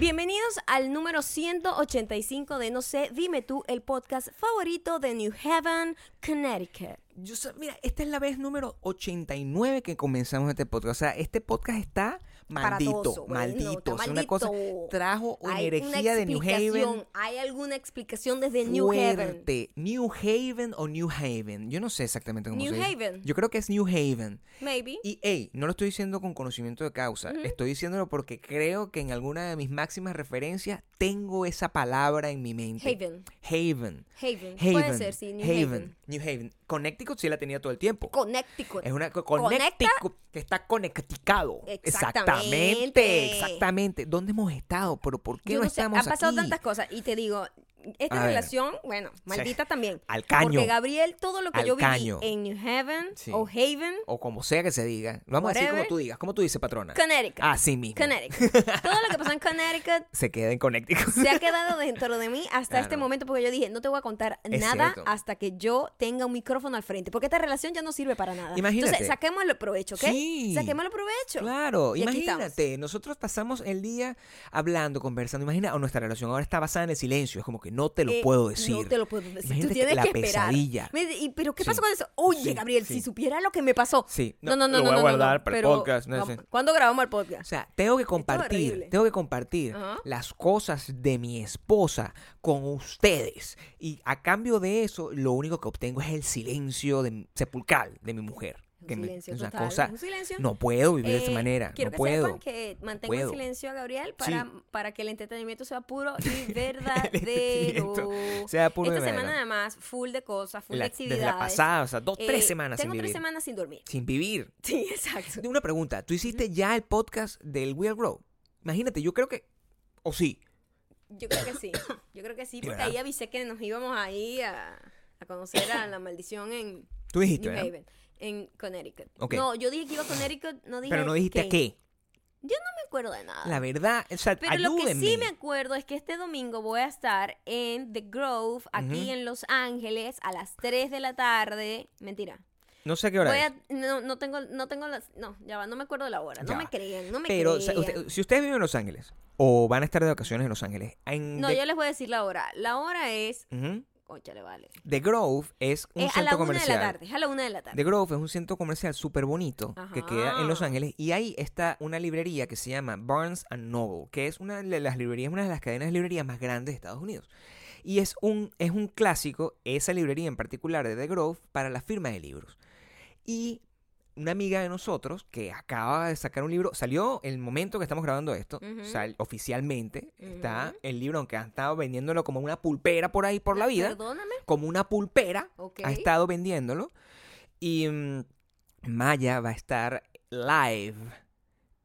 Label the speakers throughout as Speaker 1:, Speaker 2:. Speaker 1: Bienvenidos al número 185 de No sé, dime tú, el podcast favorito de New Haven, Connecticut.
Speaker 2: Yo sé- mira, esta es la vez número 89 que comenzamos este podcast. O sea, este podcast está maldito,
Speaker 1: Patoso, güey, no,
Speaker 2: maldito.
Speaker 1: está
Speaker 2: O sea, una cosa
Speaker 1: maldito.
Speaker 2: trajo una
Speaker 1: Hay una
Speaker 2: herejía de New Haven
Speaker 1: explicación, Hay alguna explicación desde New Haven.
Speaker 2: fuerte. New Haven o New Haven. Yo no sé exactamente cómo
Speaker 1: New
Speaker 2: se dice.
Speaker 1: Haven.
Speaker 2: Yo creo que es New Haven.
Speaker 1: Maybe.
Speaker 2: Y hey, no lo estoy diciendo con conocimiento de causa, estoy diciéndolo porque creo que en alguna de mis máximas referencias tengo esa palabra en mi mente.
Speaker 1: Haven.
Speaker 2: Haven.
Speaker 1: Haven.
Speaker 2: Haven.
Speaker 1: Puede ser, sí, New Haven.
Speaker 2: New Haven. Connecticut sí la tenía todo el tiempo.
Speaker 1: Connecticut.
Speaker 2: es una co-
Speaker 1: Conecta.
Speaker 2: Connecticut que está conecticado.
Speaker 1: Exactamente.
Speaker 2: Exactamente. Exactamente. ¿Dónde hemos estado? ¿Pero por qué
Speaker 1: Yo
Speaker 2: no,
Speaker 1: no sé,
Speaker 2: estamos
Speaker 1: han pasado
Speaker 2: aquí?
Speaker 1: tantas cosas y te digo, esta
Speaker 2: A ver.
Speaker 1: relación, bueno, maldita también.
Speaker 2: Al caño.
Speaker 1: Porque Gabriel, todo lo que
Speaker 2: Al
Speaker 1: yo viví
Speaker 2: caño.
Speaker 1: en New Haven
Speaker 2: Sí.
Speaker 1: o Haven,
Speaker 2: O como sea que se diga. Vamos a decir
Speaker 1: Whatever.
Speaker 2: como tú digas. ¿Cómo tú dices, patrona?
Speaker 1: Connecticut.
Speaker 2: Así mismo.
Speaker 1: Connecticut. todo lo que pasó en Connecticut
Speaker 2: Se queda en Connecticut.
Speaker 1: se ha quedado dentro de mí hasta este
Speaker 2: Claro.
Speaker 1: momento porque yo dije, no te voy a contar
Speaker 2: Es
Speaker 1: nada
Speaker 2: cierto.
Speaker 1: hasta que yo tenga un micrófono al frente, porque esta relación ya no sirve para nada.
Speaker 2: Imagínate.
Speaker 1: Entonces, saquémosle provecho, ¿ok?
Speaker 2: Sí.
Speaker 1: Saquémosle provecho.
Speaker 2: Claro,
Speaker 1: Y aquí
Speaker 2: imagínate, nosotros pasamos el día hablando, conversando, imagina, o nuestra relación ahora está basada en el silencio, es como que no te lo
Speaker 1: Eh,
Speaker 2: puedo decir.
Speaker 1: No te lo puedo decir.
Speaker 2: Imagínate
Speaker 1: Tú tienes
Speaker 2: la
Speaker 1: que esperar.
Speaker 2: pesadilla.
Speaker 1: Me di- y- pero ¿qué
Speaker 2: Sí.
Speaker 1: pasó con eso? Oye,
Speaker 2: Sí,
Speaker 1: Gabriel,
Speaker 2: sí.
Speaker 1: si supiera lo que me pasó.
Speaker 2: Sí.
Speaker 1: No, no,
Speaker 2: No,
Speaker 1: no,
Speaker 2: lo
Speaker 1: no,
Speaker 2: voy a
Speaker 1: no,
Speaker 2: guardar
Speaker 1: no,
Speaker 2: para el
Speaker 1: pero
Speaker 2: podcast, no
Speaker 1: vamos-
Speaker 2: sé.
Speaker 1: ¿Cuándo grabamos el
Speaker 2: O
Speaker 1: podcast?
Speaker 2: sea, tengo que
Speaker 1: horrible.
Speaker 2: compartir, tengo que compartir
Speaker 1: Ajá.
Speaker 2: las cosas de mi esposa con ustedes. Y a cambio de eso, lo único que obtengo es el silencio de- sepulcral de mi mujer.
Speaker 1: Un
Speaker 2: que me-
Speaker 1: silencio
Speaker 2: es una
Speaker 1: total,
Speaker 2: cosa,
Speaker 1: un silencio.
Speaker 2: no puedo vivir de esa
Speaker 1: Eh,
Speaker 2: manera,
Speaker 1: Quiero
Speaker 2: no
Speaker 1: que
Speaker 2: puedo.
Speaker 1: sepan que mantengo en
Speaker 2: puedo.
Speaker 1: silencio a Gabriel para,
Speaker 2: Sí.
Speaker 1: para que el entretenimiento sea puro y verdadero.
Speaker 2: entretenimiento sea puro y
Speaker 1: Esta semana
Speaker 2: verdadero.
Speaker 1: además, full de cosas, full
Speaker 2: La-
Speaker 1: de
Speaker 2: desde
Speaker 1: actividades.
Speaker 2: la pasada, o sea, dos, tres
Speaker 1: Eh,
Speaker 2: semanas sin
Speaker 1: Tengo tres
Speaker 2: vivir.
Speaker 1: semanas sin dormir.
Speaker 2: Sin vivir.
Speaker 1: Sí, exacto.
Speaker 2: Tengo Una pregunta. ¿Tú hiciste ya el podcast del Will Grow? Imagínate, yo creo que. O sí.
Speaker 1: Yo creo que sí, yo creo que sí, porque
Speaker 2: ¿Verdad?
Speaker 1: ahí avisé que nos íbamos ahí a, a conocer a la maldición en
Speaker 2: Tú dijiste.
Speaker 1: New
Speaker 2: ¿verdad?
Speaker 1: Haven, en Connecticut.
Speaker 2: Ok.
Speaker 1: No, yo dije que iba a Connecticut, no dije
Speaker 2: Pero no dijiste
Speaker 1: que-
Speaker 2: qué.
Speaker 1: No me acuerdo de nada.
Speaker 2: La verdad, o sea,
Speaker 1: Pero lo que
Speaker 2: ayúdenme.
Speaker 1: sí me acuerdo es que este domingo voy a estar en The Grove, aquí
Speaker 2: Ujú.
Speaker 1: en Los Ángeles, a las 3 de la tarde. Mentira.
Speaker 2: No sé a qué hora
Speaker 1: Voy
Speaker 2: es.
Speaker 1: a, no, no tengo, no tengo las, no, ya va, no me acuerdo de la hora. No
Speaker 2: Ya
Speaker 1: me
Speaker 2: va.
Speaker 1: crean, no me
Speaker 2: Pero o sea,
Speaker 1: crean.
Speaker 2: usted- si ustedes viven en Los Ángeles o van a estar de vacaciones en Los Ángeles, en
Speaker 1: no,
Speaker 2: The,
Speaker 1: yo les voy a decir la hora. La hora es,
Speaker 2: Ujú.
Speaker 1: oye, le vale.
Speaker 2: The Grove es un
Speaker 1: Es Eh, a
Speaker 2: centro
Speaker 1: la una de
Speaker 2: comercial.
Speaker 1: la tarde, es a la una de la tarde.
Speaker 2: The Grove es un centro comercial súper bonito que queda en Los
Speaker 1: Ajá.
Speaker 2: Ángeles y ahí está una librería que se llama Barnes and Noble, que es una de las librerías, una de las cadenas de librerías más grandes de Estados Unidos. Y es un, es un clásico, esa librería en particular de The Grove, para la firma de libros. Y una amiga de nosotros que acaba de sacar un libro, salió el momento que estamos grabando esto,
Speaker 1: Ujú.
Speaker 2: sal- oficialmente está
Speaker 1: Ujú.
Speaker 2: el libro, aunque han estado vendiéndolo como una pulpera por ahí por la vida
Speaker 1: Perdóname.
Speaker 2: como una pulpera,
Speaker 1: Ok.
Speaker 2: ha estado vendiéndolo. Y mm, Maya va a estar live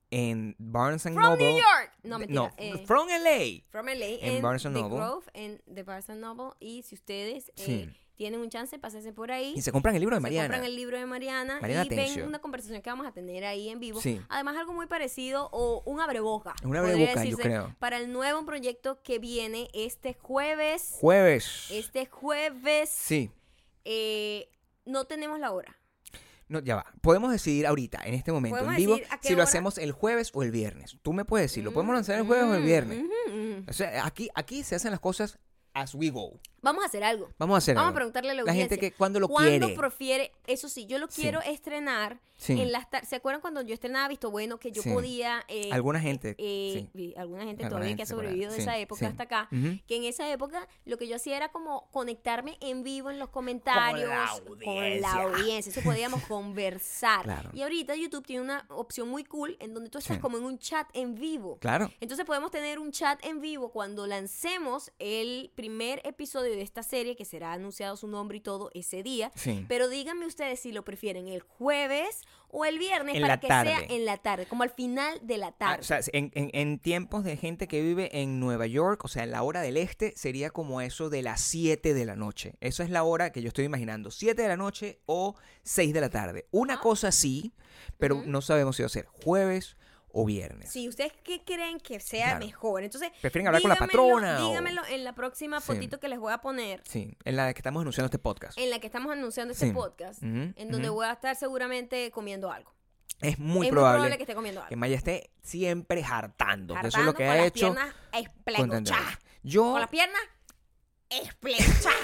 Speaker 2: en Barnes and
Speaker 1: From
Speaker 2: Noble.
Speaker 1: New York. No,
Speaker 2: De-
Speaker 1: mentira.
Speaker 2: no,
Speaker 1: eh,
Speaker 2: from LA.
Speaker 1: From LA
Speaker 2: En
Speaker 1: en
Speaker 2: Barnes
Speaker 1: The
Speaker 2: and Noble.
Speaker 1: Grove, en The Barnes and Noble. Y si ustedes eh,
Speaker 2: Sí.
Speaker 1: tienen un chance, pásense por ahí.
Speaker 2: Y se compran el libro de
Speaker 1: se
Speaker 2: Mariana.
Speaker 1: compran el libro de Mariana,
Speaker 2: Mariana
Speaker 1: y
Speaker 2: Tencio.
Speaker 1: ven una conversación que vamos a tener ahí en vivo.
Speaker 2: Sí.
Speaker 1: Además, algo muy parecido o un abreboca.
Speaker 2: Un
Speaker 1: podría
Speaker 2: abreboca, yo
Speaker 1: decirse,
Speaker 2: creo.
Speaker 1: Para el nuevo proyecto que viene este jueves.
Speaker 2: Jueves.
Speaker 1: Este jueves
Speaker 2: Sí.
Speaker 1: eh, no tenemos la hora.
Speaker 2: No, ya va. Podemos decidir ahorita, en este momento, en
Speaker 1: Podemos
Speaker 2: vivo,
Speaker 1: decidir a qué
Speaker 2: si lo
Speaker 1: hora-
Speaker 2: hacemos el jueves o el viernes. Tú me puedes decir, ¿lo podemos
Speaker 1: Mm,
Speaker 2: lanzar el jueves o el
Speaker 1: mm,
Speaker 2: viernes?
Speaker 1: ujú, ujú.
Speaker 2: O sea, aquí, aquí se hacen las cosas as we go.
Speaker 1: Vamos a hacer algo.
Speaker 2: Vamos a hacer
Speaker 1: Vamos a
Speaker 2: algo.
Speaker 1: preguntarle a la
Speaker 2: La gente
Speaker 1: audiencia,
Speaker 2: que cuando lo
Speaker 1: ¿Cuándo
Speaker 2: quiere.
Speaker 1: prefiere? Eso sí, yo lo
Speaker 2: Sí.
Speaker 1: quiero estrenar
Speaker 2: Sí.
Speaker 1: en las tar- ¿Se acuerdan cuando yo estrenaba Visto Bueno que yo
Speaker 2: Sí.
Speaker 1: podía eh,
Speaker 2: Alguna gente.
Speaker 1: eh,
Speaker 2: sí.
Speaker 1: vi- alguna gente
Speaker 2: Alguna
Speaker 1: todavía
Speaker 2: gente
Speaker 1: que ha
Speaker 2: se acuerda.
Speaker 1: sobrevivido de
Speaker 2: Sí,
Speaker 1: esa época
Speaker 2: sí.
Speaker 1: hasta acá,
Speaker 2: Ujú.
Speaker 1: que en esa época lo que yo hacía era como conectarme en vivo en los comentarios con la
Speaker 2: audiencia.
Speaker 1: audiencia, eso podíamos conversar.
Speaker 2: Claro.
Speaker 1: Y ahorita YouTube tiene una opción muy cool en donde tú estás
Speaker 2: Sí.
Speaker 1: como en un chat en vivo.
Speaker 2: Claro.
Speaker 1: Entonces podemos tener un chat en vivo cuando lancemos el primer episodio de esta serie, que será anunciado su nombre y todo ese día.
Speaker 2: Sí.
Speaker 1: Pero díganme ustedes si lo prefieren el jueves o el viernes
Speaker 2: En
Speaker 1: para
Speaker 2: la
Speaker 1: que sea
Speaker 2: tarde.
Speaker 1: en la tarde, como al final de la
Speaker 2: Ah,
Speaker 1: tarde.
Speaker 2: o sea, en, en- en tiempos de gente que vive en Nueva York, o sea, en la hora del este, sería como eso de las 7 de la noche. Esa es la hora que yo estoy imaginando. 7 de la noche o 6 de la tarde. Una
Speaker 1: Ah.
Speaker 2: cosa sí, pero no sabemos si va a ser jueves o viernes.
Speaker 1: si ustedes qué creen que sea
Speaker 2: Claro.
Speaker 1: mejor. Entonces,
Speaker 2: ¿Prefieren hablar con la
Speaker 1: dígamelo-
Speaker 2: patrona o-
Speaker 1: Dígamelo en la próxima
Speaker 2: Sí.
Speaker 1: fotito que les voy a poner.
Speaker 2: Sí, en la que estamos anunciando este podcast.
Speaker 1: En la que estamos anunciando este
Speaker 2: Sí.
Speaker 1: podcast,
Speaker 2: Ujú,
Speaker 1: en donde
Speaker 2: ujú.
Speaker 1: voy a estar seguramente comiendo algo.
Speaker 2: es muy
Speaker 1: es
Speaker 2: probable,
Speaker 1: muy probable que esté comiendo
Speaker 2: que
Speaker 1: algo.
Speaker 2: Maya esté siempre hartando. que eso es
Speaker 1: Jartando
Speaker 2: lo que
Speaker 1: con
Speaker 2: ha
Speaker 1: las
Speaker 2: hecho.
Speaker 1: Piernas
Speaker 2: con
Speaker 1: esplegochadas.
Speaker 2: tanta- Yo,
Speaker 1: Con las piernas esplegochadas.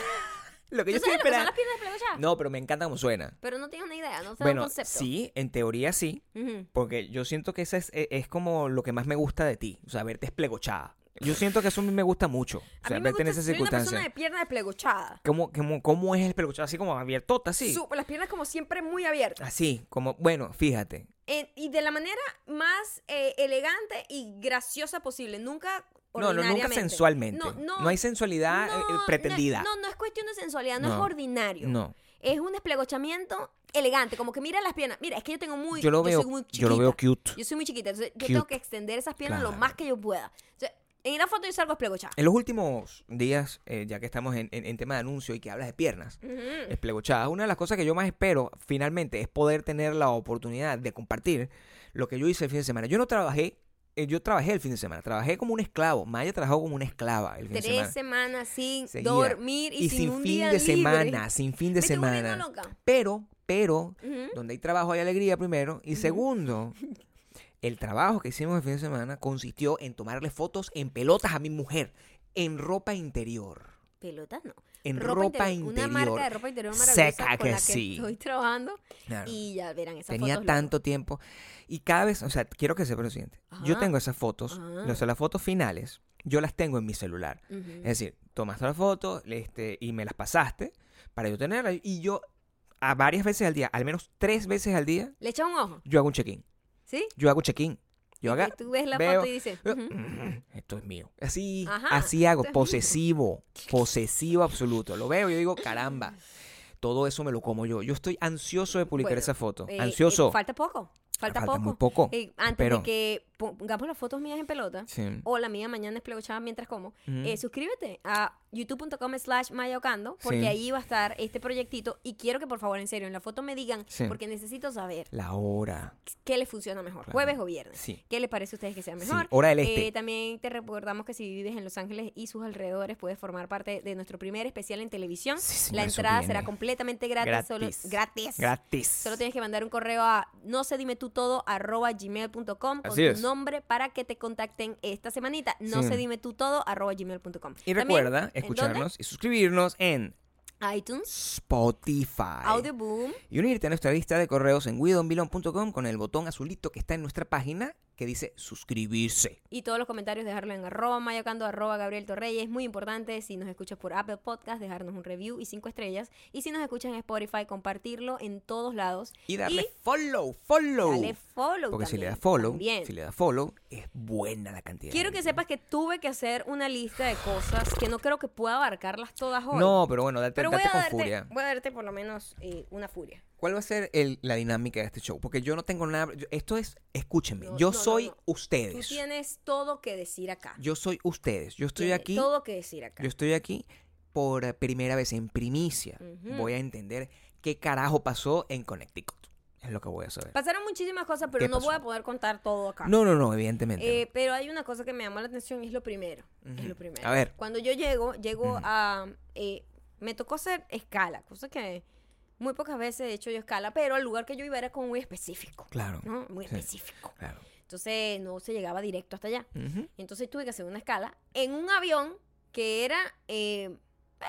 Speaker 2: lo
Speaker 1: ¿Tú
Speaker 2: que yo
Speaker 1: sabes lo que
Speaker 2: estoy
Speaker 1: son
Speaker 2: esperando.
Speaker 1: las piernas esplegochadas?
Speaker 2: No, pero me encanta cómo suena.
Speaker 1: Pero no tienes una idea, no sabes un
Speaker 2: Bueno,
Speaker 1: concepto.
Speaker 2: sí, en teoría sí,
Speaker 1: Ujú.
Speaker 2: porque yo siento que esa es, e- es como lo que más me gusta de ti, o sea, verte esplegochada. Yo siento que eso a mí me gusta mucho, o
Speaker 1: A
Speaker 2: sea,
Speaker 1: mí me
Speaker 2: verte
Speaker 1: gusta,
Speaker 2: en esas
Speaker 1: soy una persona de
Speaker 2: circunstancias.
Speaker 1: piernas desplegochadas.
Speaker 2: ¿Cómo, cómo, cómo es esplegochada? Así como abiertota, así.
Speaker 1: Su- las piernas como siempre muy abiertas.
Speaker 2: Así, como, bueno, fíjate,
Speaker 1: Eh, y de la manera más eh, elegante y graciosa posible. Nunca
Speaker 2: No, no, nunca
Speaker 1: ordinariamente.
Speaker 2: sensualmente.
Speaker 1: No, no.
Speaker 2: hay sensualidad eh, eh,
Speaker 1: no,
Speaker 2: pretendida.
Speaker 1: No, no es cuestión de sensualidad, no, es
Speaker 2: No,
Speaker 1: ordinario.
Speaker 2: No.
Speaker 1: Es un desplegochamiento elegante, como que mira las piernas. Mira, es que yo tengo muy
Speaker 2: yo lo veo,
Speaker 1: soy muy
Speaker 2: yo lo veo
Speaker 1: chiquita.
Speaker 2: cute.
Speaker 1: Yo soy muy chiquita, entonces yo
Speaker 2: Cute.
Speaker 1: tengo que extender esas piernas lo
Speaker 2: Claro.
Speaker 1: más que yo pueda. Entonces, en la foto yo salgo desplegochada.
Speaker 2: En los últimos días, eh, ya que estamos en, en- en tema de anuncio y que hablas de piernas,
Speaker 1: Ujú.
Speaker 2: esplegochadas, una de las cosas que yo más espero finalmente es poder tener la oportunidad de compartir lo que yo hice el fin de semana. Yo no trabajé, eh, yo trabajé el fin de semana, trabajé como un esclavo. Maya trabajó como una esclava el fin de
Speaker 1: Tres
Speaker 2: semana.
Speaker 1: semanas sin
Speaker 2: Seguida.
Speaker 1: dormir y,
Speaker 2: Y sin
Speaker 1: un
Speaker 2: fin
Speaker 1: día
Speaker 2: de
Speaker 1: libre.
Speaker 2: semana, sin fin
Speaker 1: Me
Speaker 2: de
Speaker 1: estoy volviendo
Speaker 2: semana.
Speaker 1: loca. ¿Mm?
Speaker 2: Pero, pero,
Speaker 1: Ujú.
Speaker 2: donde hay trabajo hay alegría primero y segundo el trabajo que hicimos el fin de semana consistió en tomarle fotos en pelotas a mi mujer en ropa interior
Speaker 1: Pelotas no.
Speaker 2: en ropa,
Speaker 1: Una
Speaker 2: interior,
Speaker 1: marca de ropa interior maravillosa con
Speaker 2: seca que
Speaker 1: la que
Speaker 2: sí
Speaker 1: estoy trabajando
Speaker 2: Claro.
Speaker 1: y ya verán esas
Speaker 2: tenía
Speaker 1: fotos.
Speaker 2: tanto tiempo y cada vez o sea quiero que sepan lo siguiente yo
Speaker 1: Ajá.
Speaker 2: tengo esas fotos
Speaker 1: Ajá.
Speaker 2: o sea, las fotos finales yo las tengo en mi celular
Speaker 1: luego.
Speaker 2: es
Speaker 1: Ujú.
Speaker 2: decir tomaste la foto este, y me las pasaste para yo tenerlas y yo a varias veces al día al menos tres veces al día
Speaker 1: Le echa un ojo,
Speaker 2: yo hago un check-in
Speaker 1: ¿sí?
Speaker 2: yo hago check-in. Yo
Speaker 1: Y que
Speaker 2: haga,
Speaker 1: tú ves la
Speaker 2: veo-
Speaker 1: foto y dices,
Speaker 2: yo,
Speaker 1: ujú.
Speaker 2: "Mm, esto es mío. Así,
Speaker 1: Ajá,
Speaker 2: así hago,
Speaker 1: esto es mío.
Speaker 2: posesivo, posesivo absoluto. Lo veo y yo digo, caramba, todo eso me lo como yo. Yo estoy ansioso de publicar
Speaker 1: Bueno,
Speaker 2: esa foto.
Speaker 1: eh,
Speaker 2: ansioso.
Speaker 1: eh, falta poco, falta, poco.
Speaker 2: muy poco.
Speaker 1: Eh, antes
Speaker 2: Pero-
Speaker 1: de que pongamos las fotos mías en pelota
Speaker 2: Sí.
Speaker 1: o la mía mañana desplegochada mientras como,
Speaker 2: Ujú.
Speaker 1: eh, suscríbete a youtube.com slash mayocando porque
Speaker 2: Sí.
Speaker 1: ahí va a estar este proyectito y quiero que por favor en serio en la foto me digan
Speaker 2: Sí.
Speaker 1: porque necesito saber
Speaker 2: La hora.
Speaker 1: qué les funciona mejor,
Speaker 2: Claro.
Speaker 1: jueves o viernes.
Speaker 2: Sí.
Speaker 1: ¿Qué les parece a ustedes que sea
Speaker 2: Sí,
Speaker 1: mejor?
Speaker 2: hora del este.
Speaker 1: Eh, también te recordamos que si vives en Los Ángeles y sus alrededores, puedes formar parte de nuestro primer especial en televisión.
Speaker 2: Sí, señor,
Speaker 1: La
Speaker 2: eso
Speaker 1: entrada
Speaker 2: viene.
Speaker 1: será completamente gratis.
Speaker 2: Gratis.
Speaker 1: Solo, gratis.
Speaker 2: Gratis.
Speaker 1: Solo tienes que mandar un correo a no se dime tú todo arroba gmail.com con tu
Speaker 2: Así es.
Speaker 1: nombre para que te contacten esta semanita. No
Speaker 2: Sí.
Speaker 1: se dime tú todo arroba gmail.com.
Speaker 2: y recuerda escucharnos y suscribirnos en
Speaker 1: iTunes,
Speaker 2: Spotify.
Speaker 1: Audioboom.
Speaker 2: y unirte a nuestra lista de correos en guidonvilon.com con el botón azulito que está en nuestra página que dice suscribirse.
Speaker 1: Y todos los comentarios dejarlo en arroba mayocando, arroba Gabriel Torreyes. Muy importante, si nos escuchas por Apple Podcast, dejarnos un review y cinco estrellas. Y si nos escuchas en Spotify, compartirlo en todos lados.
Speaker 2: Y darle
Speaker 1: Y
Speaker 2: follow, follow.
Speaker 1: Dale follow
Speaker 2: Porque si le
Speaker 1: también,
Speaker 2: das follow,
Speaker 1: también.
Speaker 2: si le das follow, es buena la cantidad.
Speaker 1: Quiero que sepas que tuve que hacer una lista de cosas que no creo que pueda abarcarlas todas hoy.
Speaker 2: No, pero bueno, date,
Speaker 1: pero voy
Speaker 2: date
Speaker 1: a,
Speaker 2: con
Speaker 1: darte,
Speaker 2: furia.
Speaker 1: voy a darte por lo menos eh, una furia.
Speaker 2: ¿Cuál va a ser el- la dinámica de este show? Porque yo no tengo nada. yo- esto es, escúchenme,
Speaker 1: No,
Speaker 2: yo
Speaker 1: no, no,
Speaker 2: soy
Speaker 1: no. Tú
Speaker 2: ustedes.
Speaker 1: tienes todo que decir acá.
Speaker 2: Yo soy ustedes. Yo estoy
Speaker 1: Tienes
Speaker 2: aquí.
Speaker 1: Todo que decir acá.
Speaker 2: Yo estoy aquí por primera vez en primicia.
Speaker 1: Ujú.
Speaker 2: Voy a entender qué carajo pasó en Connecticut. Es lo que voy a saber.
Speaker 1: Pasaron muchísimas cosas, pero
Speaker 2: ¿Qué
Speaker 1: no
Speaker 2: pasó?
Speaker 1: voy a poder contar todo acá.
Speaker 2: No, no, no, evidentemente. no.
Speaker 1: Eh, pero hay una cosa que me llamó la atención y es lo primero. Es lo primero.
Speaker 2: A ver.
Speaker 1: Cuando yo llego, llego
Speaker 2: Ujú.
Speaker 1: a... eh, me tocó hacer escala, cosa que muy pocas veces he hecho yo escala, pero al lugar que yo iba era como muy específico.
Speaker 2: Claro.
Speaker 1: ¿no? Muy
Speaker 2: Sí.
Speaker 1: específico.
Speaker 2: Claro.
Speaker 1: Entonces no se llegaba directo hasta allá.
Speaker 2: Ujú.
Speaker 1: Entonces tuve que hacer una escala en un avión que era, eh, eh,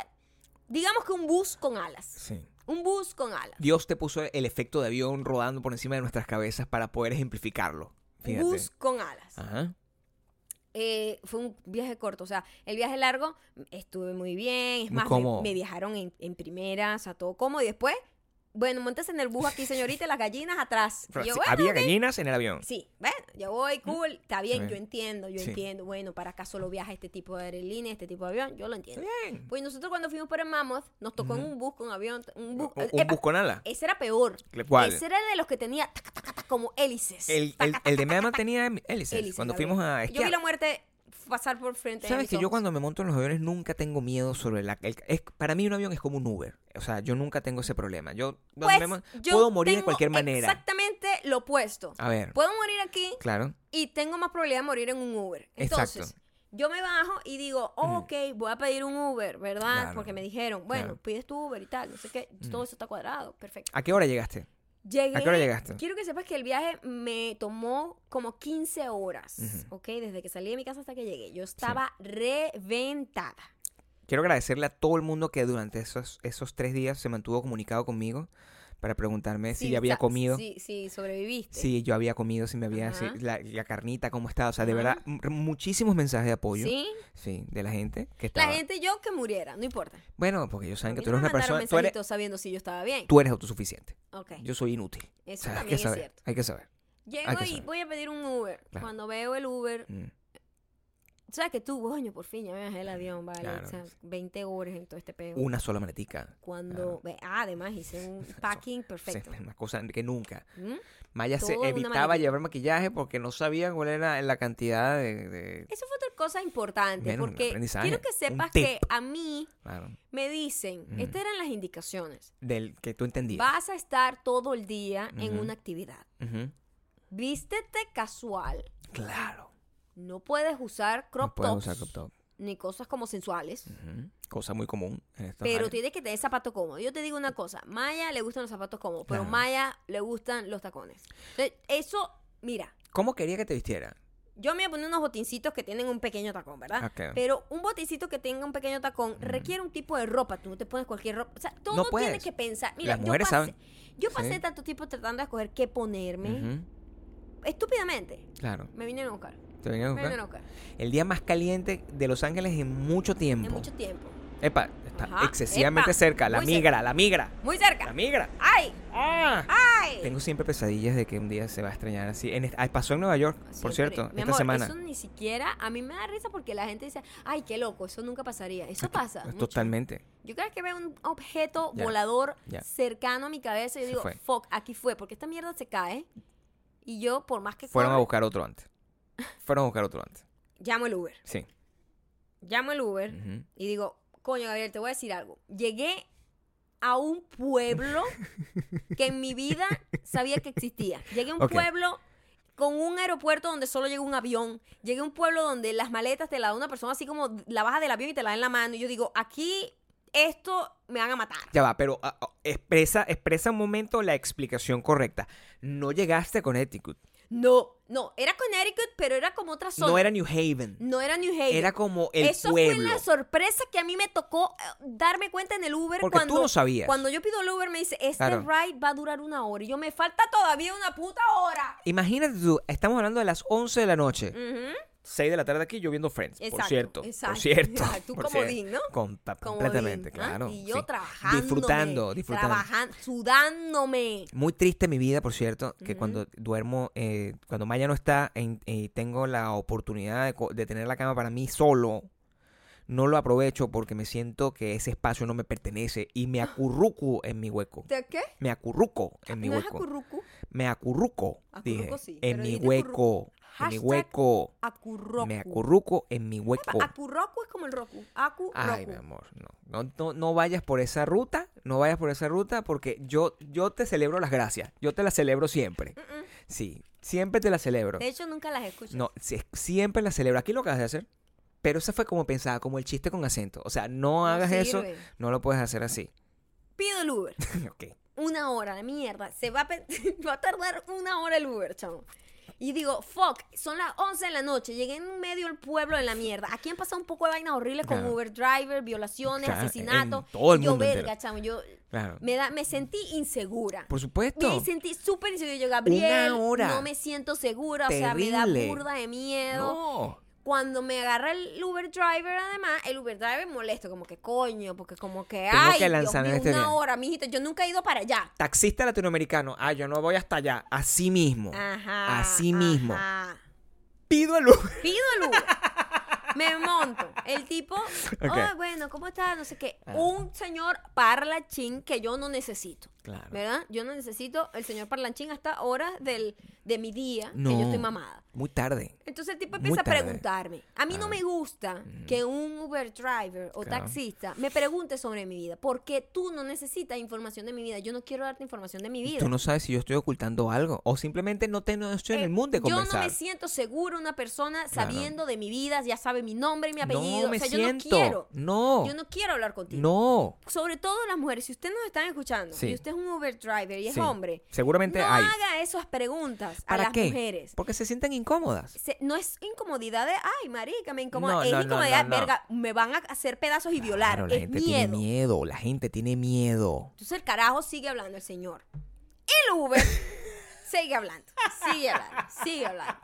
Speaker 1: digamos que un bus con alas.
Speaker 2: Sí.
Speaker 1: Un bus con alas.
Speaker 2: Dios te puso el efecto de avión rodando por encima de nuestras cabezas para poder ejemplificarlo. Fíjate.
Speaker 1: Bus con alas.
Speaker 2: Ajá.
Speaker 1: eh, fue un viaje corto. O sea, el viaje largo m- estuve muy bien. Es
Speaker 2: Muy
Speaker 1: más, me,
Speaker 2: cómodo.
Speaker 1: me viajaron en, en primera, o sea, todo cómodo. Y después, bueno, montas en el bus aquí, señorita, las gallinas atrás.
Speaker 2: Pero
Speaker 1: Y yo,
Speaker 2: sí,
Speaker 1: bueno,
Speaker 2: Había gallinas en el avión.
Speaker 1: sí, bueno, yo voy, cool, está bien,
Speaker 2: bien.
Speaker 1: yo entiendo, yo
Speaker 2: Sí.
Speaker 1: entiendo. Bueno, para acá solo viaja este tipo de aerolínea, este tipo de avión, yo lo entiendo.
Speaker 2: Bien.
Speaker 1: Pues nosotros cuando fuimos para Mammoth, nos tocó en
Speaker 2: Ujú.
Speaker 1: un bus con avión, un bus.
Speaker 2: Un, un
Speaker 1: epa,
Speaker 2: bus con ala.
Speaker 1: Ese era peor.
Speaker 2: ¿Cuál?
Speaker 1: eh, Ese era el de los que tenía taca, taca, taca, como hélices.
Speaker 2: El, el, el de Mema tenía em- hélices.
Speaker 1: hélices,
Speaker 2: cuando
Speaker 1: Gabriel.
Speaker 2: fuimos a
Speaker 1: Yo vi
Speaker 2: esquiar.
Speaker 1: la muerte pasar por frente. de
Speaker 2: Sabes
Speaker 1: mis
Speaker 2: que yo
Speaker 1: ojos.
Speaker 2: cuando me monto en los aviones nunca tengo miedo sobre la... el- es- para mí un avión es como un Uber. O sea, yo nunca tengo ese problema. Yo, cuando
Speaker 1: Pues,
Speaker 2: me mon-
Speaker 1: yo
Speaker 2: puedo morir de
Speaker 1: tengo
Speaker 2: cualquier manera. Ah,
Speaker 1: Exactamente lo opuesto.
Speaker 2: A ver,
Speaker 1: Puedo morir aquí
Speaker 2: claro.
Speaker 1: y tengo más probabilidad de morir en un Uber. Entonces,
Speaker 2: Exacto.
Speaker 1: yo me bajo y digo, oh, ok, voy a pedir un Uber, ¿verdad?
Speaker 2: Claro.
Speaker 1: Porque me dijeron, bueno,
Speaker 2: Claro.
Speaker 1: pides tu Uber y tal, no sé qué. Todo eso está cuadrado, perfecto.
Speaker 2: ¿A qué hora llegaste?
Speaker 1: Llegué,
Speaker 2: ¿A
Speaker 1: Eh,
Speaker 2: qué hora llegaste?
Speaker 1: Quiero que sepas que el viaje me tomó como 15 horas,
Speaker 2: Ujú.
Speaker 1: ¿ok? Desde que salí de mi casa hasta que llegué. Yo estaba reventada.
Speaker 2: Quiero agradecerle a todo el mundo que durante esos, esos tres días se mantuvo comunicado conmigo para preguntarme si
Speaker 1: Sí,
Speaker 2: ya había
Speaker 1: sa-
Speaker 2: comido, si,
Speaker 1: Sí, sí, sobreviviste.
Speaker 2: yo había comido, si me había... si-
Speaker 1: Ajá.
Speaker 2: la, la carnita, cómo estaba. O sea, de
Speaker 1: Ajá.
Speaker 2: verdad, m- muchísimos mensajes de apoyo.
Speaker 1: ¿Sí?
Speaker 2: Sí, de la gente que
Speaker 1: La
Speaker 2: estaba...
Speaker 1: gente, yo que muriera, no importa.
Speaker 2: Bueno, porque ellos saben
Speaker 1: A
Speaker 2: que
Speaker 1: mí
Speaker 2: tú
Speaker 1: no
Speaker 2: eres
Speaker 1: me
Speaker 2: una
Speaker 1: mandaron
Speaker 2: persona... Tú eres,
Speaker 1: mensajitos sabiendo si yo estaba bien.
Speaker 2: tú eres autosuficiente.
Speaker 1: Ok.
Speaker 2: Yo soy inútil.
Speaker 1: Eso
Speaker 2: O sea, hay
Speaker 1: también
Speaker 2: que
Speaker 1: es
Speaker 2: saber.
Speaker 1: cierto.
Speaker 2: Hay que saber.
Speaker 1: Llego
Speaker 2: que
Speaker 1: y
Speaker 2: saber.
Speaker 1: voy a pedir un Uber.
Speaker 2: Claro.
Speaker 1: Cuando veo el Uber,
Speaker 2: Mm.
Speaker 1: ¿sabes que tú, coño, por fin ya me bajé el avión, vale?
Speaker 2: Claro.
Speaker 1: O sea, 20 horas en todo este peo.
Speaker 2: Una sola maletica.
Speaker 1: Cuando. ve- Ah, además hice un packing
Speaker 2: Sí,
Speaker 1: perfecto.
Speaker 2: una cosa que nunca.
Speaker 1: ¿Mm?
Speaker 2: Maya se
Speaker 1: Todo una
Speaker 2: evitaba
Speaker 1: maletica.
Speaker 2: llevar maquillaje porque no sabía cuál era la cantidad de- de
Speaker 1: Eso fue otra cosa importante,
Speaker 2: Bueno, un
Speaker 1: porque
Speaker 2: aprendizaje,
Speaker 1: quiero que
Speaker 2: un
Speaker 1: sepas
Speaker 2: tip. Mm.
Speaker 1: que a mí
Speaker 2: claro,
Speaker 1: me dicen,
Speaker 2: Ujú.
Speaker 1: estas eran las indicaciones.
Speaker 2: del que tú entendías.
Speaker 1: Vas a estar todo el día en
Speaker 2: Ujú.
Speaker 1: una actividad.
Speaker 2: Ujú.
Speaker 1: Vístete casual.
Speaker 2: Claro.
Speaker 1: No puedes usar crop
Speaker 2: no puedes
Speaker 1: tops
Speaker 2: usar crop top.
Speaker 1: ni cosas como sensuales.
Speaker 2: Ujú. Cosa muy común en estos
Speaker 1: Pero
Speaker 2: años.
Speaker 1: tienes que tener zapatos cómodos. Yo te digo una cosa, Maya le gustan los zapatos cómodos, pero
Speaker 2: Mm. Claro.
Speaker 1: Maya le gustan los tacones. Entonces, eso, mira,
Speaker 2: ¿Cómo quería que te vistiera?
Speaker 1: yo me voy a poner unos botincitos que tienen un pequeño tacón, ¿verdad?
Speaker 2: Ok. Mm.
Speaker 1: Pero un botincito que tenga un pequeño tacón requiere un tipo de ropa. Tú no te pones cualquier ropa. O sea, todo tiene
Speaker 2: puedes.
Speaker 1: que pensar. Mira,
Speaker 2: Las mujeres
Speaker 1: yo pasé,
Speaker 2: saben.
Speaker 1: Yo pasé
Speaker 2: Sí.
Speaker 1: tanto tiempo tratando de escoger qué ponerme.
Speaker 2: Ujú.
Speaker 1: Estúpidamente.
Speaker 2: Claro.
Speaker 1: Me vinieron a buscar.
Speaker 2: ¿Te venía a
Speaker 1: Me
Speaker 2: buscar?
Speaker 1: vinieron a buscar.
Speaker 2: El día más caliente de Los Ángeles en mucho tiempo.
Speaker 1: En mucho tiempo.
Speaker 2: Epa, está
Speaker 1: Ajá,
Speaker 2: excesivamente
Speaker 1: epa,
Speaker 2: cerca. La
Speaker 1: muy
Speaker 2: migra, la migra.
Speaker 1: Muy
Speaker 2: La
Speaker 1: cerca.
Speaker 2: migra.
Speaker 1: ¡Ay!
Speaker 2: ¡Ah!
Speaker 1: ¡Ay!
Speaker 2: Tengo siempre pesadillas de que un día se va a extrañar así. En est- ah, pasó en Nueva York, por
Speaker 1: Siempre.
Speaker 2: cierto,
Speaker 1: Mi
Speaker 2: esta
Speaker 1: amor,
Speaker 2: semana.
Speaker 1: Eso ni siquiera, a mí me da risa porque la gente dice, ay, qué loco, eso nunca pasaría. Eso pasa. mucho.
Speaker 2: Totalmente.
Speaker 1: Yo cada vez que veo un objeto
Speaker 2: Ya,
Speaker 1: volador
Speaker 2: ya.
Speaker 1: cercano a mi cabeza, yo
Speaker 2: Se
Speaker 1: digo,
Speaker 2: fue.
Speaker 1: fuck, aquí fue, porque esta mierda se cae. Y yo, por más que
Speaker 2: Fueron a
Speaker 1: corra,
Speaker 2: buscar otro antes. Fueron a buscar otro antes.
Speaker 1: llamo el Uber.
Speaker 2: Sí.
Speaker 1: Llamo el Uber
Speaker 2: Ujú.
Speaker 1: y digo, coño, Gabriel, te voy a decir algo. Llegué a un pueblo que en mi vida sabía que existía. Llegué a un
Speaker 2: Ok.
Speaker 1: pueblo con un aeropuerto donde solo llega un avión. Llegué a un pueblo donde las maletas te la da una persona así como la baja del avión y te la da en la mano. Y yo digo, aquí esto me van a matar.
Speaker 2: Ya va, pero ah, ah, expresa, expresa un momento la explicación correcta. No llegaste a Connecticut.
Speaker 1: No, no, era Connecticut, pero era como otra zona.
Speaker 2: No era New Haven.
Speaker 1: No era New Haven.
Speaker 2: Era como el
Speaker 1: Eso fue
Speaker 2: pueblo.
Speaker 1: la sorpresa que a mí me tocó eh, darme cuenta en el Uber
Speaker 2: Porque tú
Speaker 1: cuando
Speaker 2: no sabías.
Speaker 1: Cuando yo pido el Uber me dice, este
Speaker 2: Claro.
Speaker 1: ride va a durar una hora. Y yo, me falta todavía una puta hora.
Speaker 2: Imagínate tú, estamos hablando de las 11 de la noche.
Speaker 1: Ujú.
Speaker 2: 6 de la tarde aquí, yo viendo Friends.
Speaker 1: Mm. Exacto,
Speaker 2: por cierto.
Speaker 1: exacto.
Speaker 2: Por cierto.
Speaker 1: Tú
Speaker 2: por
Speaker 1: comodín,
Speaker 2: cierto.
Speaker 1: ¿no?
Speaker 2: Compa-
Speaker 1: Como
Speaker 2: completamente,
Speaker 1: bien, ¿ah?
Speaker 2: claro.
Speaker 1: Y yo
Speaker 2: sí.
Speaker 1: trabajando. eh,
Speaker 2: Disfrutando, disfrutando.
Speaker 1: Trabajando, sudándome.
Speaker 2: Muy triste mi vida, por cierto, que
Speaker 1: Ujú.
Speaker 2: cuando duermo, eh, cuando Maya no está en- y tengo la oportunidad de, co- de tener la cama para mí solo, no lo aprovecho porque me siento que ese espacio no me pertenece y me acurruco en mi hueco.
Speaker 1: ¿De qué?
Speaker 2: Me acurruco en mi
Speaker 1: ¿No es
Speaker 2: hueco.
Speaker 1: acurruco?
Speaker 2: Me acurruco, dije.
Speaker 1: Acurruco sí, pero
Speaker 2: En mi
Speaker 1: dijiste acurru-
Speaker 2: hueco. En mi
Speaker 1: Hashtag
Speaker 2: hueco.
Speaker 1: Acurroco.
Speaker 2: Me acurruco en mi hueco.
Speaker 1: Acurroco es como el roku. Acurroco.
Speaker 2: Ay, mi amor, no. No, no, no vayas por esa ruta, no vayas por esa ruta porque yo, yo te celebro las gracias, yo te las celebro siempre.
Speaker 1: Mm-mm.
Speaker 2: Sí, siempre te las celebro.
Speaker 1: De hecho, nunca las escucho.
Speaker 2: No, sí, siempre las celebro. Aquí lo acabas de hacer, pero esa fue como pensada, como el chiste con acento. O sea, no,
Speaker 1: No
Speaker 2: hagas eso,
Speaker 1: sirve.
Speaker 2: no lo puedes hacer así.
Speaker 1: Pido el Uber.
Speaker 2: ok.
Speaker 1: una hora, la mierda. Se va a, pe- va a tardar una hora el Uber, chamo. Y digo, fuck, son las 11 de la noche, llegué en medio del pueblo de la mierda. Aquí han pasado un poco de vainas horribles con
Speaker 2: Claro.
Speaker 1: Uber driver, violaciones,
Speaker 2: Claro, en
Speaker 1: asesinatos.
Speaker 2: todo el
Speaker 1: Y yo,
Speaker 2: mundo
Speaker 1: verga,
Speaker 2: entero.
Speaker 1: chamo, yo
Speaker 2: Claro.
Speaker 1: me, da, me sentí insegura.
Speaker 2: Por
Speaker 1: Me
Speaker 2: supuesto.
Speaker 1: sentí súper insegura. Yo, Gabriel,
Speaker 2: Una hora.
Speaker 1: no me siento segura, o sea, me da
Speaker 2: Terrible.
Speaker 1: burda de miedo.
Speaker 2: No.
Speaker 1: Cuando me agarra el Uber driver, además, el Uber driver molesto, como que coño, porque como que,
Speaker 2: Tengo
Speaker 1: ay,
Speaker 2: que
Speaker 1: Dios
Speaker 2: lanzarme
Speaker 1: mío,
Speaker 2: este
Speaker 1: una
Speaker 2: bien".
Speaker 1: hora, mijito, yo nunca he ido para allá.
Speaker 2: Taxista latinoamericano. Ah, yo no voy hasta allá. Así mismo.
Speaker 1: Ajá.
Speaker 2: Así mismo.
Speaker 1: ajá.
Speaker 2: Pido el Uber.
Speaker 1: Pido el Uber. Me monto. El tipo, "Ay, bueno, ¿cómo está? No sé qué.
Speaker 2: Ah.
Speaker 1: Un señor parlanchín que yo no necesito.
Speaker 2: Claro.
Speaker 1: ¿Verdad? Yo no necesito el señor parlanchín hasta horas del, de mi día
Speaker 2: No. eh.
Speaker 1: que yo estoy mamada.
Speaker 2: Muy tarde.
Speaker 1: Entonces el tipo
Speaker 2: Muy
Speaker 1: empieza a
Speaker 2: tarde.
Speaker 1: preguntarme. A mí no
Speaker 2: Claro.
Speaker 1: me gusta que un Uber driver o
Speaker 2: Ah. Mm. Claro.
Speaker 1: taxista me pregunte sobre mi vida. Porque tú no necesitas información de mi vida. Yo no quiero darte información de mi vida.
Speaker 2: Tú no sabes si yo estoy ocultando algo o simplemente no, te, no estoy en
Speaker 1: Eh,
Speaker 2: el mundo de
Speaker 1: Yo no
Speaker 2: conversar.
Speaker 1: me siento segura una persona sabiendo de mi vida, ya sabe mi nombre y mi apellido.
Speaker 2: No me
Speaker 1: o sea,
Speaker 2: siento.
Speaker 1: yo no quiero.
Speaker 2: No.
Speaker 1: Yo no quiero hablar contigo.
Speaker 2: No.
Speaker 1: Sobre todo las mujeres, si ustedes nos están escuchando
Speaker 2: Sí.
Speaker 1: y usted es un Uber driver y es
Speaker 2: Sí.
Speaker 1: hombre,
Speaker 2: Seguramente
Speaker 1: no
Speaker 2: hay.
Speaker 1: haga esas preguntas a
Speaker 2: ¿Para
Speaker 1: las
Speaker 2: qué?
Speaker 1: mujeres.
Speaker 2: Porque se sienten incómodas.
Speaker 1: Se- no es incomodidad de, ay, marica, me incomoda.
Speaker 2: No,
Speaker 1: es
Speaker 2: no, no,
Speaker 1: incomodidad,
Speaker 2: no, no.
Speaker 1: verga, me van a hacer pedazos y violar.
Speaker 2: Claro, la
Speaker 1: es
Speaker 2: gente
Speaker 1: miedo.
Speaker 2: tiene miedo. La gente tiene miedo.
Speaker 1: Entonces el carajo sigue hablando el señor. El Uber sigue hablando, sigue hablando, sigue hablando.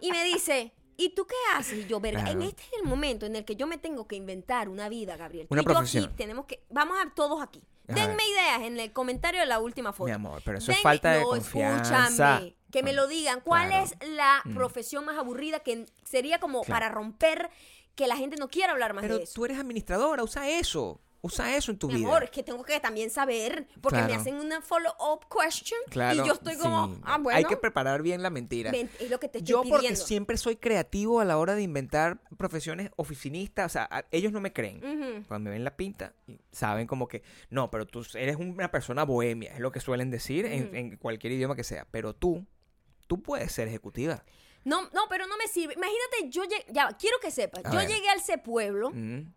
Speaker 1: Y me dice, ¿y tú qué haces? Y yo, verga, en
Speaker 2: Claro.
Speaker 1: este es el momento en el que yo me tengo que inventar una vida, Gabriel. Tú
Speaker 2: Una
Speaker 1: y yo
Speaker 2: profesión.
Speaker 1: aquí tenemos que, vamos a todos aquí.
Speaker 2: Ajá.
Speaker 1: Denme ideas en el comentario de la última foto.
Speaker 2: Mi amor, pero eso es
Speaker 1: Denme-
Speaker 2: falta de
Speaker 1: No,
Speaker 2: confianza.
Speaker 1: Escúchame, que me lo digan. ¿Cuál
Speaker 2: Claro. Mm.
Speaker 1: es la profesión más aburrida que sería como
Speaker 2: Claro.
Speaker 1: para romper que la gente no quiera hablar más
Speaker 2: Pero
Speaker 1: de eso?
Speaker 2: tú eres administradora, usa eso. Usa eso en tu
Speaker 1: Mi
Speaker 2: vida.
Speaker 1: amor, es que tengo que también saber, porque me
Speaker 2: Claro.
Speaker 1: hacen una follow-up question
Speaker 2: Claro.
Speaker 1: y yo estoy como,
Speaker 2: sí.
Speaker 1: ah, bueno,
Speaker 2: Hay que preparar bien la mentira.
Speaker 1: ven, es lo que te estoy
Speaker 2: Yo
Speaker 1: pidiendo.
Speaker 2: porque siempre soy creativo a la hora de inventar profesiones oficinistas, o sea, a- ellos no me creen.
Speaker 1: Ujú.
Speaker 2: Cuando me ven la pinta, y saben como que, no, pero tú eres una persona bohemia, es lo que suelen decir en, en cualquier idioma que sea, pero tú, tú puedes ser ejecutiva.
Speaker 1: No, no, pero no me sirve. Imagínate, yo llegué, ya, va, quiero que sepas,
Speaker 2: A
Speaker 1: yo
Speaker 2: ver.
Speaker 1: llegué al ese pueblo
Speaker 2: Mm.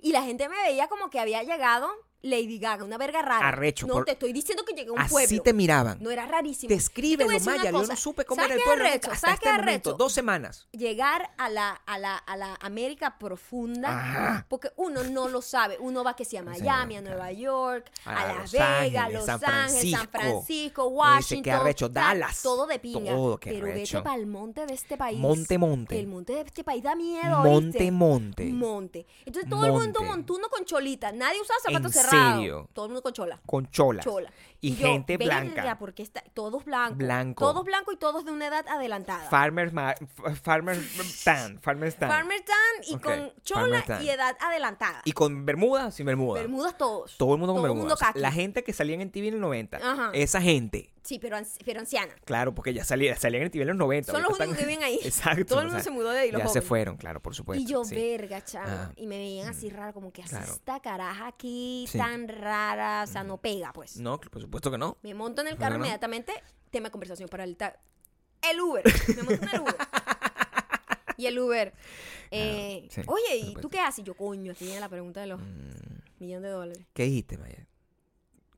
Speaker 1: y la gente me veía como que había llegado Lady Gaga, una verga rara.
Speaker 2: Arrecho,
Speaker 1: No,
Speaker 2: por-
Speaker 1: te estoy diciendo que llegué a un
Speaker 2: Así
Speaker 1: pueblo.
Speaker 2: te miraban.
Speaker 1: No era rarísimo.
Speaker 2: te
Speaker 1: Yo te
Speaker 2: escriben
Speaker 1: voy a
Speaker 2: los
Speaker 1: decir una
Speaker 2: mayas, yo
Speaker 1: cosa.
Speaker 2: no supe cómo
Speaker 1: ¿Sabes
Speaker 2: era el
Speaker 1: qué
Speaker 2: pueblo
Speaker 1: arrecho?
Speaker 2: hasta
Speaker 1: ¿Sabes
Speaker 2: este
Speaker 1: qué
Speaker 2: momento,
Speaker 1: arrecho?
Speaker 2: dos semanas.
Speaker 1: llegar a la, a la, a la América profunda,
Speaker 2: Ajá.
Speaker 1: porque uno no lo sabe. Uno va que sea a
Speaker 2: Sí,
Speaker 1: Miami, a
Speaker 2: claro.
Speaker 1: Nueva York, a,
Speaker 2: A
Speaker 1: Las
Speaker 2: Los
Speaker 1: Vegas, a
Speaker 2: Ángeles,
Speaker 1: Los
Speaker 2: San
Speaker 1: Ángeles, San
Speaker 2: Francisco.
Speaker 1: Francisco,
Speaker 2: Uno dice, qué
Speaker 1: Washington.
Speaker 2: arrecho,
Speaker 1: o sea,
Speaker 2: Dallas.
Speaker 1: Todo de pinga.
Speaker 2: Todo, qué
Speaker 1: Pero vete
Speaker 2: arrecho.
Speaker 1: para el monte de este país.
Speaker 2: Monte, monte.
Speaker 1: El monte de este país da miedo.
Speaker 2: Monte,
Speaker 1: ¿oíste?
Speaker 2: monte.
Speaker 1: Monte. Entonces todo el mundo
Speaker 2: Monte.
Speaker 1: montuno con cholita. Nadie usaba zapatos
Speaker 2: ¿En
Speaker 1: cerrados.
Speaker 2: serio?
Speaker 1: Todo el mundo con chola.
Speaker 2: con cholas.
Speaker 1: Chola.
Speaker 2: Y,
Speaker 1: yo,
Speaker 2: gente
Speaker 1: "Verga,
Speaker 2: blanca.
Speaker 1: porque está, todos blancos.
Speaker 2: Blanco.
Speaker 1: Todos blancos y todos de una edad adelantada.
Speaker 2: Farmers, ma- f- farmers tan, farmers tan.
Speaker 1: Farmer tan y
Speaker 2: Ok,
Speaker 1: con chola
Speaker 2: Farmer tan.
Speaker 1: y edad adelantada.
Speaker 2: Y con bermuda, sin bermuda.
Speaker 1: Bermudas todos.
Speaker 2: Todo el mundo con
Speaker 1: Todo el
Speaker 2: bermuda.
Speaker 1: mundo
Speaker 2: O sea,
Speaker 1: caqui.
Speaker 2: la gente que salía en TV en los 90.
Speaker 1: Ajá.
Speaker 2: Esa gente.
Speaker 1: Sí, pero, anci- pero anciana.
Speaker 2: Claro, porque ya salía, salían en TV en los 90.
Speaker 1: Son los
Speaker 2: ahorita
Speaker 1: únicos que viven ahí.
Speaker 2: Exacto.
Speaker 1: Todo el
Speaker 2: o
Speaker 1: mundo
Speaker 2: sea,
Speaker 1: se mudó de ahí, los
Speaker 2: Ya se
Speaker 1: jóvenes.
Speaker 2: fueron, claro, por supuesto.
Speaker 1: y yo,
Speaker 2: sí.
Speaker 1: verga, chamo.
Speaker 2: Ah.
Speaker 1: Y me veían así raro, como que así
Speaker 2: Claro.
Speaker 1: esta caraja aquí
Speaker 2: Sí.
Speaker 1: tan rara. O sea, no pega, pues.
Speaker 2: No, por supuesto que no.
Speaker 1: Me monto en el
Speaker 2: No,
Speaker 1: carro
Speaker 2: no, no.
Speaker 1: inmediatamente. Tema de conversación para el ta- El Uber. Me monto en el Uber. y el Uber. eh,
Speaker 2: sí,
Speaker 1: Oye,
Speaker 2: por
Speaker 1: ¿y tú
Speaker 2: supuesto.
Speaker 1: qué haces? Y Yo, coño, aquí viene la pregunta de los
Speaker 2: Mm.
Speaker 1: millones de dólares.
Speaker 2: ¿Qué dijiste, Maya?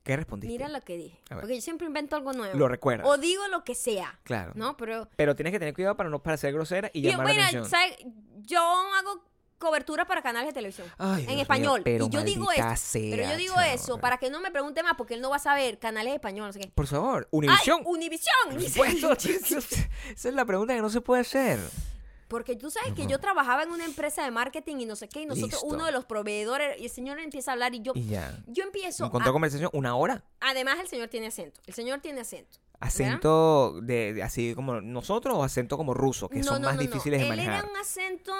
Speaker 2: ¿Qué respondiste?
Speaker 1: Mira lo que dije.
Speaker 2: A ver.
Speaker 1: Porque yo siempre invento algo nuevo.
Speaker 2: Lo recuerdas.
Speaker 1: O digo lo que sea.
Speaker 2: Claro.
Speaker 1: ¿No? Pero.
Speaker 2: Pero tienes que tener cuidado para no para ser grosera y
Speaker 1: Yo,
Speaker 2: llamar la
Speaker 1: mira,
Speaker 2: atención.
Speaker 1: ¿sabes? Yo hago cobertura para canales de televisión. en
Speaker 2: Ay, Dios mío,
Speaker 1: español.
Speaker 2: pero
Speaker 1: y yo digo
Speaker 2: maldita
Speaker 1: eso.
Speaker 2: sea,
Speaker 1: pero yo digo
Speaker 2: chamo,
Speaker 1: eso
Speaker 2: pero-
Speaker 1: para que no me pregunte más, porque él no va a saber canales de español, no sé qué.
Speaker 2: Por favor, Univisión.
Speaker 1: ¡Ay, Univisión!
Speaker 2: Por supuesto, eso- esa es la pregunta que no se puede hacer.
Speaker 1: Porque tú sabes que yo trabajaba en una empresa de marketing y no sé qué, y nosotros,
Speaker 2: Listo.
Speaker 1: uno de los proveedores, y el señor empieza a hablar y yo,
Speaker 2: Y ya.
Speaker 1: yo empiezo.
Speaker 2: Encontró
Speaker 1: a-
Speaker 2: conversación una hora.
Speaker 1: además, el señor tiene acento. El señor tiene acento. ¿verdad?
Speaker 2: Acento de, de- así como nosotros o acento como ruso, que son más difíciles de
Speaker 1: Él
Speaker 2: manejar.
Speaker 1: era un acento,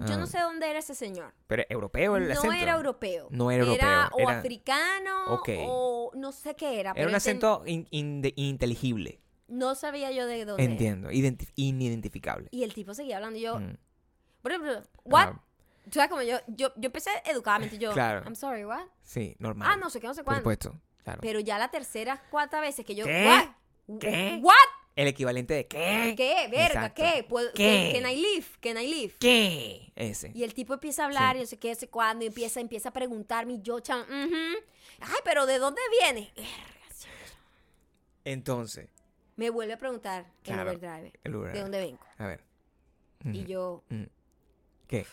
Speaker 1: yo no
Speaker 2: Ah.
Speaker 1: sé dónde era ese señor.
Speaker 2: Pero europeo el
Speaker 1: no
Speaker 2: acento.
Speaker 1: era europeo.
Speaker 2: No era europeo,
Speaker 1: o
Speaker 2: era-
Speaker 1: africano
Speaker 2: Ok.
Speaker 1: o no sé qué era.
Speaker 2: Era
Speaker 1: pero
Speaker 2: un
Speaker 1: enten-
Speaker 2: acento in- in- de- inteligible.
Speaker 1: No sabía yo de dónde. era.
Speaker 2: Entiendo. identi- inidentificable.
Speaker 1: Y el tipo seguía hablando y yo,
Speaker 2: Mm.
Speaker 1: "Bru, bru, what?
Speaker 2: Ah,
Speaker 1: Tú sabes como yo, yo, yo empecé educadamente yo,
Speaker 2: Claro.
Speaker 1: I'm sorry, what?
Speaker 2: sí, normal.
Speaker 1: Ah, no sé qué, no sé
Speaker 2: Por
Speaker 1: cuándo.
Speaker 2: supuesto. Claro.
Speaker 1: Pero ya la tercera, cuarta veces que yo,
Speaker 2: ¿Qué?
Speaker 1: what?
Speaker 2: ¿Qué?
Speaker 1: What?
Speaker 2: El equivalente de ¿qué?
Speaker 1: ¿Qué? Verga,
Speaker 2: Exacto.
Speaker 1: ¿qué? ¿Puedo,
Speaker 2: ¿Qué?
Speaker 1: Can I live? Can I live?
Speaker 2: ¿Qué? Ese.
Speaker 1: Y el tipo empieza a hablar,
Speaker 2: Sí.
Speaker 1: y no sé qué, no sé cuándo, y empieza, empieza a preguntarme, y yo, chan, ujú. ay, pero ¿de dónde viene? Verga, sí.
Speaker 2: Entonces,
Speaker 1: Me vuelve a preguntar
Speaker 2: Claro.
Speaker 1: el Uber driver,
Speaker 2: el lugar.
Speaker 1: ¿de dónde vengo?
Speaker 2: A ver.
Speaker 1: Y yo,
Speaker 2: Mm. ¿Qué?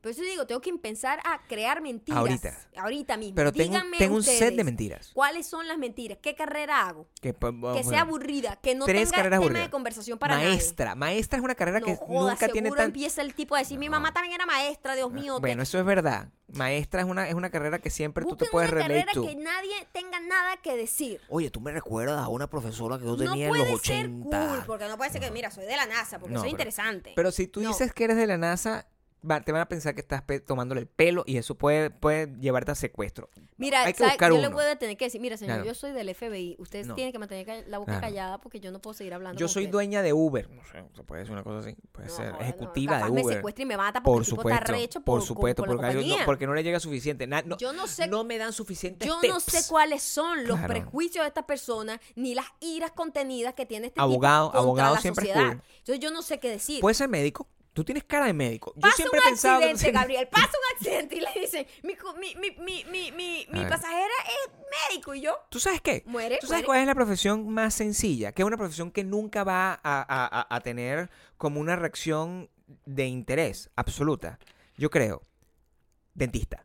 Speaker 1: por eso digo, tengo que empezar a crear mentiras.
Speaker 2: Ahorita.
Speaker 1: Ahorita mismo.
Speaker 2: Pero tengo,
Speaker 1: Díganme
Speaker 2: tengo un set de
Speaker 1: ustedes,
Speaker 2: mentiras.
Speaker 1: ¿Cuáles son las mentiras? ¿Qué carrera hago?
Speaker 2: Que, pa- vamos
Speaker 1: Que
Speaker 2: a
Speaker 1: sea
Speaker 2: ver.
Speaker 1: aburrida, que no
Speaker 2: Tres
Speaker 1: tenga tema
Speaker 2: carreras
Speaker 1: de
Speaker 2: aburridas.
Speaker 1: conversación para nadie.
Speaker 2: maestra. Maestra es una carrera
Speaker 1: No
Speaker 2: que
Speaker 1: joda,
Speaker 2: nunca tiene
Speaker 1: seguro
Speaker 2: tan... Ah,
Speaker 1: empieza el tipo a decir, mi mamá también era maestra, Dios mío. te-
Speaker 2: Bueno, eso es verdad. Maestra es una, es una carrera que siempre tú te
Speaker 1: Busquen
Speaker 2: puedes
Speaker 1: una
Speaker 2: reír
Speaker 1: carrera
Speaker 2: tú.
Speaker 1: que nadie tenga nada que decir.
Speaker 3: Oye, tú me recuerdas a una profesora que yo tenía
Speaker 1: no
Speaker 3: en
Speaker 1: puede
Speaker 3: los
Speaker 1: ser
Speaker 3: 80.
Speaker 1: cool, porque no puede ser que, mira, soy de la NASA, porque
Speaker 2: No,
Speaker 1: soy
Speaker 2: pero-
Speaker 1: interesante.
Speaker 2: Pero si tú
Speaker 1: No.
Speaker 2: dices que eres de la NASA, va- te van a pensar que estás pe- tomándole el pelo y eso puede, puede llevarte a secuestro.
Speaker 1: mira,
Speaker 2: hay que
Speaker 1: ¿sabe?
Speaker 2: buscar
Speaker 1: yo le
Speaker 2: uno.
Speaker 1: voy a tener que decir, mira, señor,
Speaker 2: Claro.
Speaker 1: yo soy del FBI. Ustedes
Speaker 2: No.
Speaker 1: tienen que mantener ca- la boca
Speaker 2: Claro.
Speaker 1: callada porque yo no puedo seguir hablando.
Speaker 2: Yo
Speaker 1: con
Speaker 2: soy
Speaker 1: ustedes".
Speaker 2: dueña de Uber. No sé, se puede ser una cosa así. Puede
Speaker 1: No,
Speaker 2: ser
Speaker 1: joda, no,
Speaker 2: ejecutiva
Speaker 1: capaz
Speaker 2: de
Speaker 1: Me
Speaker 2: Uber.
Speaker 1: secuestra y me mata porque
Speaker 2: Por
Speaker 1: el tipo está
Speaker 2: supuesto,
Speaker 1: recho
Speaker 2: por,
Speaker 1: por, con-
Speaker 2: supuesto,
Speaker 1: por la
Speaker 2: porque, hay- no,
Speaker 1: compañía.
Speaker 2: porque no le llega suficiente. Na- no,
Speaker 1: Yo no sé-
Speaker 2: no me dan suficiente.
Speaker 1: Yo no sé cuáles son los
Speaker 2: Claro.
Speaker 1: prejuicios de estas personas ni las iras contenidas que tiene este
Speaker 2: Abogado-
Speaker 1: tipo contra
Speaker 2: abogado
Speaker 1: la
Speaker 2: siempre es
Speaker 1: sociedad.
Speaker 2: cool.
Speaker 1: Entonces yo no sé qué decir.
Speaker 2: Puede ser médico. Tú tienes cara de médico. Yo
Speaker 1: Pasa
Speaker 2: siempre he
Speaker 1: un
Speaker 2: pensado que-
Speaker 1: accidente, Gabriel. Pasa un accidente y le dicen, mi, co- mi, mi, mi, mi, mi, mi
Speaker 2: Ay.
Speaker 1: pasajera es médico y yo.
Speaker 2: ¿Tú sabes qué?
Speaker 1: Muere,
Speaker 2: ¿Tú sabes
Speaker 1: muere.
Speaker 2: cuál es la profesión más sencilla? Que es una profesión que nunca va a, a- a- a tener como una reacción de interés absoluta. Yo creo. Dentista.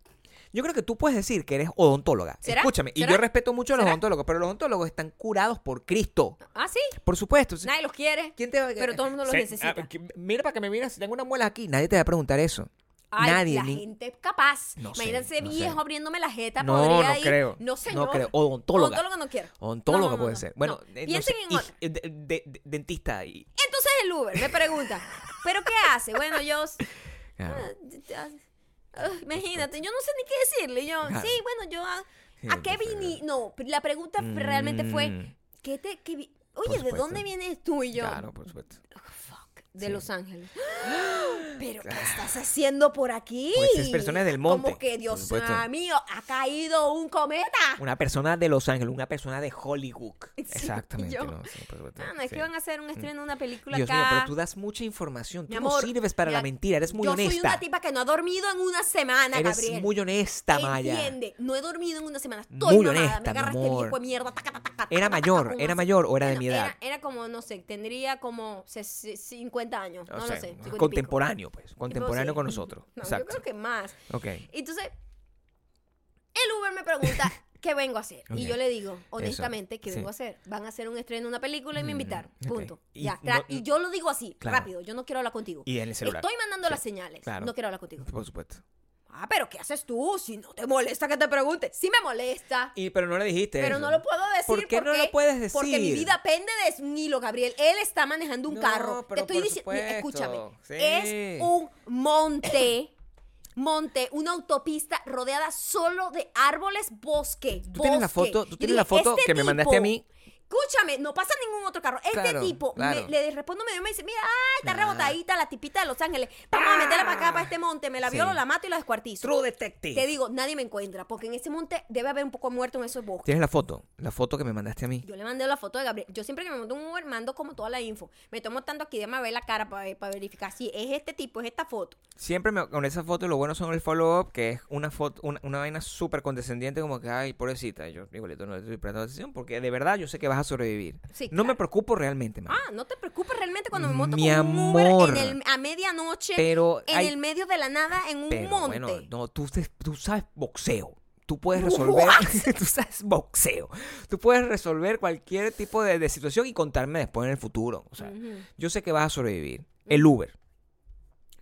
Speaker 2: Yo creo que tú puedes decir que eres odontóloga.
Speaker 1: ¿Será?
Speaker 2: Escúchame. Y
Speaker 1: ¿Será?
Speaker 2: yo respeto mucho a los
Speaker 1: ¿Será?
Speaker 2: odontólogos, pero los odontólogos están curados por Cristo.
Speaker 1: Ah, sí.
Speaker 2: Por supuesto.
Speaker 1: Nadie los quiere.
Speaker 2: ¿Quién te va a-
Speaker 1: Pero todo el mundo los
Speaker 2: Se-
Speaker 1: necesita.
Speaker 2: ah, que- mira para que me miras si tengo una muela aquí. Nadie te va a preguntar eso.
Speaker 1: Ay,
Speaker 2: Nadie.
Speaker 1: La
Speaker 2: ni-
Speaker 1: gente es capaz.
Speaker 2: No sé,
Speaker 1: Imagínense
Speaker 2: no sé.
Speaker 1: viejo abriéndome la jeta.
Speaker 2: No,
Speaker 1: podría
Speaker 2: no
Speaker 1: ir.
Speaker 2: creo.
Speaker 1: No,
Speaker 2: No
Speaker 1: señor.
Speaker 2: creo. Odontóloga.
Speaker 1: Odontóloga no quiero.
Speaker 2: Odontóloga
Speaker 1: No, no, no,
Speaker 2: puede
Speaker 1: no.
Speaker 2: ser. Bueno,
Speaker 1: No.
Speaker 2: eh, no
Speaker 1: Piensen
Speaker 2: sé,
Speaker 1: en otra.
Speaker 2: hij- de- de- de- dentista y.
Speaker 1: Entonces el Uber me pregunta, ¿pero qué hace? Bueno, yo.
Speaker 2: Claro.
Speaker 1: Ah, ya- ah, imagínate, yo no sé ni qué decirle. Yo,
Speaker 2: Claro.
Speaker 1: sí, bueno, yo. ¿A,
Speaker 2: Sí,
Speaker 1: ¿a qué
Speaker 2: pues, eh,
Speaker 1: vine? No, la pregunta f- realmente fue:
Speaker 2: Mm.
Speaker 1: ¿qué te.? qué vi- Oye, ¿de
Speaker 2: supuesto.
Speaker 1: dónde vienes tú y yo?
Speaker 2: Claro, por supuesto.
Speaker 1: Fuck, de Los Ángeles. ¿Pero qué estás haciendo por aquí?
Speaker 2: Pues es personas del monte,
Speaker 1: Como que,
Speaker 2: por
Speaker 1: Dios
Speaker 2: supuesto.
Speaker 1: mío, ha caído un cometa.
Speaker 2: Una persona de Los Ángeles, una persona de Hollywood.
Speaker 1: ah. Sí,
Speaker 2: Exactamente.
Speaker 1: yo-
Speaker 2: No, sí, por supuesto,
Speaker 1: Ah, no, es
Speaker 2: sí.
Speaker 1: que van a hacer un estreno de una película
Speaker 2: Dios
Speaker 1: acá.
Speaker 2: mío, pero tú das mucha información. Tú
Speaker 1: Mi
Speaker 2: no
Speaker 1: amor,
Speaker 2: sirves para la
Speaker 1: mira,
Speaker 2: mentira. Eres muy
Speaker 1: yo
Speaker 2: honesta.
Speaker 1: soy una tipa que no ha dormido en una semana,
Speaker 2: Eres
Speaker 1: Gabriel.
Speaker 2: muy honesta, Maya.
Speaker 1: Entiende, no he dormido en una semana. Estoy
Speaker 2: Muy
Speaker 1: mamada,
Speaker 2: honesta, mi
Speaker 1: me agarraste
Speaker 2: amor.
Speaker 1: viejo de mierda. taca, taca, taca, taca,
Speaker 2: ¿Era
Speaker 1: taca,
Speaker 2: mayor?
Speaker 1: como
Speaker 2: ¿Era
Speaker 1: así.
Speaker 2: mayor o era de
Speaker 1: Bueno,
Speaker 2: mi edad?
Speaker 1: Era, era como, no sé, tendría como ses- ses- 50 años.
Speaker 2: O
Speaker 1: no
Speaker 2: sea,
Speaker 1: lo sé. 50 y pico.
Speaker 2: contemporáneo, pues.
Speaker 1: Tipo,
Speaker 2: Contemporáneo
Speaker 1: sí.
Speaker 2: con nosotros.
Speaker 1: No, yo
Speaker 2: Exacto.
Speaker 1: creo que más.
Speaker 2: Ok.
Speaker 1: Entonces, el Uber me pregunta, ¿qué vengo a hacer? Y
Speaker 2: Ok.
Speaker 1: yo le digo, honestamente, ¿qué
Speaker 2: sí.
Speaker 1: vengo a hacer? Van a hacer un estreno, una película y me
Speaker 2: Mm,
Speaker 1: invitaron.
Speaker 2: ok.
Speaker 1: Punto.
Speaker 2: Y
Speaker 1: Ya,
Speaker 2: no-
Speaker 1: tra- y yo lo digo así,
Speaker 2: Claro.
Speaker 1: rápido. Yo no quiero hablar contigo.
Speaker 2: Y en el celular.
Speaker 1: Estoy mandando
Speaker 2: Sí,
Speaker 1: las señales.
Speaker 2: claro.
Speaker 1: No quiero hablar contigo.
Speaker 2: Por supuesto.
Speaker 1: Ah, pero ¿qué haces tú? Si no te molesta que te pregunte. Sí me molesta.
Speaker 2: Y, pero no le dijiste
Speaker 1: Pero
Speaker 2: eso.
Speaker 1: no lo puedo decir.
Speaker 2: ¿Por qué no
Speaker 1: porque-
Speaker 2: lo puedes
Speaker 1: Porque mi
Speaker 2: decir?
Speaker 1: vida pende de un hilo, Gabriel. Él está manejando un
Speaker 2: No,
Speaker 1: carro.
Speaker 2: pero
Speaker 1: te estoy
Speaker 2: por
Speaker 1: diciendo, mira, escúchame.
Speaker 2: supuesto. Sí.
Speaker 1: Es un monte. Monte, una autopista rodeada solo de árboles, bosque.
Speaker 2: Tú tienes la
Speaker 1: bosque.
Speaker 2: foto- tú
Speaker 1: Yo
Speaker 2: tienes la foto que me mandaste a mí".
Speaker 1: Escúchame, no pasa ningún otro carro. Este
Speaker 2: Claro,
Speaker 1: tipo me-
Speaker 2: claro.
Speaker 1: le respondo medio y me dice, mira, ay, está
Speaker 2: Claro.
Speaker 1: rebotadita la tipita de Los Ángeles. Vamos a meterla para acá, para este monte. Me la
Speaker 2: Sí.
Speaker 1: violo, la mato y la descuartizo.
Speaker 2: True detective.
Speaker 1: Te digo, nadie me encuentra, porque en ese monte debe haber un poco de muerto en esos bosques.
Speaker 2: Tienes la foto. La foto que me mandaste a mí.
Speaker 1: Yo le mandé la foto de Gabriel. Yo siempre que me monto un Uber, mando como toda la info. Me tomo tanto aquí, déjame ver la cara para ver- para verificar si es este tipo, es esta foto.
Speaker 2: Siempre me- con esa foto lo bueno son el follow-up, que es una foto, una, una vaina súper condescendiente, como que, ay, pobrecita. Y yo, igualito, no le estoy prestando atención porque de verdad yo sé que vas a sobrevivir.
Speaker 1: Sí,
Speaker 2: no me
Speaker 1: claro.
Speaker 2: preocupo realmente, man.
Speaker 1: Ah, no te preocupes realmente cuando me monto
Speaker 2: Mi
Speaker 1: con un Uber
Speaker 2: amor.
Speaker 1: en el- a medianoche,
Speaker 2: Pero
Speaker 1: en
Speaker 2: hay-
Speaker 1: el medio de la nada, en un
Speaker 2: Pero
Speaker 1: monte.
Speaker 2: bueno, no, tú, te- tú sabes boxeo. Tú puedes resolver. tú sabes boxeo. Tú puedes resolver cualquier tipo de, de situación y contarme después en el futuro. O sea,
Speaker 1: Ujú.
Speaker 2: yo sé que vas a sobrevivir. El Uber.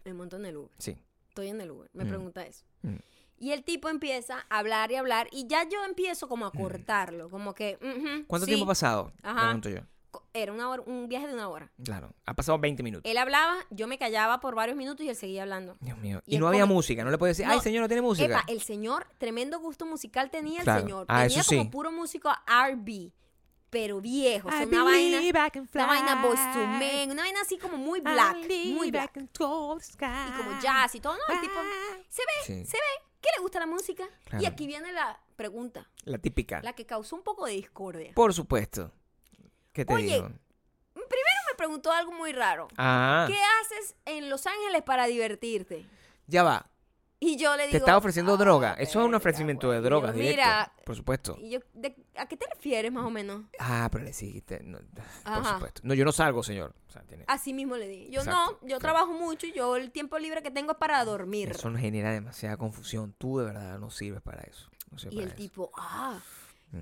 Speaker 1: Me monto en el Uber.
Speaker 2: Sí.
Speaker 1: Estoy en el Uber. Me
Speaker 2: Mm.
Speaker 1: pregunta eso.
Speaker 2: Mm.
Speaker 1: Y el tipo empieza a hablar y hablar. Y ya yo empiezo como a cortarlo. Como que. ujú,
Speaker 2: Mm. ¿Cuánto
Speaker 1: sí.
Speaker 2: tiempo ha pasado?
Speaker 1: Ajá.
Speaker 2: Pregunto yo.
Speaker 1: Co- Era una hora- un viaje de una hora.
Speaker 2: Claro. Ha pasado 20 minutos.
Speaker 1: Él hablaba, yo me callaba por varios minutos y él seguía hablando.
Speaker 2: Dios mío.
Speaker 1: y
Speaker 2: Y,
Speaker 1: él
Speaker 2: no había
Speaker 1: come-
Speaker 2: música. No le puedes decir,
Speaker 1: No,
Speaker 2: ay, señor, no tiene música.
Speaker 1: Epa, el señor, tremendo gusto musical tenía el
Speaker 2: Claro.
Speaker 1: señor.
Speaker 2: Ah,
Speaker 1: tenía
Speaker 2: eso
Speaker 1: como
Speaker 2: sí.
Speaker 1: puro músico RB, pero viejo. o sea,
Speaker 4: I
Speaker 1: una vaina.
Speaker 4: believe I can
Speaker 1: Una vaina Boys to
Speaker 4: fly.
Speaker 1: Men, una vaina así como muy black.
Speaker 4: I believe
Speaker 1: Muy
Speaker 4: I
Speaker 1: black.
Speaker 4: can control the sky.
Speaker 1: Y como jazz y todo. No, el tipo.
Speaker 4: Bye.
Speaker 1: Se ve,
Speaker 2: Sí.
Speaker 1: eh, se ve que le gusta la música. Y
Speaker 2: Claro.
Speaker 1: aquí viene la pregunta,
Speaker 2: La típica.
Speaker 1: la que causó un poco de discordia.
Speaker 2: Por supuesto. ¿Qué te
Speaker 1: Oye,
Speaker 2: digo?
Speaker 1: Me preguntó algo muy raro.
Speaker 2: Ah,
Speaker 1: ¿Qué haces en Los Ángeles para divertirte?
Speaker 2: ya va.
Speaker 1: Y yo le digo.
Speaker 2: Te estaba ofreciendo
Speaker 1: "Ah,
Speaker 2: droga. Eso es un
Speaker 1: verga,
Speaker 2: ofrecimiento de
Speaker 1: güey". Y yo,
Speaker 2: drogas, directo.
Speaker 1: Mira,
Speaker 2: Por supuesto.
Speaker 1: y yo, ¿de- ¿a qué te refieres más o menos?
Speaker 2: Ah, pero le dijiste. no, por
Speaker 1: Ajá.
Speaker 2: supuesto. No, yo no salgo, señor. O sea, tiene-
Speaker 1: Así mismo le dije. Yo
Speaker 2: Exacto,
Speaker 1: no, yo
Speaker 2: claro.
Speaker 1: trabajo mucho y yo el tiempo libre que tengo es para dormir.
Speaker 2: Eso nos genera demasiada confusión. Tú de verdad no sirves para eso. No sirves
Speaker 1: y el
Speaker 2: para eso. Mm.
Speaker 1: tipo, ah,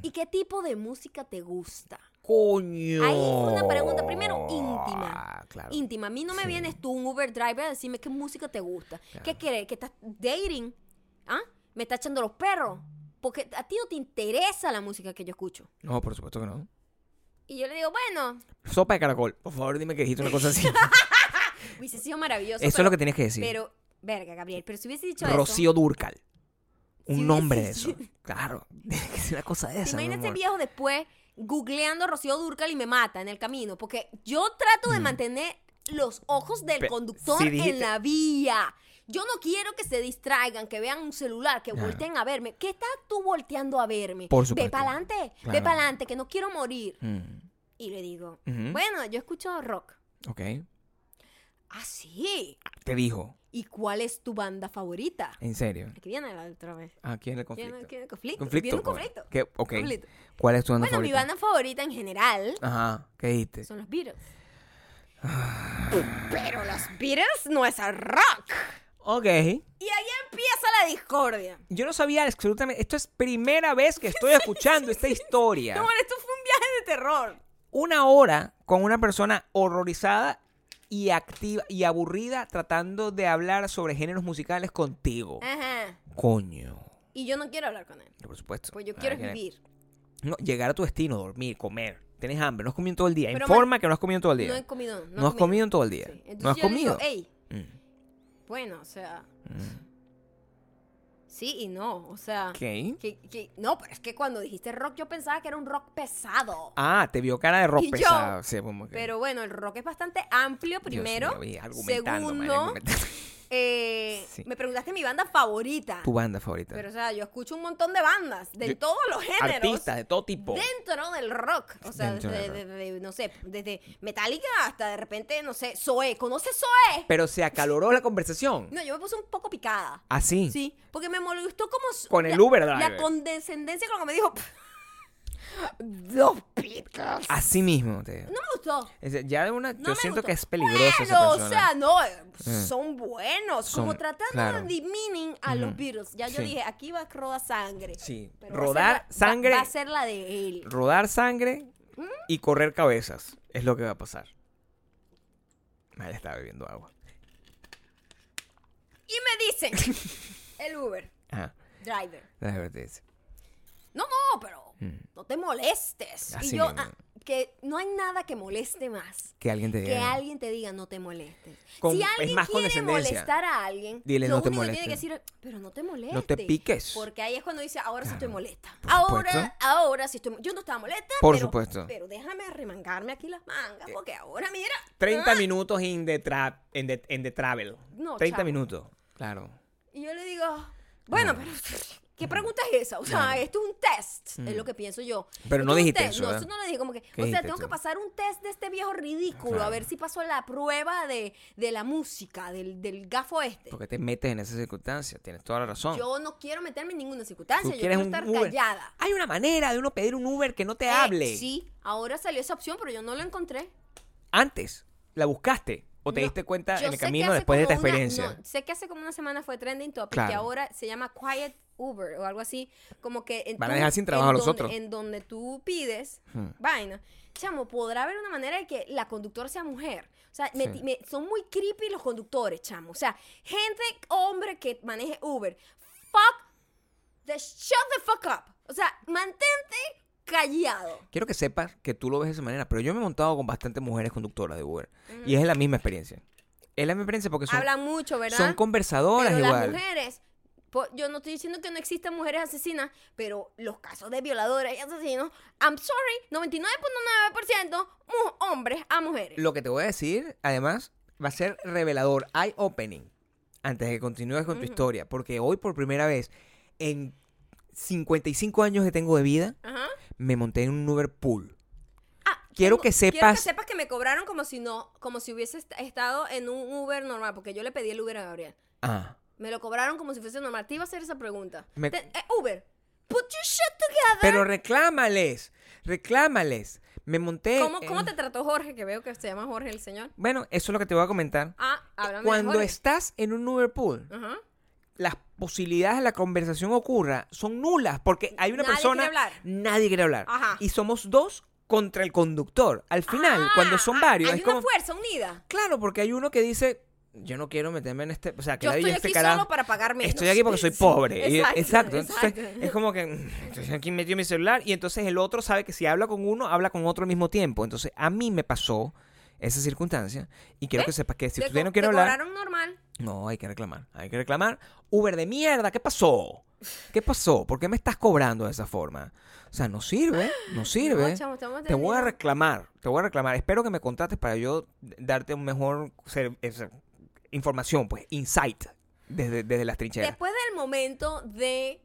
Speaker 1: ¿y qué tipo de música te gusta?
Speaker 2: ¡Coño!
Speaker 1: Ahí fue una pregunta, primero, íntima.
Speaker 2: Ah, claro.
Speaker 1: Íntima, a mí no me
Speaker 2: Sí.
Speaker 1: vienes tú, un Uber driver, a decirme qué música te gusta. ¿Qué
Speaker 2: Claro.
Speaker 1: quieres? ¿Que estás dating? ¿Ah? ¿Me estás echando los perros? Porque a ti no te interesa la música que yo escucho.
Speaker 2: No, por supuesto que no.
Speaker 1: Y yo le digo, bueno,
Speaker 2: Sopa de caracol. Por favor, dime que dijiste una cosa así.
Speaker 1: hubiese sido maravilloso.
Speaker 2: eso es
Speaker 1: pero-
Speaker 2: lo que tienes que decir.
Speaker 1: Pero, verga, Gabriel, pero si hubiese dicho eso.
Speaker 2: Rocío Durcal. Un
Speaker 1: Si
Speaker 2: nombre de
Speaker 1: hubiese
Speaker 2: eso. Claro. Tiene que ser una cosa de
Speaker 1: ¿Te
Speaker 2: esa. mi
Speaker 1: imaginas ese
Speaker 2: amor.
Speaker 1: viejo después googleando a Rocío Durcal y me mata en el camino? Porque yo trato de mantener los ojos del
Speaker 2: Mm. Pe-
Speaker 1: conductor
Speaker 2: si
Speaker 1: en
Speaker 2: dijiste-
Speaker 1: la vía. Yo no quiero que se distraigan, que vean un celular, que
Speaker 2: Claro.
Speaker 1: volteen a verme. ¿Qué estás tú volteando a verme?
Speaker 2: Por supuesto.
Speaker 1: Ve para adelante, ve
Speaker 2: Claro.
Speaker 1: para adelante, que no quiero morir.
Speaker 2: Mm,
Speaker 1: Y le digo,
Speaker 2: Ujú.
Speaker 1: bueno, yo escucho rock.
Speaker 2: Ok.
Speaker 1: Ah, sí.
Speaker 2: Te dijo,
Speaker 1: ¿Y cuál es tu banda favorita?
Speaker 2: en serio.
Speaker 1: Aquí viene la otra vez.
Speaker 2: Aquí en el
Speaker 1: Aquí
Speaker 2: conflicto.
Speaker 1: viene- aquí viene el conflicto.
Speaker 2: Conflicto,
Speaker 1: Viene un
Speaker 2: pues.
Speaker 1: conflicto.
Speaker 2: ¿Qué? Ok.
Speaker 1: Conflicto.
Speaker 2: ¿Cuál es tu banda
Speaker 1: Bueno, mi
Speaker 2: favorita?
Speaker 1: banda favorita en general
Speaker 2: Ajá, ¿qué dijiste?
Speaker 1: son los Beatles.
Speaker 2: Ah.
Speaker 1: Pero los Beatles no es el rock.
Speaker 2: Ok.
Speaker 1: Y ahí empieza la discordia.
Speaker 2: Yo no sabía absolutamente. Esto es primera vez que estoy escuchando esta historia.
Speaker 1: No, bueno, esto fue un viaje de terror.
Speaker 2: Una hora con una persona horrorizada y activa y aburrida tratando de hablar sobre géneros musicales contigo.
Speaker 1: Ah. Ajá.
Speaker 2: Coño.
Speaker 1: Y yo no quiero hablar con él.
Speaker 2: Por supuesto.
Speaker 1: Pues yo
Speaker 2: Ah,
Speaker 1: quiero
Speaker 2: que-
Speaker 1: vivir.
Speaker 2: No, llegar a tu destino, dormir, comer. Tienes hambre, no has comido todo el día.
Speaker 1: Pero,
Speaker 2: Informa que no has comido todo el día.
Speaker 1: No he comido.
Speaker 2: No, has comido en todo el día.
Speaker 1: Sí. Entonces
Speaker 2: no has
Speaker 1: yo le digo,
Speaker 2: comido.
Speaker 1: "Ey,
Speaker 2: Mm.
Speaker 1: bueno, o sea,
Speaker 2: Mm.
Speaker 1: sí y no. O sea,
Speaker 2: Ok.
Speaker 1: que- que- no, pero es que cuando dijiste rock yo pensaba que era un rock pesado.
Speaker 2: Ah, te vio cara de rock
Speaker 1: Y yo,
Speaker 2: pesado. Sí, como que-
Speaker 1: Pero bueno, el rock es bastante amplio,
Speaker 2: Dios
Speaker 1: primero.
Speaker 2: mío, y argumentando, madre,
Speaker 1: Segundo,
Speaker 2: argumentando.
Speaker 1: eh,
Speaker 2: Sí.
Speaker 1: me preguntaste mi banda favorita.
Speaker 2: Tu banda favorita.
Speaker 1: Pero, o sea, yo escucho un montón de bandas de
Speaker 2: Yo-
Speaker 1: todos los géneros.
Speaker 2: Artistas de todo tipo.
Speaker 1: Dentro del rock. O sea,
Speaker 2: Dentro
Speaker 1: desde,
Speaker 2: del rock.
Speaker 1: desde- no sé, desde Metallica hasta de repente, no sé, Zoe. ¿Conoces Zoe?
Speaker 2: Pero se acaloró la conversación.
Speaker 1: No, yo me puse un poco picada.
Speaker 2: Así.
Speaker 1: Sí, porque me molestó como... su-
Speaker 2: Con el
Speaker 1: la-
Speaker 2: Uber driver.
Speaker 1: La condescendencia con lo que me dijo... Dos picas.
Speaker 2: Así mismo. Te digo.
Speaker 1: No me gustó.
Speaker 2: Es decir, Ya de una,
Speaker 1: No
Speaker 2: yo
Speaker 1: me
Speaker 2: siento
Speaker 1: gustó.
Speaker 2: que es peligrosa esa
Speaker 1: Bueno,
Speaker 2: persona.
Speaker 1: o sea, no, eh,
Speaker 2: Mm.
Speaker 1: son buenos. como
Speaker 2: Son-
Speaker 1: tratando
Speaker 2: claro.
Speaker 1: de demeaning a los
Speaker 2: Ujú.
Speaker 1: Beatles. Ya yo
Speaker 2: Sí.
Speaker 1: dije, aquí va a rodar sangre.
Speaker 2: Sí.
Speaker 1: Pero va a ser
Speaker 2: Rodar
Speaker 1: la- va-
Speaker 2: sangre.
Speaker 1: Va a ser la de él.
Speaker 2: Rodar sangre
Speaker 1: ¿Mm?
Speaker 2: y correr cabezas es lo que va a pasar. María está bebiendo agua.
Speaker 1: Y me dicen, el Uber
Speaker 2: Ajá.
Speaker 1: driver,
Speaker 2: La advertencia.
Speaker 1: no, no, pero
Speaker 2: Mm.
Speaker 1: no te molestes.
Speaker 2: Así
Speaker 1: y yo,
Speaker 2: mismo.
Speaker 1: ah, que no hay nada que moleste más.
Speaker 2: Que alguien te diga.
Speaker 1: Que alguien te diga no te molestes.
Speaker 2: Con-
Speaker 1: si
Speaker 2: es
Speaker 1: alguien
Speaker 2: más
Speaker 1: quiere
Speaker 2: condescendencia.
Speaker 1: molestar a alguien,
Speaker 2: Dile,
Speaker 1: lo
Speaker 2: "No te
Speaker 1: único que tiene que
Speaker 2: molestes".
Speaker 1: decir es, pero no te molestes.
Speaker 2: No te piques.
Speaker 1: Porque ahí es cuando dice, ahora sí estoy molesta.
Speaker 2: por supuesto.
Speaker 1: Ahora, ahora sí estoy mo- Yo no estaba molesta,
Speaker 2: Por
Speaker 1: pero,
Speaker 2: supuesto. Eh,
Speaker 1: pero déjame arremangarme aquí las mangas, porque ahora mira.
Speaker 2: 30
Speaker 1: ah.
Speaker 2: minutos in the, tra- en the, en the travel.
Speaker 1: No,
Speaker 2: 30
Speaker 1: chavo.
Speaker 2: minutos. Claro.
Speaker 1: Y yo le digo, bueno,
Speaker 2: Ah.
Speaker 1: pero ¿qué pregunta es esa? O sea, esto es un test, es lo que pienso yo.
Speaker 2: Mm. Pero
Speaker 1: Esto es
Speaker 2: no
Speaker 1: un
Speaker 2: dijiste
Speaker 1: test.
Speaker 2: eso,
Speaker 1: No,
Speaker 2: ¿eh?
Speaker 1: eso no lo dije, como que,
Speaker 2: ¿Qué
Speaker 1: o sea,
Speaker 2: dijiste
Speaker 1: tengo que
Speaker 2: tú?
Speaker 1: pasar un test de este viejo ridículo, a
Speaker 2: Claro.
Speaker 1: ver si paso la prueba de, de la música, del, del gafo este.
Speaker 2: Porque te metes en esa circunstancia. Tienes toda la razón.
Speaker 1: Yo no quiero meterme en ninguna circunstancia,
Speaker 2: Tú
Speaker 1: yo
Speaker 2: quieres
Speaker 1: quiero
Speaker 2: un
Speaker 1: estar
Speaker 2: Uber.
Speaker 1: callada.
Speaker 2: Hay una manera de uno pedir un Uber que no te
Speaker 1: Eh,
Speaker 2: hable.
Speaker 1: sí, ahora salió esa opción, pero yo no la encontré.
Speaker 2: Antes, ¿la buscaste? ¿O te
Speaker 1: No,
Speaker 2: diste cuenta
Speaker 1: yo
Speaker 2: en el
Speaker 1: sé que
Speaker 2: camino
Speaker 1: hace
Speaker 2: después de esta
Speaker 1: como una-
Speaker 2: experiencia?
Speaker 1: no, sé que hace como una semana fue trending topic que
Speaker 2: Claro.
Speaker 1: ahora se llama Quiet Uber o algo así. Como que. en
Speaker 2: Van a
Speaker 1: tú-
Speaker 2: dejar sin
Speaker 1: en
Speaker 2: trabajo a los
Speaker 1: donde-
Speaker 2: otros.
Speaker 1: En donde tú pides
Speaker 2: Hmm.
Speaker 1: vaina. Chamo, podrá haber una manera de que la conductora sea mujer. O sea, me-
Speaker 2: Sí.
Speaker 1: me- son muy creepy los conductores, chamo. O sea, gente, hombre que maneje Uber. Fuck the shut the fuck up. O sea, mantente callado.
Speaker 2: Quiero que sepas que tú lo ves de esa manera, pero yo me he montado con bastantes mujeres conductoras de Uber. Y es la misma experiencia. Es la misma experiencia porque son,
Speaker 1: Hablan mucho, ¿verdad?
Speaker 2: son conversadoras
Speaker 1: pero
Speaker 2: igual.
Speaker 1: las mujeres, po- yo no estoy diciendo que no existan mujeres asesinas, pero los casos de violadores y asesinos, I'm sorry, 99.9% mu- hombres a mujeres.
Speaker 2: Lo que te voy a decir, además, va a ser revelador. Hay opening. Antes de que continúes con tu historia. Porque hoy por primera vez, en 55 años que tengo de vida,
Speaker 1: Ajá.
Speaker 2: me monté en un Uber pool.
Speaker 1: Ah,
Speaker 2: Quiero
Speaker 1: tengo-
Speaker 2: que
Speaker 1: Quiero que
Speaker 2: sepas-
Speaker 1: sepas que me cobraron como si no, como si hubiese est- estado en un Uber normal, porque yo le pedí el Uber a Gabriel.
Speaker 2: Ah.
Speaker 1: Me lo cobraron como si fuese normal. Te iba a hacer esa pregunta.
Speaker 2: Me-
Speaker 1: Te- eh, Uber, put your shit together.
Speaker 2: Pero reclámales. Reclámales. Me monté.
Speaker 1: ¿Cómo,
Speaker 2: en-
Speaker 1: ¿Cómo te trató Jorge? Que veo que se llama Jorge el señor.
Speaker 2: Bueno, eso es lo que te voy a comentar.
Speaker 1: Ah, háblame de
Speaker 2: Cuando
Speaker 1: Jorge.
Speaker 2: estás en un Uber pool,
Speaker 1: Ajá.
Speaker 2: las posibilidades de la conversación ocurra son nulas porque hay una
Speaker 1: Nadie
Speaker 2: persona
Speaker 1: quiere hablar.
Speaker 2: nadie quiere hablar
Speaker 1: Ajá.
Speaker 2: y somos dos contra el conductor. Al final,
Speaker 1: Ah,
Speaker 2: cuando son
Speaker 1: ah,
Speaker 2: varios,
Speaker 1: Hay
Speaker 2: es
Speaker 1: una
Speaker 2: como
Speaker 1: fuerza unida.
Speaker 2: claro porque hay uno que dice yo no quiero meterme en este, o sea, que
Speaker 1: Yo
Speaker 2: la
Speaker 1: estoy
Speaker 2: este
Speaker 1: aquí
Speaker 2: carajo.
Speaker 1: solo para pagar menos.
Speaker 2: Estoy aquí porque soy
Speaker 1: Sí,
Speaker 2: pobre. Y-
Speaker 1: exacto,
Speaker 2: Exacto. Entonces,
Speaker 1: exacto.
Speaker 2: es como que mm, entonces aquí metió mi celular y entonces el otro sabe que si habla con uno, habla con otro al mismo tiempo. Entonces, a mí me pasó esa circunstancia y quiero
Speaker 1: ¿Ves?
Speaker 2: que sepas que si
Speaker 1: Te
Speaker 2: usted
Speaker 1: co-
Speaker 2: no quiere
Speaker 1: te
Speaker 2: hablar,
Speaker 1: cobraron normal.
Speaker 2: no, hay que reclamar, hay que reclamar. Uber de mierda, ¿qué pasó? ¿Qué pasó? ¿Por qué me estás cobrando de esa forma? O sea, no sirve, no sirve.
Speaker 1: chamo, estamos
Speaker 2: te voy a
Speaker 1: entendiendo.
Speaker 2: reclamar, te voy a reclamar. Espero que me contrates para yo darte un mejor ser- esa- información, pues, insight desde, desde las trincheras.
Speaker 1: Después del momento de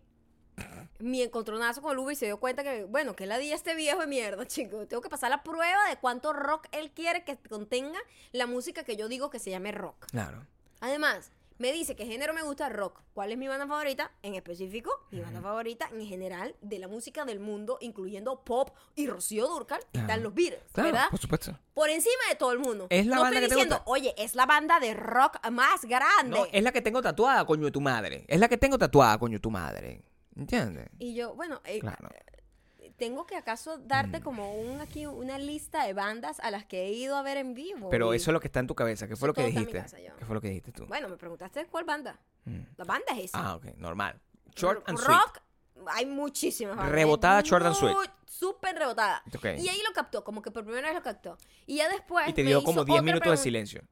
Speaker 1: mi encontronazo con el Uber se dio cuenta que, bueno, que la di este viejo de mierda, chico. Tengo que pasar la prueba de cuánto rock él quiere que contenga la música que yo digo que se llame rock.
Speaker 2: Claro.
Speaker 1: Además, me dice que género me gusta rock. ¿Cuál es mi banda favorita? En específico, mi banda favorita en general de la música del mundo, incluyendo pop y Rocío Durcal, están los Beatles,
Speaker 2: Claro,
Speaker 1: ¿verdad?
Speaker 2: por suputo.
Speaker 1: Por encima de todo el mundo.
Speaker 2: Es la
Speaker 1: no
Speaker 2: banda
Speaker 1: estoy
Speaker 2: que te
Speaker 1: diciendo,
Speaker 2: gusta.
Speaker 1: oye, es la banda de rock más grande.
Speaker 2: No, es la que tengo tatuada, coño de tu madre. Es la que tengo tatuada, coño de tu madre. ¿Entiendes?
Speaker 1: Y yo, bueno, eh,
Speaker 2: Claro. Mm.
Speaker 1: tengo que acaso darte como un aquí una lista de bandas a las que he ido a ver en vivo.
Speaker 2: Pero
Speaker 1: Y-
Speaker 2: eso es lo que está en tu cabeza. ¿Qué
Speaker 1: eso
Speaker 2: fue lo que
Speaker 1: todo está en mi
Speaker 2: dijiste?
Speaker 1: casa, yo.
Speaker 2: ¿Qué fue lo que dijiste tú?
Speaker 1: Bueno, me preguntaste cuál banda.
Speaker 2: Mm.
Speaker 1: La banda es esa.
Speaker 2: Ah, ok, normal. Short and sweet.
Speaker 1: rock, hay muchísimas bandas.
Speaker 2: Rebotada,
Speaker 1: Es
Speaker 2: short and
Speaker 1: muy-
Speaker 2: sweet.
Speaker 1: Súper rebotada.
Speaker 2: Ok.
Speaker 1: Y ahí lo captó, como que por primera vez lo captó. Y ya después.
Speaker 2: Y te
Speaker 1: me
Speaker 2: dio
Speaker 1: hizo
Speaker 2: como
Speaker 1: otra
Speaker 2: 10 minutos de
Speaker 1: pregun-
Speaker 2: silencio.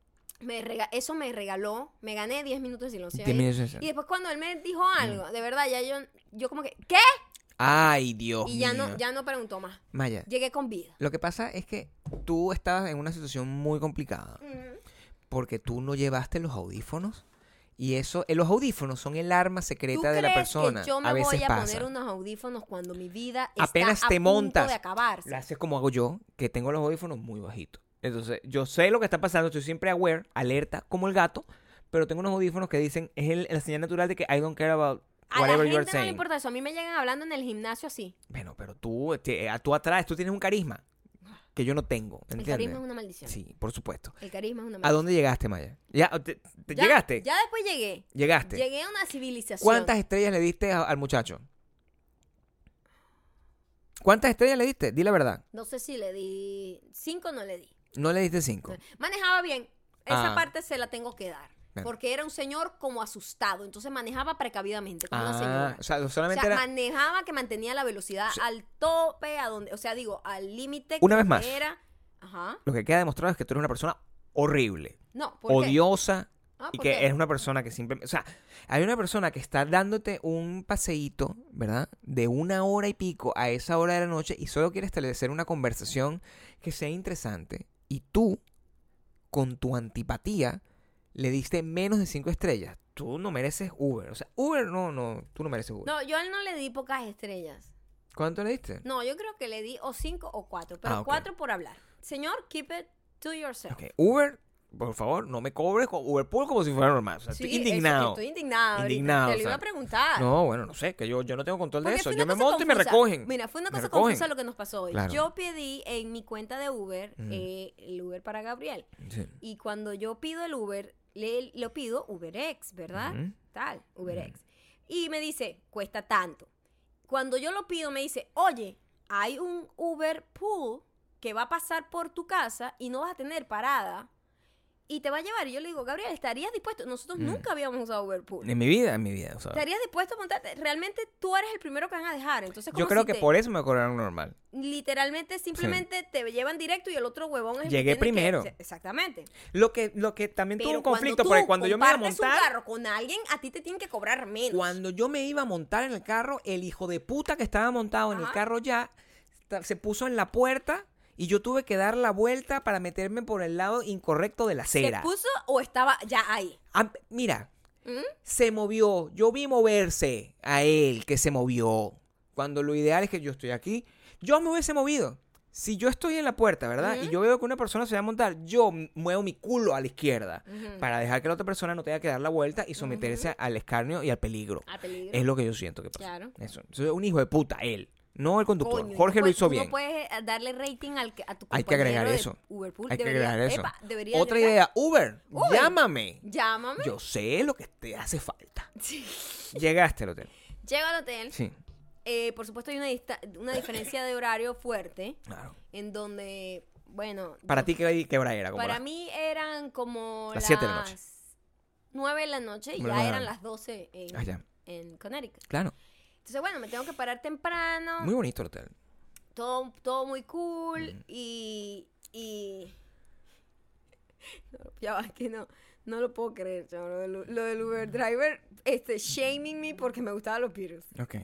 Speaker 1: me rega- eso me regaló, me gané 10 minutos de silencio.
Speaker 2: 10
Speaker 1: ahí.
Speaker 2: minutos de silencio. Mm.
Speaker 1: Y después cuando él me dijo algo, de verdad, ya yo, yo como que, ¿qué?
Speaker 2: Ay, Dios
Speaker 1: y ya
Speaker 2: mío.
Speaker 1: no, ya no preguntó más.
Speaker 2: Maya,
Speaker 1: Llegué con vida.
Speaker 2: lo que pasa es que tú estabas en una situación muy complicada porque tú no llevaste los audífonos y eso, eh, los audífonos son el arma
Speaker 1: ¿Tú
Speaker 2: secreta de la
Speaker 1: crees
Speaker 2: persona.
Speaker 1: que yo me
Speaker 2: a veces
Speaker 1: voy a
Speaker 2: pasa.
Speaker 1: poner unos audífonos cuando mi vida
Speaker 2: Apenas
Speaker 1: está
Speaker 2: te
Speaker 1: a punto
Speaker 2: montas.
Speaker 1: de acabarse?
Speaker 2: Lo haces como hago yo, que tengo los audífonos muy bajitos. Entonces, yo sé lo que está pasando, estoy siempre aware, alerta, como el gato, pero tengo unos audífonos que dicen, es el- la señal natural de que I don't care about
Speaker 1: A la
Speaker 2: whatever
Speaker 1: gente no
Speaker 2: you're
Speaker 1: le
Speaker 2: saying.
Speaker 1: importa eso. A mí me llegan hablando en el gimnasio así.
Speaker 2: bueno, pero tú, te- a- tú atraes, tú tienes un carisma que yo no tengo,
Speaker 1: El
Speaker 2: ¿entiendes?
Speaker 1: carisma es una maldición.
Speaker 2: Sí, por supuesto.
Speaker 1: El carisma es una
Speaker 2: ¿A
Speaker 1: maldición.
Speaker 2: dónde llegaste, Maya? ¿Ya, te- te-
Speaker 1: Ya-
Speaker 2: ¿Llegaste?
Speaker 1: Ya después llegué.
Speaker 2: ¿Llegaste?
Speaker 1: Llegué a una civilización.
Speaker 2: ¿Cuántas estrellas le diste a- al muchacho? ¿Cuántas estrellas le diste? Di la verdad.
Speaker 1: No sé si le di. Cinco no le di.
Speaker 2: No le diste cinco.
Speaker 1: Manejaba bien. Esa
Speaker 2: Ah.
Speaker 1: parte se la tengo que dar.
Speaker 2: Bueno.
Speaker 1: Porque era un señor como asustado. Entonces manejaba precavidamente, como una
Speaker 2: Ah,
Speaker 1: señora.
Speaker 2: o sea,
Speaker 1: O
Speaker 2: solamente
Speaker 1: sea,
Speaker 2: era...
Speaker 1: manejaba que mantenía la velocidad al tope, a donde, o sea, digo, al límite.
Speaker 2: Una
Speaker 1: que
Speaker 2: vez más.
Speaker 1: Era. Ajá.
Speaker 2: lo que queda demostrado es que tú eres una persona horrible,
Speaker 1: No, ¿por qué?
Speaker 2: odiosa
Speaker 1: Ah,
Speaker 2: y
Speaker 1: ¿por
Speaker 2: que
Speaker 1: qué?
Speaker 2: eres una persona que simplemente, o sea, hay una persona que está dándote un paseíto, ¿verdad? De una hora y pico a esa hora de la noche y solo quiere establecer una conversación que sea interesante y tú con tu antipatía le diste menos de cinco estrellas. Tú no mereces Uber, o sea, Uber no, no, tú no mereces Uber.
Speaker 1: No, yo a él no le di pocas estrellas.
Speaker 2: ¿Cuánto le diste?
Speaker 1: No, yo creo que le di o cinco o cuatro, pero
Speaker 2: Ah, ok.
Speaker 1: cuatro por hablar. Señor, keep it to yourself.
Speaker 2: Ok, Uber, por favor, no me cobres con Uber Pool como si fuera normal, o sea,
Speaker 1: Sí,
Speaker 2: estoy
Speaker 1: eso-
Speaker 2: indignado.
Speaker 1: Estoy indignado. ahorita.
Speaker 2: Indignado,
Speaker 1: Te
Speaker 2: o
Speaker 1: lo
Speaker 2: sea,
Speaker 1: iba a preguntar.
Speaker 2: No, bueno, no sé, que yo, yo no tengo control de
Speaker 1: Porque
Speaker 2: eso.
Speaker 1: fue
Speaker 2: Yo
Speaker 1: una
Speaker 2: me
Speaker 1: cosa
Speaker 2: monto y me
Speaker 1: confusa.
Speaker 2: recogen.
Speaker 1: Mira, fue una
Speaker 2: Me
Speaker 1: cosa
Speaker 2: recogen.
Speaker 1: confusa lo que nos pasó hoy.
Speaker 2: Claro. Mm.
Speaker 1: Yo pedí en mi cuenta de Uber eh, el Uber para Gabriel.
Speaker 2: Sí.
Speaker 1: Y cuando yo pido el Uber, le, lo pido UberX, ¿verdad?
Speaker 2: Ujú. Mm.
Speaker 1: Tal, UberX. Y me dice, cuesta tanto. Cuando yo lo pido, me dice, oye, hay un Uber Pool que va a pasar por tu casa y no vas a tener parada y te va a llevar. Y yo le digo, Gabriel, ¿estarías dispuesto? Nosotros
Speaker 2: Mm.
Speaker 1: nunca habíamos usado Uber Pool.
Speaker 2: En mi vida, en mi vida. o sea,
Speaker 1: ¿Estarías dispuesto a montarte? Realmente tú eres el primero que van a dejar. Entonces,
Speaker 2: yo
Speaker 1: como
Speaker 2: creo
Speaker 1: si
Speaker 2: que
Speaker 1: te-
Speaker 2: por e-, eso me cobraron normal.
Speaker 1: Literalmente, simplemente te llevan directo y el otro huevón es el que
Speaker 2: Llegué
Speaker 1: tiene que-
Speaker 2: primero.
Speaker 1: exactamente.
Speaker 2: Lo que, lo que también tuvo
Speaker 1: Pero
Speaker 2: un conflicto,
Speaker 1: cuando tú
Speaker 2: porque cuando yo me iba a
Speaker 1: compartes
Speaker 2: montar.
Speaker 1: un carro con alguien, a ti te tienen que cobrar menos.
Speaker 2: Cuando yo me iba a montar en el carro, el hijo de puta que estaba montado en el
Speaker 1: Ajá.
Speaker 2: carro ya ta- se puso en la puerta y yo tuve que dar la vuelta para meterme por el lado incorrecto de la
Speaker 1: ¿Se
Speaker 2: acera.
Speaker 1: puso o estaba ya ahí?
Speaker 2: Ah, mira,
Speaker 1: ¿Mm?
Speaker 2: se movió. Yo vi moverse a él que se movió. Cuando lo ideal es que yo estoy aquí, yo me hubiese movido. Si yo estoy en la puerta, ¿verdad?
Speaker 1: ¿Mm?
Speaker 2: Y yo veo que una persona se va a montar, yo m- muevo mi culo a la izquierda para dejar que la otra persona no tenga que dar la vuelta y someterse al escarnio y al peligro.
Speaker 1: A peligro.
Speaker 2: Es lo que yo siento que pasa.
Speaker 1: Claro.
Speaker 2: Eso. Eso es un hijo de puta, él. No el conductor.
Speaker 1: Coño, tú
Speaker 2: Jorge lo
Speaker 1: puedes-
Speaker 2: hizo
Speaker 1: tú
Speaker 2: bien.
Speaker 1: No puedes eh, darle rating al, que- a tu compañero
Speaker 2: Hay que agregar
Speaker 1: de
Speaker 2: eso.
Speaker 1: Uberpool.
Speaker 2: Hay que
Speaker 1: Debería-
Speaker 2: agregar eso.
Speaker 1: epa, debería
Speaker 2: Otra
Speaker 1: agregar-
Speaker 2: idea, Uber,
Speaker 1: Uber.
Speaker 2: llámame.
Speaker 1: Llámame.
Speaker 2: Yo sé lo que te hace falta. Llegaste al hotel.
Speaker 1: Llego al hotel.
Speaker 2: Sí,
Speaker 1: Eh, por supuesto, hay una, dista- una diferencia de horario fuerte.
Speaker 2: claro.
Speaker 1: En donde, bueno.
Speaker 2: Para
Speaker 1: yo-
Speaker 2: ti, ¿qué, qué hora era? Como
Speaker 1: Para
Speaker 2: las-
Speaker 1: mí eran como
Speaker 2: Las
Speaker 1: las,
Speaker 2: siete de la noche.
Speaker 1: 9 de la noche y
Speaker 2: Bueno,
Speaker 1: ya
Speaker 2: bueno,
Speaker 1: eran
Speaker 2: bueno.
Speaker 1: las 12 en,
Speaker 2: Ah, ya.
Speaker 1: en Connecticut.
Speaker 2: Claro.
Speaker 1: Entonces, bueno, me tengo que parar temprano.
Speaker 2: Muy Mm. bonito el hotel.
Speaker 1: todo, todo muy cool y, y... No, ya va, que no, no lo puedo creer, chamo, lo, del, lo del Uber Driver, este, shaming me porque me gustaban los Beatles.
Speaker 2: Ok.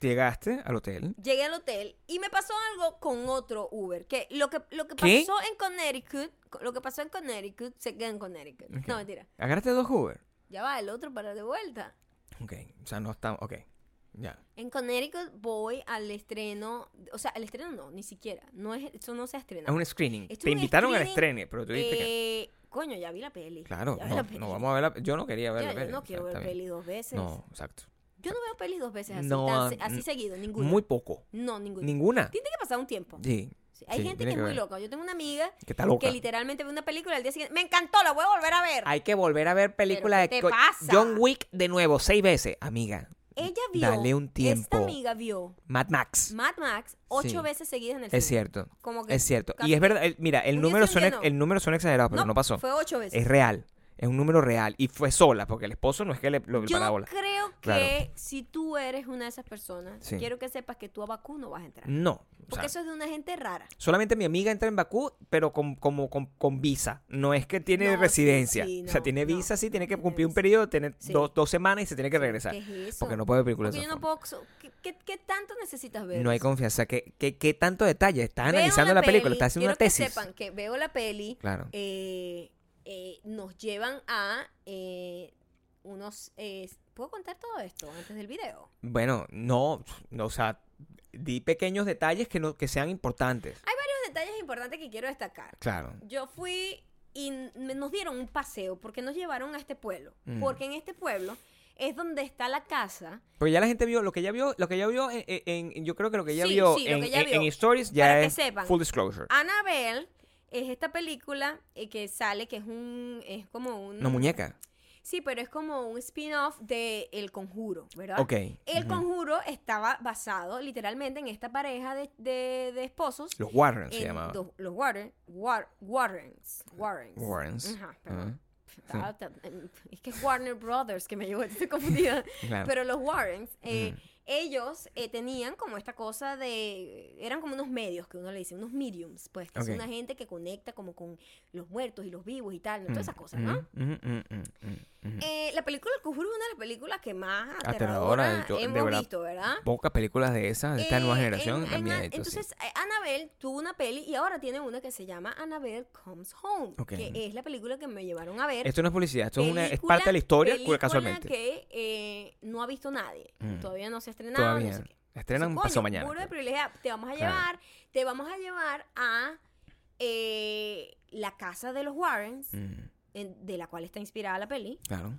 Speaker 2: Llegaste al hotel.
Speaker 1: Llegué al hotel y me pasó algo con otro Uber, que lo que, lo que
Speaker 2: ¿Qué?
Speaker 1: pasó en Connecticut, lo que pasó en Connecticut, se queda en Connecticut.
Speaker 2: Ok.
Speaker 1: No, mentira,
Speaker 2: Agarraste dos Uber.
Speaker 1: ya va, el otro para de vuelta.
Speaker 2: Ok. O sea, no estamos. Ok. Ya.
Speaker 1: En Connecticut voy al estreno, o sea, al estreno no, ni siquiera, no es, eso no se ha
Speaker 2: Es
Speaker 1: estrenado.
Speaker 2: un screening.
Speaker 1: Esto es
Speaker 2: Te
Speaker 1: un
Speaker 2: invitaron al
Speaker 1: screening,
Speaker 2: estreno, pero tú dijiste que.
Speaker 1: eh, coño, ya vi la peli.
Speaker 2: Claro,
Speaker 1: ya vi
Speaker 2: no,
Speaker 1: la peli.
Speaker 2: no vamos a ver la Yo no quería ver
Speaker 1: Yo-
Speaker 2: la
Speaker 1: yo
Speaker 2: peli.
Speaker 1: no
Speaker 2: o sea,
Speaker 1: quiero ver
Speaker 2: está bien.
Speaker 1: peli dos veces.
Speaker 2: No, exacto.
Speaker 1: Yo no veo pelis dos veces así,
Speaker 2: No,
Speaker 1: tan
Speaker 2: ah,
Speaker 1: se- así
Speaker 2: mm,
Speaker 1: seguido, ninguna.
Speaker 2: Muy poco.
Speaker 1: No, ninguna.
Speaker 2: Ninguna.
Speaker 1: Tiene que pasar un tiempo.
Speaker 2: Sí.
Speaker 1: Sí, Hay
Speaker 2: sí,
Speaker 1: gente que
Speaker 2: tiene
Speaker 1: es muy
Speaker 2: ver.
Speaker 1: loca. Yo tengo una amiga
Speaker 2: Que está loca.
Speaker 1: que literalmente ve una película y al día siguiente, me encantó, la voy a volver a ver.
Speaker 2: Hay que volver a ver películas
Speaker 1: ¿qué
Speaker 2: de
Speaker 1: te
Speaker 2: co-
Speaker 1: pasa?
Speaker 2: John Wick de nuevo, seis veces. Amiga,
Speaker 1: Ella vio,
Speaker 2: dale un tiempo.
Speaker 1: esta amiga vio
Speaker 2: Mad Max.
Speaker 1: Mad Max ocho
Speaker 2: Sí.
Speaker 1: veces seguidas en el cine.
Speaker 2: Es cierto.
Speaker 1: Como que
Speaker 2: Es cierto. Y
Speaker 1: capté.
Speaker 2: es verdad, el- mira, el
Speaker 1: Un día
Speaker 2: número,
Speaker 1: sí, un
Speaker 2: suena,
Speaker 1: día no.
Speaker 2: el número suena exagerado, pero no, pasó.
Speaker 1: Fue ocho veces.
Speaker 2: Es real. Es un número real. Y fue sola, porque el esposo no es que le lo
Speaker 1: Yo
Speaker 2: para bola.
Speaker 1: creo que
Speaker 2: Claro.
Speaker 1: si tú eres una de esas personas,
Speaker 2: Sí.
Speaker 1: quiero que sepas que tú a Bakú no vas a entrar.
Speaker 2: No. o sea,
Speaker 1: Porque eso es de una gente rara.
Speaker 2: Solamente mi amiga entra en Bakú, pero con, como, con, con visa. No es que tiene
Speaker 1: No, sí,
Speaker 2: residencia.
Speaker 1: sí,
Speaker 2: o sea,
Speaker 1: no,
Speaker 2: tiene
Speaker 1: no.
Speaker 2: visa, sí, tiene que
Speaker 1: Tiene
Speaker 2: cumplir un
Speaker 1: visa.
Speaker 2: periodo, tiene
Speaker 1: Sí.
Speaker 2: dos, dos semanas y se tiene que regresar.
Speaker 1: ¿Qué es eso?
Speaker 2: Porque no puede ver películas
Speaker 1: Porque
Speaker 2: de
Speaker 1: yo
Speaker 2: esa
Speaker 1: no
Speaker 2: forma.
Speaker 1: puedo. so- ¿Qué, qué, qué tanto necesitas ver?
Speaker 2: No hay
Speaker 1: eso?
Speaker 2: confianza. ¿Qué, qué, qué tanto detalle? Estás
Speaker 1: Veo
Speaker 2: analizando
Speaker 1: una
Speaker 2: la película,
Speaker 1: peli,
Speaker 2: estás haciendo
Speaker 1: quiero
Speaker 2: una tesis.
Speaker 1: Que sepan que veo la peli.
Speaker 2: Claro.
Speaker 1: eh, eh, nos llevan a eh, unos. eh, ¿Puedo contar todo esto antes del video?
Speaker 2: Bueno, no, no, o sea, di pequeños detalles que, no, que sean importantes.
Speaker 1: Los detalles importantes que quiero destacar.
Speaker 2: Claro.
Speaker 1: Yo fui y me- nos dieron un paseo porque nos llevaron a este pueblo.
Speaker 2: Mm.
Speaker 1: Porque en este pueblo es donde está la casa.
Speaker 2: Porque ya la gente vio, lo que ya vio, lo que ya vio en, en- en- yo creo que lo que ya
Speaker 1: Sí,
Speaker 2: vio
Speaker 1: sí, lo
Speaker 2: en,
Speaker 1: que ya
Speaker 2: en-
Speaker 1: vio.
Speaker 2: en stories ya
Speaker 1: Para que
Speaker 2: es
Speaker 1: sepan. Ah,
Speaker 2: full disclosure.
Speaker 1: Annabelle es esta película eh, que sale, que es un. Es como un.
Speaker 2: Una muñeca.
Speaker 1: Sí, pero es como un spin-off de El Conjuro, ¿verdad?
Speaker 2: Ok.
Speaker 1: El
Speaker 2: ujú.
Speaker 1: Conjuro estaba basado literalmente en esta pareja de, de- de esposos.
Speaker 2: Los Warren se
Speaker 1: en
Speaker 2: llamaba.
Speaker 1: dos- los Warren, War- Warrens. Warrens.
Speaker 2: Warrens.
Speaker 1: Ajá,
Speaker 2: Ajá,
Speaker 1: perdón. Estaba tan- em, Es que es Warner Brothers que me llevó, estoy confundida.
Speaker 2: claro.
Speaker 1: Pero los Warrens, eh,
Speaker 2: Ujú.
Speaker 1: ellos eh, tenían como esta cosa de. Eran como unos medios que uno le dice, unos mediums, pues, que
Speaker 2: Ok.
Speaker 1: es una gente que conecta como con los muertos y los vivos y
Speaker 2: Mm,
Speaker 1: tal, ¿no? todas esas cosas, ¿no?
Speaker 2: Ujú, ujú, ujú, ujú, ujú.
Speaker 1: Eh, la película El Conjuro es una de las películas que más
Speaker 2: Aterradora,
Speaker 1: aterradora,
Speaker 2: yo- de
Speaker 1: hemos
Speaker 2: verdad,
Speaker 1: visto, ¿verdad?
Speaker 2: Pocas películas de esas, de esta nueva
Speaker 1: Eh,
Speaker 2: generación,
Speaker 1: en-
Speaker 2: la
Speaker 1: en
Speaker 2: mía,
Speaker 1: a-
Speaker 2: de hecho, sí.
Speaker 1: entonces, eh, Annabelle tuvo una peli y ahora tiene una que se llama Annabelle Comes Home,
Speaker 2: Ok.
Speaker 1: que es la película que me llevaron a ver.
Speaker 2: Esto no es publicidad, esto es, una, es
Speaker 1: Película-
Speaker 2: parte de la historia,
Speaker 1: película
Speaker 2: casualmente.
Speaker 1: que eh, no ha visto nadie.
Speaker 2: Mm.
Speaker 1: Todavía no se ha estrenado. no
Speaker 2: Todavía.
Speaker 1: sé qué.
Speaker 2: Estrenan
Speaker 1: Entonces, coño,
Speaker 2: pasado mañana.
Speaker 1: burda de
Speaker 2: creo.
Speaker 1: privilegiada. Te vamos a
Speaker 2: Claro.
Speaker 1: llevar, te vamos a llevar a eh, la casa de los Warrens,
Speaker 2: Mm,
Speaker 1: en- de la cual está inspirada la peli,
Speaker 2: Claro.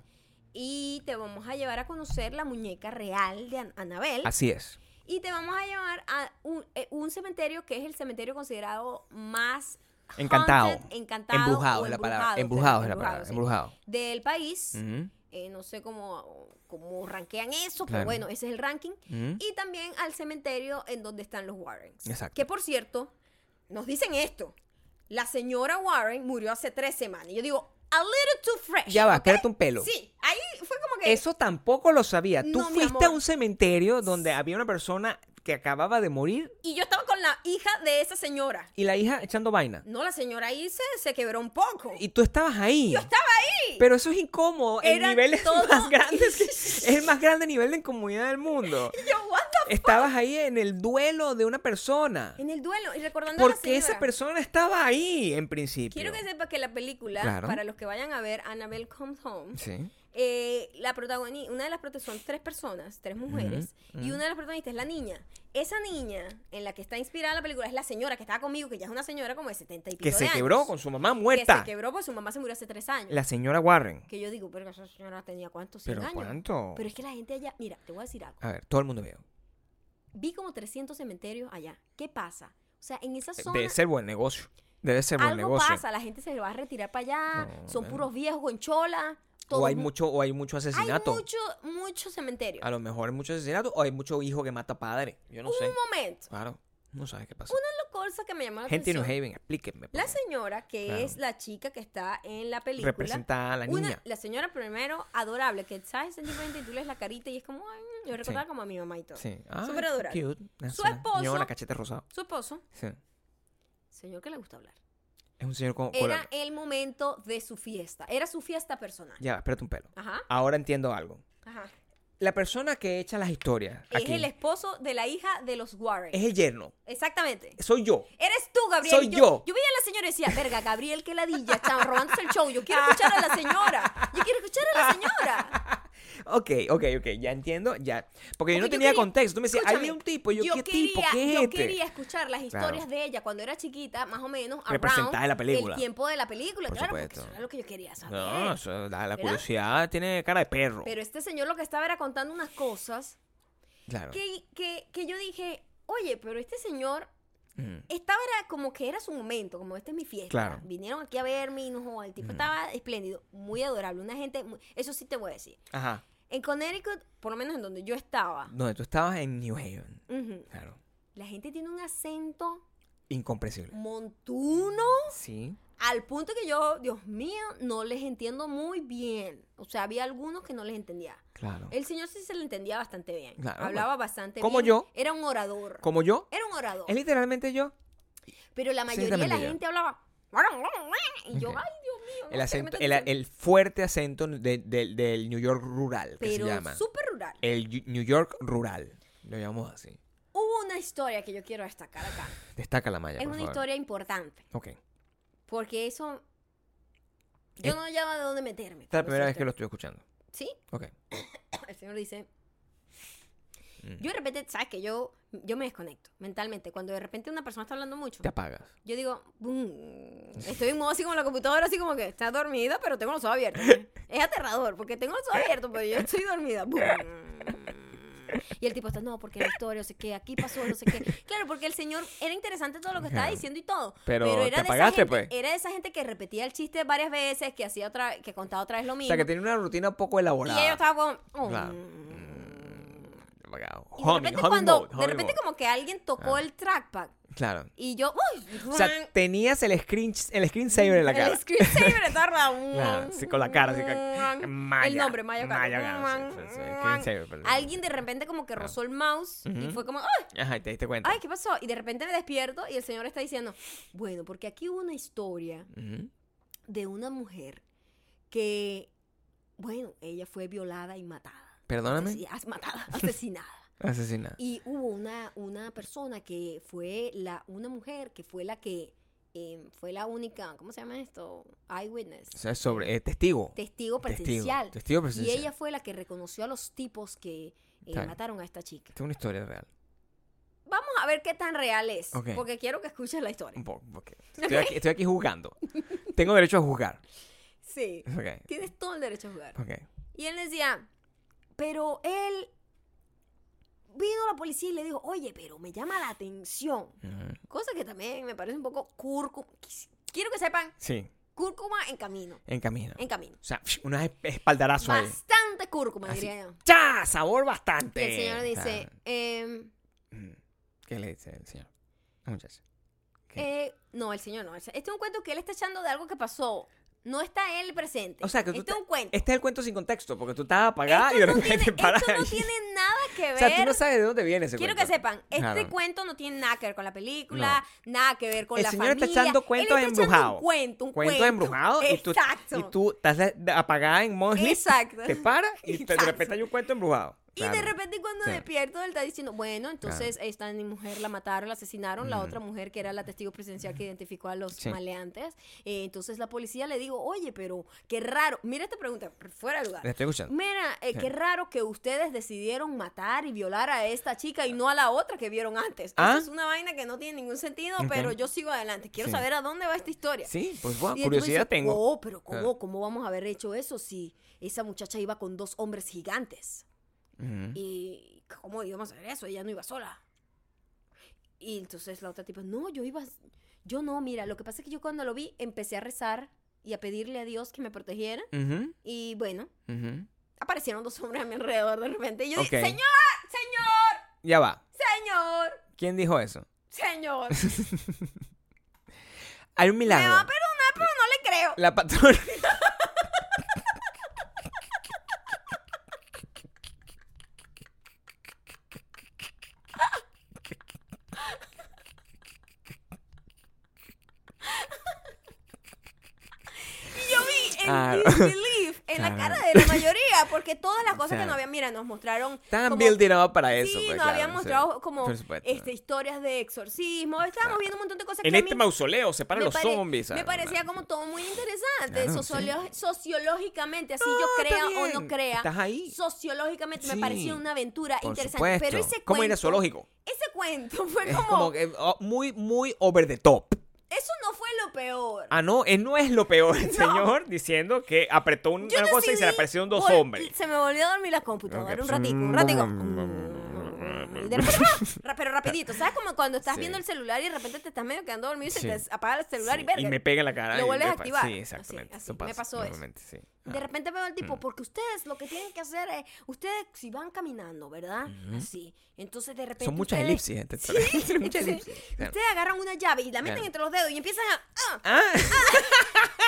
Speaker 1: y te vamos a llevar a conocer la muñeca real de An- Annabelle.
Speaker 2: Así es.
Speaker 1: Y te vamos a llevar a un, eh, un cementerio que es el cementerio considerado más
Speaker 2: Encantado.
Speaker 1: haunted, encantado
Speaker 2: Embrujado
Speaker 1: o
Speaker 2: es la palabra.
Speaker 1: embrujado,
Speaker 2: Embrujado
Speaker 1: creo,
Speaker 2: es la palabra. Mm.
Speaker 1: sí,
Speaker 2: Embrujado.
Speaker 1: del país.
Speaker 2: Ujú,
Speaker 1: Eh, no sé cómo, cómo rankean eso,
Speaker 2: Claro.
Speaker 1: pero bueno, ese es el ranking.
Speaker 2: ujú.
Speaker 1: Y también al cementerio en donde están los Warrens.
Speaker 2: Exacto.
Speaker 1: Que por cierto, nos dicen esto. La señora Warren murió hace tres semanas. Y yo digo, a little too fresh.
Speaker 2: Ya va,
Speaker 1: ¿ok?
Speaker 2: espérate un pelo.
Speaker 1: Sí, ahí fue como que...
Speaker 2: Eso tampoco lo sabía. Tú
Speaker 1: No, mi
Speaker 2: fuiste a
Speaker 1: amor.
Speaker 2: un cementerio donde había una persona que acababa de morir
Speaker 1: Y yo estaba con la hija de esa señora.
Speaker 2: y la hija echando vaina.
Speaker 1: No, la señora ahí se, se quebró un poco.
Speaker 2: Y tú estabas ahí. Yo
Speaker 1: estaba ahí.
Speaker 2: Pero eso es incómodo. El
Speaker 1: Era
Speaker 2: nivel es
Speaker 1: todo-
Speaker 2: más grande. que- es el más grande nivel de incomodidad del mundo.
Speaker 1: Y yo, what the
Speaker 2: Estabas ahí en el duelo de una persona.
Speaker 1: f- En el duelo, y recordando a la
Speaker 2: Porque
Speaker 1: señora.
Speaker 2: esa persona estaba ahí en principio.
Speaker 1: Quiero que sepa que la película,
Speaker 2: Claro.
Speaker 1: para los que vayan a ver Annabelle Comes Home,
Speaker 2: Sí.
Speaker 1: eh, la protagonista, una de las protagonistas, son tres personas, tres mujeres, y una de las protagonistas es la niña. Esa niña en la que está inspirada la película es la señora que estaba conmigo, que ya es una señora como de 70 y pico
Speaker 2: Que se
Speaker 1: de
Speaker 2: quebró
Speaker 1: años,
Speaker 2: con su mamá
Speaker 1: Que
Speaker 2: muerta.
Speaker 1: se quebró porque su mamá se murió hace tres años.
Speaker 2: La señora Warren.
Speaker 1: Que yo digo, pero esa señora tenía cuántos,
Speaker 2: ¿Pero
Speaker 1: años.
Speaker 2: cuánto?
Speaker 1: Pero es que la gente allá, mira, te voy a decir algo.
Speaker 2: A ver, todo el mundo veo.
Speaker 1: Vi como 300 cementerios allá. ¿Qué pasa? O sea, en esa zona
Speaker 2: Debe ser buen negocio. Debe ser buen
Speaker 1: algo
Speaker 2: negocio.
Speaker 1: pasa. La gente se va a retirar para allá.
Speaker 2: No,
Speaker 1: son
Speaker 2: bueno.
Speaker 1: puros viejos con chola. todo
Speaker 2: O hay
Speaker 1: mu-
Speaker 2: mucho, o hay mucho
Speaker 1: Hay
Speaker 2: asesinato.
Speaker 1: mucho, mucho cementerio.
Speaker 2: A lo mejor hay mucho asesinato o hay mucho hijo que mata padre. Yo no sé.
Speaker 1: Un momento.
Speaker 2: Claro. No sabes qué pasa.
Speaker 1: Una cosa que me llamó la
Speaker 2: Gente de New
Speaker 1: atención.
Speaker 2: Haven, explíquenme. por
Speaker 1: La
Speaker 2: favor.
Speaker 1: señora, que
Speaker 2: Claro.
Speaker 1: es la chica que está en la película.
Speaker 2: Representa a la
Speaker 1: una-
Speaker 2: niña.
Speaker 1: la señora primero, adorable, que sabes, ese tipo de gente, tú lees la carita y es como, ay, yo recordaba
Speaker 2: Sí.
Speaker 1: como a mi mamá y todo.
Speaker 2: Sí. Ah,
Speaker 1: Súper adorable.
Speaker 2: Cute. Es
Speaker 1: Su
Speaker 2: una
Speaker 1: esposo-
Speaker 2: señora con la cachete rosado.
Speaker 1: Su esposo,
Speaker 2: Sí.
Speaker 1: señor que le gusta hablar,
Speaker 2: Es un señor con. con
Speaker 1: era
Speaker 2: la-
Speaker 1: el momento de su fiesta, era su fiesta personal.
Speaker 2: Ya, espérate un pelo.
Speaker 1: Ajá,
Speaker 2: Ahora entiendo algo.
Speaker 1: ajá.
Speaker 2: La persona que echa las historias.
Speaker 1: Es
Speaker 2: aquí,
Speaker 1: el esposo de la hija de los Warren.
Speaker 2: es el yerno.
Speaker 1: Exactamente.
Speaker 2: Soy yo.
Speaker 1: Eres tú, Gabriel.
Speaker 2: Soy
Speaker 1: Y
Speaker 2: yo.
Speaker 1: Yo veía a la señora y decía, verga, Gabriel, que ladilla, están robándose el show. Yo quiero escuchar a la señora. Yo quiero escuchar a la señora.
Speaker 2: Ok, ok, ok, ya entiendo, ya. Porque yo
Speaker 1: Porque
Speaker 2: no
Speaker 1: yo
Speaker 2: tenía
Speaker 1: quería-
Speaker 2: contexto. Tú me decías, ahí
Speaker 1: Escúchame,
Speaker 2: había un tipo, y yo, ¿qué tipo? ¿Qué es
Speaker 1: yo
Speaker 2: este?
Speaker 1: quería escuchar las historias
Speaker 2: Claro.
Speaker 1: de ella cuando era chiquita, más o menos,
Speaker 2: Representada
Speaker 1: around
Speaker 2: en la película.
Speaker 1: el tiempo de la película,
Speaker 2: Por
Speaker 1: claro, porque
Speaker 2: supuesto.
Speaker 1: eso era lo que yo quería saber.
Speaker 2: No, eso, la, la
Speaker 1: ¿Verdad?
Speaker 2: curiosidad tiene cara de perro.
Speaker 1: Pero este señor lo que estaba era contando unas cosas
Speaker 2: claro.
Speaker 1: que, que, que yo dije, oye, pero este señor
Speaker 2: Mm.
Speaker 1: estaba era como que era su momento, como este es mi fiesta.
Speaker 2: Claro.
Speaker 1: Vinieron aquí a verme y no, joda, el tipo estaba espléndido, muy adorable, una gente, muy- eso sí te voy a decir.
Speaker 2: Ajá.
Speaker 1: En Connecticut, por lo menos en donde yo estaba,
Speaker 2: Donde tú estabas en New Haven.
Speaker 1: ujú,
Speaker 2: Claro.
Speaker 1: la gente tiene un acento
Speaker 2: Incomprensible.
Speaker 1: montuno
Speaker 2: Sí.
Speaker 1: al punto que yo, Dios mío, no les entiendo muy bien. O sea, había algunos que no les entendía.
Speaker 2: Claro.
Speaker 1: El señor sí se le entendía bastante bien.
Speaker 2: Claro, pues,
Speaker 1: Hablaba bastante
Speaker 2: Como
Speaker 1: bien.
Speaker 2: yo.
Speaker 1: Era un orador.
Speaker 2: Como yo.
Speaker 1: Era un orador.
Speaker 2: Es literalmente yo.
Speaker 1: Pero la mayoría de la
Speaker 2: Ciertamente yo.
Speaker 1: gente hablaba. Y yo,
Speaker 2: Ok.
Speaker 1: ay, Dios mío. no
Speaker 2: El,
Speaker 1: sé, me
Speaker 2: acento,
Speaker 1: están
Speaker 2: el,
Speaker 1: diciendo".
Speaker 2: el fuerte acento de- del- del New York rural, que se
Speaker 1: Pero
Speaker 2: llama.
Speaker 1: súper rural.
Speaker 2: El Yu- New York rural. Lo llamamos así.
Speaker 1: Hubo una historia que yo quiero destacar acá.
Speaker 2: Destaca la malla.
Speaker 1: es
Speaker 2: por
Speaker 1: una
Speaker 2: favor.
Speaker 1: historia importante.
Speaker 2: Ok.
Speaker 1: Porque eso. Yo
Speaker 2: Eh,
Speaker 1: no hallaba de dónde meterme.
Speaker 2: Esta es la
Speaker 1: con
Speaker 2: primera
Speaker 1: esa
Speaker 2: vez que lo
Speaker 1: historia.
Speaker 2: estoy escuchando.
Speaker 1: Sí,
Speaker 2: Ok.
Speaker 1: el señor dice.
Speaker 2: Mm.
Speaker 1: Yo de repente, ¿sabes que Yo, yo me desconecto mentalmente. Cuando de repente una persona está hablando mucho,
Speaker 2: Te apagas.
Speaker 1: yo digo, "Bum". estoy en modo así como la computadora, así como que está dormida, pero tengo los ojos abiertos. ¿eh? Es aterrador, porque tengo los ojos abiertos, pero yo estoy dormida. Bum. Y el tipo está, no, porque la historia, no sé qué, aquí pasó, no sé qué. Claro, porque el señor era interesante todo lo que estaba
Speaker 2: Ajá.
Speaker 1: diciendo y todo.
Speaker 2: Pero te
Speaker 1: era, de esa
Speaker 2: apagaste,
Speaker 1: gente,
Speaker 2: pues.
Speaker 1: era de esa gente que repetía el chiste varias veces, que hacía otra, que contaba otra vez lo
Speaker 2: O
Speaker 1: mismo.
Speaker 2: sea, que tiene una rutina un
Speaker 1: y
Speaker 2: poco elaborada.
Speaker 1: ella estaba como, "Oh,
Speaker 2: Claro. Mm, apagado.
Speaker 1: y de
Speaker 2: Homing,
Speaker 1: repente,
Speaker 2: homing
Speaker 1: cuando,
Speaker 2: mode,
Speaker 1: de
Speaker 2: homing
Speaker 1: repente
Speaker 2: mode.
Speaker 1: como que alguien tocó
Speaker 2: Ah.
Speaker 1: el trackpad
Speaker 2: Claro.
Speaker 1: y yo, uy,
Speaker 2: O sea, tenías el screen, el screensaver en la cara.
Speaker 1: el screensaver está raro.
Speaker 2: Claro, sí, con la cara, así que- Maya,
Speaker 1: el nombre, Maya Caro.
Speaker 2: Maya Caro, sí, sí, sí, screensaver, perdón.
Speaker 1: Alguien de repente como que rozó el mouse y
Speaker 2: Ujú.
Speaker 1: fue como, ¡ay!
Speaker 2: Ajá, y te diste cuenta.
Speaker 1: ay, ¿qué pasó? Y de repente me despierto y el señor está diciendo, bueno, porque aquí hubo una historia
Speaker 2: Ujú.
Speaker 1: de una mujer que, bueno, ella fue violada y matada.
Speaker 2: Perdóname.
Speaker 1: Así, as- matada, asesinada.
Speaker 2: Asesina.
Speaker 1: Y hubo una, una persona que fue la, una mujer que fue la que eh, fue la única, ¿cómo se llama esto? Eyewitness.
Speaker 2: O sea, sobre, eh, testigo.
Speaker 1: testigo
Speaker 2: Testigo,
Speaker 1: presencial.
Speaker 2: testigo
Speaker 1: y
Speaker 2: presencial.
Speaker 1: ella fue la que reconoció a los tipos que eh,
Speaker 2: Claro.
Speaker 1: mataron a esta chica.
Speaker 2: Esta es una historia real.
Speaker 1: Vamos a ver qué tan real es,
Speaker 2: Ok.
Speaker 1: porque quiero que escuches la historia.
Speaker 2: Un poco. ok. Estoy, aquí, estoy aquí juzgando. Tengo derecho a juzgar.
Speaker 1: Sí,
Speaker 2: Ok.
Speaker 1: tienes todo el derecho a jugar.
Speaker 2: Ok.
Speaker 1: Y él decía, pero él vino la policía y le dijo, oye, pero me llama la atención.
Speaker 2: Ujú.
Speaker 1: Cosa que también me parece un poco cúrcuma. Quiero que sepan,
Speaker 2: Sí,
Speaker 1: cúrcuma en camino,
Speaker 2: en camino.
Speaker 1: en camino.
Speaker 2: O sea, unas esp- espaldarazo ahí.
Speaker 1: Bastante cúrcuma,
Speaker 2: Así.
Speaker 1: diría yo.
Speaker 2: ¡Ya! Sabor
Speaker 1: Y
Speaker 2: bastante.
Speaker 1: el señor dice,
Speaker 2: Ah.
Speaker 1: em,
Speaker 2: Mm. ¿Qué le dice el señor? La muchacha. ¿Qué?
Speaker 1: Eh, no, el señor no. Este es un cuento que él está echando de algo que pasó. No está él presente.
Speaker 2: O sea, que tú
Speaker 1: este
Speaker 2: te-
Speaker 1: es un cuento.
Speaker 2: Este es el cuento sin contexto, porque tú estabas apagada
Speaker 1: Esto
Speaker 2: y de
Speaker 1: no
Speaker 2: repente
Speaker 1: tiene-
Speaker 2: paras
Speaker 1: esto no
Speaker 2: ahí.
Speaker 1: tiene nada que ver.
Speaker 2: O sea, tú no sabes de dónde viene ese
Speaker 1: Quiero que
Speaker 2: cuento.
Speaker 1: sepan, este
Speaker 2: Claro.
Speaker 1: cuento no tiene nada que ver con la película, nada que ver con
Speaker 2: el
Speaker 1: la
Speaker 2: señor
Speaker 1: familia.
Speaker 2: está echando
Speaker 1: Él
Speaker 2: cuentos
Speaker 1: está echando
Speaker 2: embrujados.
Speaker 1: Un cuento, un
Speaker 2: cuentos
Speaker 1: cuento.
Speaker 2: embrujados y tú,
Speaker 1: Exacto.
Speaker 2: y tú estás de- de- apagada en modo sleep,
Speaker 1: Exacto.
Speaker 2: te paras y te-
Speaker 1: Exacto.
Speaker 2: de repente hay un cuento embrujado.
Speaker 1: Y de
Speaker 2: Claro.
Speaker 1: repente cuando
Speaker 2: Sí.
Speaker 1: despierto él está diciendo, bueno, entonces esta ni mujer la mataron, la asesinaron, la otra mujer que era la testigo presencial que identificó a los
Speaker 2: Sí.
Speaker 1: maleantes. Eh, entonces la policía le digo, oye, pero qué raro, mira esta pregunta, fuera de lugar.
Speaker 2: La estoy escuchando.
Speaker 1: Mira, eh,
Speaker 2: Sí.
Speaker 1: qué raro que ustedes decidieron matar y violar a esta chica y no a la otra que vieron antes.
Speaker 2: ¿Ah?
Speaker 1: Eso es una vaina que no tiene ningún sentido,
Speaker 2: Ok.
Speaker 1: pero yo sigo adelante. Quiero
Speaker 2: Sí.
Speaker 1: saber a dónde va esta historia.
Speaker 2: Sí, pues bueno,
Speaker 1: Y el tipo
Speaker 2: curiosidad
Speaker 1: dice,
Speaker 2: tengo.
Speaker 1: "Oh, pero ¿cómo, ¿cómo vamos a haber hecho eso si esa muchacha iba con dos hombres gigantes?
Speaker 2: Ujú.
Speaker 1: ¿Y cómo íbamos a hacer eso? Ella no iba sola. Y entonces la otra tipa, no, yo iba, yo no, mira, lo que pasa es que yo cuando lo vi empecé a rezar y a pedirle a Dios que me protegiera.
Speaker 2: Ujú,
Speaker 1: Y bueno,
Speaker 2: ujú.
Speaker 1: aparecieron dos hombres a mi alrededor de repente. Y yo
Speaker 2: Ok.
Speaker 1: dije, señor, señor,
Speaker 2: Ya va.
Speaker 1: señor,
Speaker 2: ¿Quién dijo eso?
Speaker 1: señor.
Speaker 2: Hay un
Speaker 1: Me va a
Speaker 2: milagro.
Speaker 1: perdonar, pero no le creo.
Speaker 2: La patrona.
Speaker 1: Y yo vi en
Speaker 2: Claro.
Speaker 1: disbelief, en en la
Speaker 2: Claro.
Speaker 1: cara de la mayoría, porque todas las cosas que
Speaker 2: Claro.
Speaker 1: nos habían, mira, nos mostraron.
Speaker 2: Tan
Speaker 1: como-
Speaker 2: bien tirado para eso.
Speaker 1: Sí,
Speaker 2: pues,
Speaker 1: nos
Speaker 2: claro,
Speaker 1: habían
Speaker 2: sí.
Speaker 1: mostrado como
Speaker 2: Por supuesto.
Speaker 1: este, historias de exorcismo. Estábamos viendo un montón de cosas
Speaker 2: En
Speaker 1: que a
Speaker 2: este
Speaker 1: mí
Speaker 2: mausoleo se paran
Speaker 1: me
Speaker 2: los
Speaker 1: pare-
Speaker 2: zombies.
Speaker 1: Me
Speaker 2: ¿sabes?
Speaker 1: parecía como todo muy interesante.
Speaker 2: Claro,
Speaker 1: sociolo- Sociológicamente, así yo
Speaker 2: está
Speaker 1: crea o no
Speaker 2: bien.
Speaker 1: crea.
Speaker 2: Estás ahí.
Speaker 1: Sociológicamente me
Speaker 2: Sí.
Speaker 1: parecía una aventura Ah,
Speaker 2: Por
Speaker 1: interesante.
Speaker 2: supuesto.
Speaker 1: Pero ese
Speaker 2: ¿Cómo ir
Speaker 1: cuento.
Speaker 2: al zoológico?
Speaker 1: Ese cuento fue
Speaker 2: Es
Speaker 1: como.
Speaker 2: como que, oh, muy, muy over the top.
Speaker 1: Eso no fue lo peor.
Speaker 2: Ah, no, eh, no es lo peor, el señor, diciendo que apretó un-
Speaker 1: Yo
Speaker 2: una cosa y se le
Speaker 1: decidí
Speaker 2: aparecieron dos
Speaker 1: vol-
Speaker 2: hombres.
Speaker 1: Se me volvió a dormir la computadora
Speaker 2: Ok. Mm.
Speaker 1: un ratico, un ratico. Y de repente, ra- pero rapidito, ¿sabes? Como cuando estás
Speaker 2: Sí.
Speaker 1: viendo el celular y de repente te estás medio quedando dormido y se
Speaker 2: Sí.
Speaker 1: te apaga el celular
Speaker 2: Sí,
Speaker 1: y verga.
Speaker 2: me pega en la cara.
Speaker 1: Lo
Speaker 2: y
Speaker 1: vuelves
Speaker 2: me
Speaker 1: a
Speaker 2: pa-
Speaker 1: activar.
Speaker 2: Sí,
Speaker 1: Así,
Speaker 2: exactamente.
Speaker 1: así,
Speaker 2: eso
Speaker 1: me
Speaker 2: pasa,
Speaker 1: pasó eso.
Speaker 2: normalmente, sí.
Speaker 1: De
Speaker 2: Ah.
Speaker 1: repente veo al tipo, porque ustedes lo que tienen que hacer es, ustedes si van caminando, ¿verdad? Así. Entonces de repente.
Speaker 2: Son muchas
Speaker 1: ustedes-
Speaker 2: elipsis. este-
Speaker 1: Sí,
Speaker 2: son muchas
Speaker 1: entonces,
Speaker 2: elipsis. Claro.
Speaker 1: Ustedes agarran una llave y la meten
Speaker 2: Claro.
Speaker 1: entre los dedos y empiezan a. ¡Ah!
Speaker 2: Ah,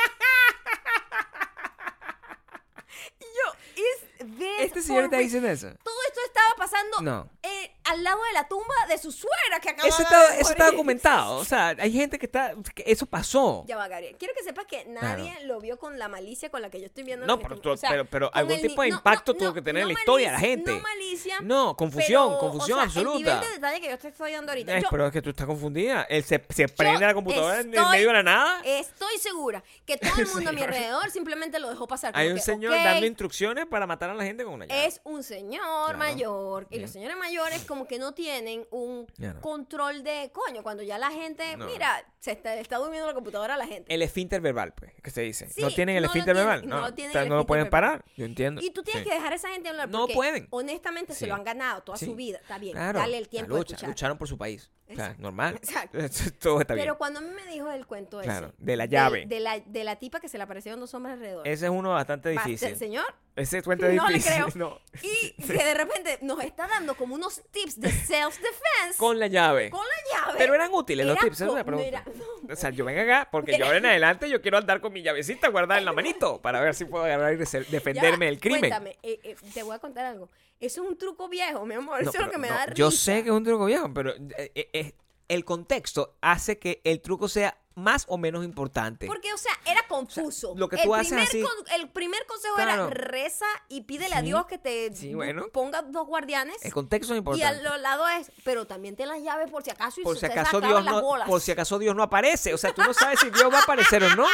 Speaker 1: Y yo, ¿es
Speaker 2: este señor está diciendo eso.
Speaker 1: Todo esto estaba pasando
Speaker 2: No.
Speaker 1: eh, al lado de la tumba de su suegra que acaba
Speaker 2: Eso
Speaker 1: de
Speaker 2: está, eso está
Speaker 1: morir.
Speaker 2: documentado. O sea, hay gente que está. que eso pasó.
Speaker 1: Ya va, Gabriel. Quiero que sepas que nadie lo vio con la malicia con la que yo estoy viendo.
Speaker 2: No,
Speaker 1: lo que
Speaker 2: pero
Speaker 1: tú-
Speaker 2: tú-
Speaker 1: o sea,
Speaker 2: pero- pero
Speaker 1: con
Speaker 2: algún
Speaker 1: el
Speaker 2: tipo de
Speaker 1: ni- no,
Speaker 2: impacto
Speaker 1: no,
Speaker 2: tuvo
Speaker 1: no,
Speaker 2: que tener en
Speaker 1: no
Speaker 2: la historia de la
Speaker 1: malicia-
Speaker 2: gente.
Speaker 1: No malicia.
Speaker 2: No, confusión,
Speaker 1: pero,
Speaker 2: confusión
Speaker 1: o sea, El
Speaker 2: absoluta.
Speaker 1: nivel de detalle que yo te estoy dando ahorita.
Speaker 2: Ay,
Speaker 1: Yo
Speaker 2: Eh, pero es que tú estás confundida. Él se, se prende la computadora en- en
Speaker 1: estoy-
Speaker 2: medio de la nada.
Speaker 1: estoy segura que todo el mundo a mi
Speaker 2: ¿Ah? Señor.
Speaker 1: alrededor simplemente lo dejó pasar. Ah,
Speaker 2: Hay
Speaker 1: como
Speaker 2: un
Speaker 1: que,
Speaker 2: señor
Speaker 1: ok,
Speaker 2: dando instrucciones para matar a la gente con una llave.
Speaker 1: es un señor
Speaker 2: Claro.
Speaker 1: mayor y
Speaker 2: Bien.
Speaker 1: los señores mayores como que no tienen un
Speaker 2: Claro.
Speaker 1: control de coño cuando ya la gente
Speaker 2: No.
Speaker 1: mira se está, está durmiendo la computadora la gente
Speaker 2: El esfínter verbal, pues, que se dice.
Speaker 1: Sí,
Speaker 2: no tienen el
Speaker 1: no lo
Speaker 2: esfínter
Speaker 1: tienen,
Speaker 2: verbal.
Speaker 1: no
Speaker 2: No,
Speaker 1: lo tienen
Speaker 2: O sea,
Speaker 1: el
Speaker 2: no lo
Speaker 1: esfínter
Speaker 2: pueden
Speaker 1: verbal.
Speaker 2: parar. Yo entiendo.
Speaker 1: Y tú tienes
Speaker 2: Sí.
Speaker 1: que dejar a esa gente hablar.
Speaker 2: No
Speaker 1: porque
Speaker 2: pueden.
Speaker 1: Honestamente, se
Speaker 2: Sí.
Speaker 1: lo han ganado toda
Speaker 2: Sí.
Speaker 1: su vida. Está bien.
Speaker 2: Claro,
Speaker 1: Dale el
Speaker 2: la
Speaker 1: tiempo
Speaker 2: lucha,
Speaker 1: de escuchar.
Speaker 2: lucharon por su país. O sea,
Speaker 1: Exacto.
Speaker 2: normal.
Speaker 1: Exacto.
Speaker 2: Todo está bien.
Speaker 1: Pero cuando a mí me dijo el cuento ese,
Speaker 2: Claro, de la
Speaker 1: del-
Speaker 2: llave.
Speaker 1: De la, de la tipa que se le aparecieron dos hombres alrededor.
Speaker 2: Ese es uno bastante
Speaker 1: Basta,
Speaker 2: difícil.
Speaker 1: señor.
Speaker 2: Ese cuento es
Speaker 1: No le
Speaker 2: difícil.
Speaker 1: creo.
Speaker 2: No.
Speaker 1: Y que de repente nos está dando como unos tips de self-defense con,
Speaker 2: Con la llave.
Speaker 1: la llave.
Speaker 2: Pero eran útiles los
Speaker 1: Era
Speaker 2: tips, esa es la
Speaker 1: co- no
Speaker 2: pregunta.
Speaker 1: era-
Speaker 2: O sea, yo vengo acá porque yo ahora en adelante yo quiero andar con mi llavecita guardada en la manito para ver si puedo agarrar y rese-
Speaker 1: Ya
Speaker 2: defenderme
Speaker 1: va,
Speaker 2: del crimen.
Speaker 1: Cuéntame, eh, eh, te voy a contar algo. Eso es un truco viejo, mi amor. Eso
Speaker 2: No,
Speaker 1: es lo
Speaker 2: pero
Speaker 1: que me
Speaker 2: no,
Speaker 1: da
Speaker 2: Yo
Speaker 1: risa.
Speaker 2: sé que es un truco viejo, pero eh, eh, eh, el contexto hace que el truco sea más o menos importante.
Speaker 1: Porque, o sea, era confuso.
Speaker 2: lo que
Speaker 1: el
Speaker 2: tú haces
Speaker 1: primer
Speaker 2: así-
Speaker 1: con- el primer consejo
Speaker 2: Claro.
Speaker 1: era reza y pídele a
Speaker 2: Sí,
Speaker 1: Dios que te
Speaker 2: sí, bueno.
Speaker 1: ponga dos guardianes.
Speaker 2: El contexto es
Speaker 1: Y
Speaker 2: importante.
Speaker 1: al lo- lado es, pero también ten las llaves por si acaso y
Speaker 2: por
Speaker 1: se
Speaker 2: si
Speaker 1: te
Speaker 2: acaso
Speaker 1: sacaban
Speaker 2: Dios
Speaker 1: las
Speaker 2: no,
Speaker 1: bolas.
Speaker 2: por si acaso Dios no aparece, o sea, tú no sabes si Dios va a aparecer o no.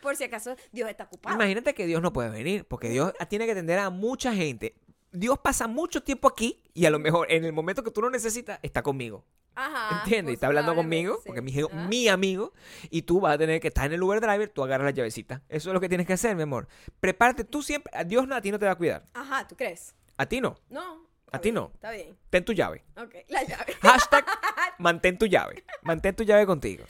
Speaker 1: Por si acaso Dios está ocupado.
Speaker 2: Imagínate que Dios no puede venir, porque Dios tiene que atender a mucha gente. Dios pasa mucho tiempo aquí y a lo mejor en el momento que tú lo necesitas está conmigo.
Speaker 1: Ajá. Ah.
Speaker 2: ¿Entiendes? Y está hablando conmigo, porque mi, hijo- mi amigo, y tú vas a tener que estar en el Uber Driver, tú agarras la llavecita. Eso es lo que tienes que hacer, mi amor. Prepárate tú siempre. a Dios no, a ti no te va a cuidar.
Speaker 1: Ajá, ¿tú crees?
Speaker 2: A ti no.
Speaker 1: No.
Speaker 2: A
Speaker 1: está
Speaker 2: ti
Speaker 1: bien,
Speaker 2: no.
Speaker 1: Está bien.
Speaker 2: Ten tu llave.
Speaker 1: Ok, la llave.
Speaker 2: Hashtag mantén tu llave. Mantén tu llave contigo.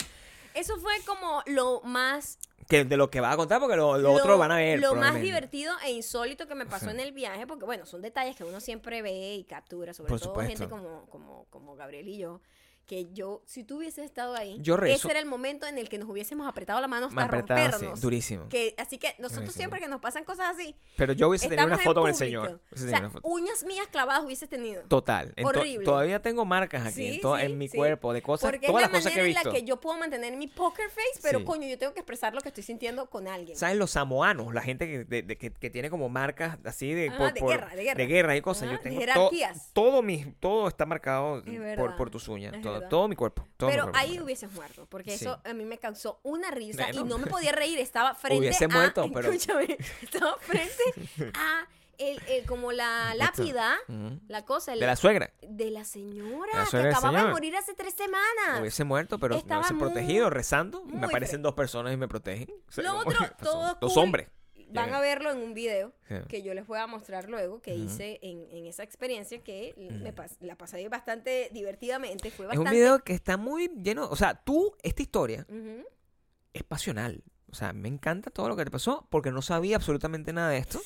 Speaker 1: Eso fue como lo más
Speaker 2: Que de lo que vas a contar, porque lo, lo otro lo van a ver.
Speaker 1: Lo más
Speaker 2: probablemente.
Speaker 1: divertido e insólito que me pasó en el viaje, porque bueno, son detalles que uno siempre ve y captura, sobre
Speaker 2: Por
Speaker 1: todo gente
Speaker 2: supuesto.
Speaker 1: como, como, como Gabriel y yo, que yo, si tú hubieses estado ahí,
Speaker 2: Yo rezo.
Speaker 1: ese era el momento en el que nos hubiésemos apretado la mano hasta
Speaker 2: Me apretaba así,
Speaker 1: rompernos.
Speaker 2: durísimo.
Speaker 1: que, así que nosotros
Speaker 2: Durísimo.
Speaker 1: siempre que nos pasan cosas así,
Speaker 2: Pero yo hubiese tenido
Speaker 1: estamos en
Speaker 2: una foto con el
Speaker 1: público.
Speaker 2: señor. Hubiese
Speaker 1: O
Speaker 2: tenido
Speaker 1: sea,
Speaker 2: una foto.
Speaker 1: uñas mías clavadas hubieses tenido.
Speaker 2: Total. En to-
Speaker 1: Horrible.
Speaker 2: todavía tengo marcas aquí en,
Speaker 1: Sí,
Speaker 2: to-
Speaker 1: sí,
Speaker 2: en mi
Speaker 1: sí.
Speaker 2: cuerpo de cosas,
Speaker 1: Porque es
Speaker 2: todas las
Speaker 1: la
Speaker 2: cosas que he
Speaker 1: manera en
Speaker 2: visto.
Speaker 1: la que yo puedo mantener mi poker face, pero
Speaker 2: Sí.
Speaker 1: coño, yo tengo que expresar lo que estoy sintiendo con alguien.
Speaker 2: ¿Sabes? Los samoanos, la gente que, de- de- que- que tiene como marcas así de,
Speaker 1: Ajá, Ah, de guerra, de guerra.
Speaker 2: y cosas.
Speaker 1: Ajá,
Speaker 2: Yo tengo
Speaker 1: de
Speaker 2: to-
Speaker 1: jerarquías.
Speaker 2: todo mi, todo está marcado
Speaker 1: verdad,
Speaker 2: por, por tus uñas.
Speaker 1: es
Speaker 2: Todo,
Speaker 1: verdad.
Speaker 2: todo mi cuerpo. todo mi
Speaker 1: Pero
Speaker 2: cuerpo.
Speaker 1: ahí hubieses muerto, porque
Speaker 2: Sí.
Speaker 1: eso a mí me causó una risa y
Speaker 2: Bueno.
Speaker 1: no me podía reír. Estaba frente
Speaker 2: Hubiese
Speaker 1: a.
Speaker 2: muerto, pero-
Speaker 1: escúchame, estaba frente a el, el- como la lápida,
Speaker 2: Ujú.
Speaker 1: la cosa. el-
Speaker 2: Mm. De la suegra.
Speaker 1: de la señora
Speaker 2: La suegra
Speaker 1: que
Speaker 2: del
Speaker 1: acababa de
Speaker 2: señor.
Speaker 1: morir hace tres semanas.
Speaker 2: Hubiese muerto, pero me
Speaker 1: Ah, Estaba
Speaker 2: hubiese
Speaker 1: muy-
Speaker 2: protegido rezando.
Speaker 1: muy
Speaker 2: Me aparecen
Speaker 1: fre-
Speaker 2: dos personas y me protegen. O sea,
Speaker 1: Lo
Speaker 2: como-
Speaker 1: otro,
Speaker 2: pasó.
Speaker 1: todo
Speaker 2: Dos
Speaker 1: cool.
Speaker 2: hombres.
Speaker 1: Van
Speaker 2: Llegan.
Speaker 1: a verlo en un video
Speaker 2: Sí.
Speaker 1: que yo les voy a mostrar luego que hice en, en esa experiencia que me pas- la pasé bastante divertidamente. Fue
Speaker 2: Es un
Speaker 1: bastante.
Speaker 2: video que está muy lleno. O sea, tú, esta historia
Speaker 1: Ujú.
Speaker 2: es pasional. O sea, me encanta todo lo que te pasó porque no sabía absolutamente nada de esto.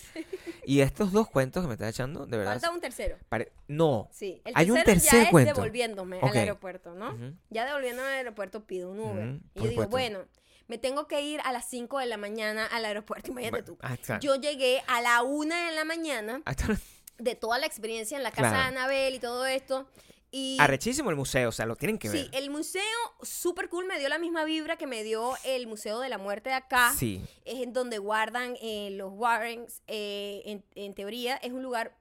Speaker 2: Y estos dos cuentos que me estás echando, de verdad.
Speaker 1: Falta un tercero.
Speaker 2: pare- No.
Speaker 1: Sí, el
Speaker 2: Hay un
Speaker 1: tercero
Speaker 2: tercer
Speaker 1: ya
Speaker 2: cuento.
Speaker 1: es devolviéndome
Speaker 2: Ok.
Speaker 1: al aeropuerto, ¿no?
Speaker 2: Ujú.
Speaker 1: Ya devolviéndome al aeropuerto pido un Uber. y
Speaker 2: Ujú,
Speaker 1: yo
Speaker 2: por
Speaker 1: digo,
Speaker 2: supuesto.
Speaker 1: bueno, me tengo que ir a las 5 de la mañana al aeropuerto. Imagínate tú.
Speaker 2: Ah, está.
Speaker 1: Yo llegué a la 1 de la mañana
Speaker 2: Ah, está.
Speaker 1: de toda la experiencia en la casa
Speaker 2: Claro.
Speaker 1: de Anabel y todo esto. Y
Speaker 2: Arrechísimo el museo, o sea, lo tienen que ver.
Speaker 1: sí, el museo super cool me dio la misma vibra que me dio el Museo de la Muerte de acá.
Speaker 2: Sí.
Speaker 1: Es en donde guardan eh, los Warrens, eh, en, en teoría es un lugar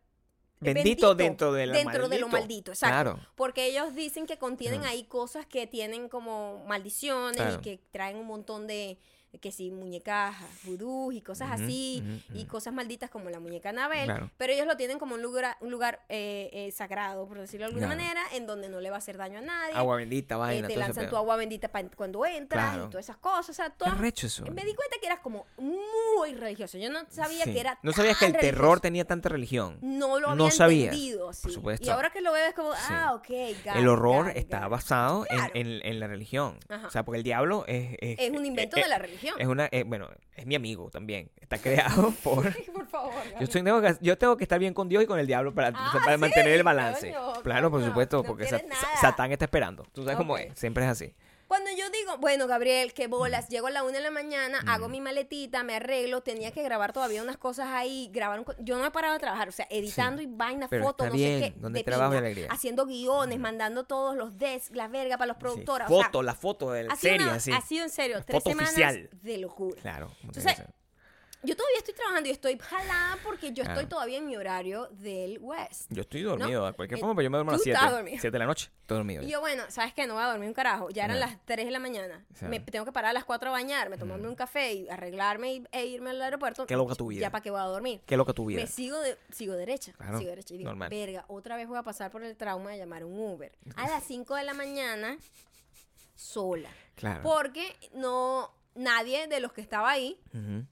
Speaker 2: Bendito, dentro de lo maldito.
Speaker 1: de lo maldito, exacto.
Speaker 2: Claro.
Speaker 1: Porque ellos dicen que contienen
Speaker 2: Ajá.
Speaker 1: ahí cosas que tienen como maldiciones y
Speaker 2: Claro.
Speaker 1: que traen un montón de que sí, muñecas vudú y cosas
Speaker 2: Ujú,
Speaker 1: así
Speaker 2: ujú,
Speaker 1: y
Speaker 2: ujú.
Speaker 1: cosas malditas como la muñeca Anabel,
Speaker 2: Claro.
Speaker 1: pero ellos lo tienen como un lugar un lugar eh, eh, sagrado, por decirlo de alguna
Speaker 2: Claro.
Speaker 1: manera, en donde no le va a hacer daño a nadie.
Speaker 2: Agua bendita,
Speaker 1: eh,
Speaker 2: vaina,
Speaker 1: te
Speaker 2: todo ese
Speaker 1: lanzan
Speaker 2: pedo.
Speaker 1: tu agua bendita pa- cuando entras
Speaker 2: Claro.
Speaker 1: y todas esas cosas, o sea,
Speaker 2: Qué
Speaker 1: todas-
Speaker 2: arrecho eso.
Speaker 1: me di cuenta que eras como muy religioso. Yo no sabía
Speaker 2: Sí.
Speaker 1: que era
Speaker 2: No sabías que el
Speaker 1: tan
Speaker 2: terror
Speaker 1: religioso
Speaker 2: tenía tanta religión.
Speaker 1: no lo
Speaker 2: No
Speaker 1: había
Speaker 2: sabías,
Speaker 1: entendido.
Speaker 2: por
Speaker 1: sí.
Speaker 2: supuesto.
Speaker 1: Y ahora que lo veo es como,
Speaker 2: Sí.
Speaker 1: ah, ok, got
Speaker 2: el
Speaker 1: it,
Speaker 2: horror
Speaker 1: got it,
Speaker 2: está
Speaker 1: got it.
Speaker 2: basado en-
Speaker 1: Claro.
Speaker 2: en, en la religión.
Speaker 1: Ajá.
Speaker 2: O sea, porque el diablo es... Es,
Speaker 1: Es un invento
Speaker 2: eh,
Speaker 1: de la
Speaker 2: eh,
Speaker 1: religión.
Speaker 2: Es una, eh, bueno, es mi amigo también. Está creado por...
Speaker 1: Por favor.
Speaker 2: Yo,
Speaker 1: Gabriel.
Speaker 2: estoy- tengo que, yo tengo que estar bien con Dios y con el diablo para,
Speaker 1: Ah,
Speaker 2: para
Speaker 1: sí,
Speaker 2: mantener el balance.
Speaker 1: coño,
Speaker 2: claro, por
Speaker 1: coño,
Speaker 2: supuesto,
Speaker 1: no
Speaker 2: porque
Speaker 1: quieres
Speaker 2: Sa- Sa-
Speaker 1: nada.
Speaker 2: Satán está esperando. Tú sabes cómo
Speaker 1: Ok.
Speaker 2: es, siempre es así.
Speaker 1: Cuando yo digo, bueno, Gabriel, qué bolas, llego a la una de la mañana, hago mi maletita, me arreglo, tenía que grabar todavía unas cosas ahí, grabar un co- Yo no he parado de trabajar, o sea, editando y vaina,
Speaker 2: pero
Speaker 1: fotos,
Speaker 2: está
Speaker 1: no sé
Speaker 2: bien,
Speaker 1: qué.
Speaker 2: donde
Speaker 1: de
Speaker 2: trabajo y
Speaker 1: pinga,
Speaker 2: alegría.
Speaker 1: Haciendo guiones, mandando todos los des, las vergas para los
Speaker 2: Sí,
Speaker 1: productoras. o sea,
Speaker 2: Foto, la foto de la
Speaker 1: ha sido
Speaker 2: serie,
Speaker 1: una-
Speaker 2: así.
Speaker 1: Ha sido en serio, tres
Speaker 2: Foto
Speaker 1: semanas
Speaker 2: oficial.
Speaker 1: de locura.
Speaker 2: Claro. como tiene que
Speaker 1: Entonces,
Speaker 2: ser.
Speaker 1: yo todavía estoy trabajando y estoy jalada porque yo estoy
Speaker 2: Ah.
Speaker 1: todavía en mi horario del West.
Speaker 2: Yo estoy dormido, de cualquier
Speaker 1: Eh,
Speaker 2: forma, pero yo me duermo a
Speaker 1: tú
Speaker 2: las 7.
Speaker 1: estás dormido.
Speaker 2: 7 de la noche. Estoy dormido.
Speaker 1: Y
Speaker 2: ya.
Speaker 1: yo, bueno, ¿sabes qué? No voy a dormir un carajo. Ya eran
Speaker 2: Ajá.
Speaker 1: las 3 de la mañana.
Speaker 2: Claro.
Speaker 1: Me tengo que parar a las 4 a bañarme, tomarme un café y arreglarme y- e irme al aeropuerto.
Speaker 2: Qué loca tu vida.
Speaker 1: Ya para que voy a dormir.
Speaker 2: Qué loca tu vida.
Speaker 1: Me sigo, de- sigo derecha.
Speaker 2: Claro,
Speaker 1: sigo derecha. Y digo,
Speaker 2: normal.
Speaker 1: verga, otra vez voy a pasar por el trauma de llamar un Uber. A las 5 de la mañana, sola.
Speaker 2: Claro.
Speaker 1: Porque no, nadie de los que estaba ahí
Speaker 2: Ujú.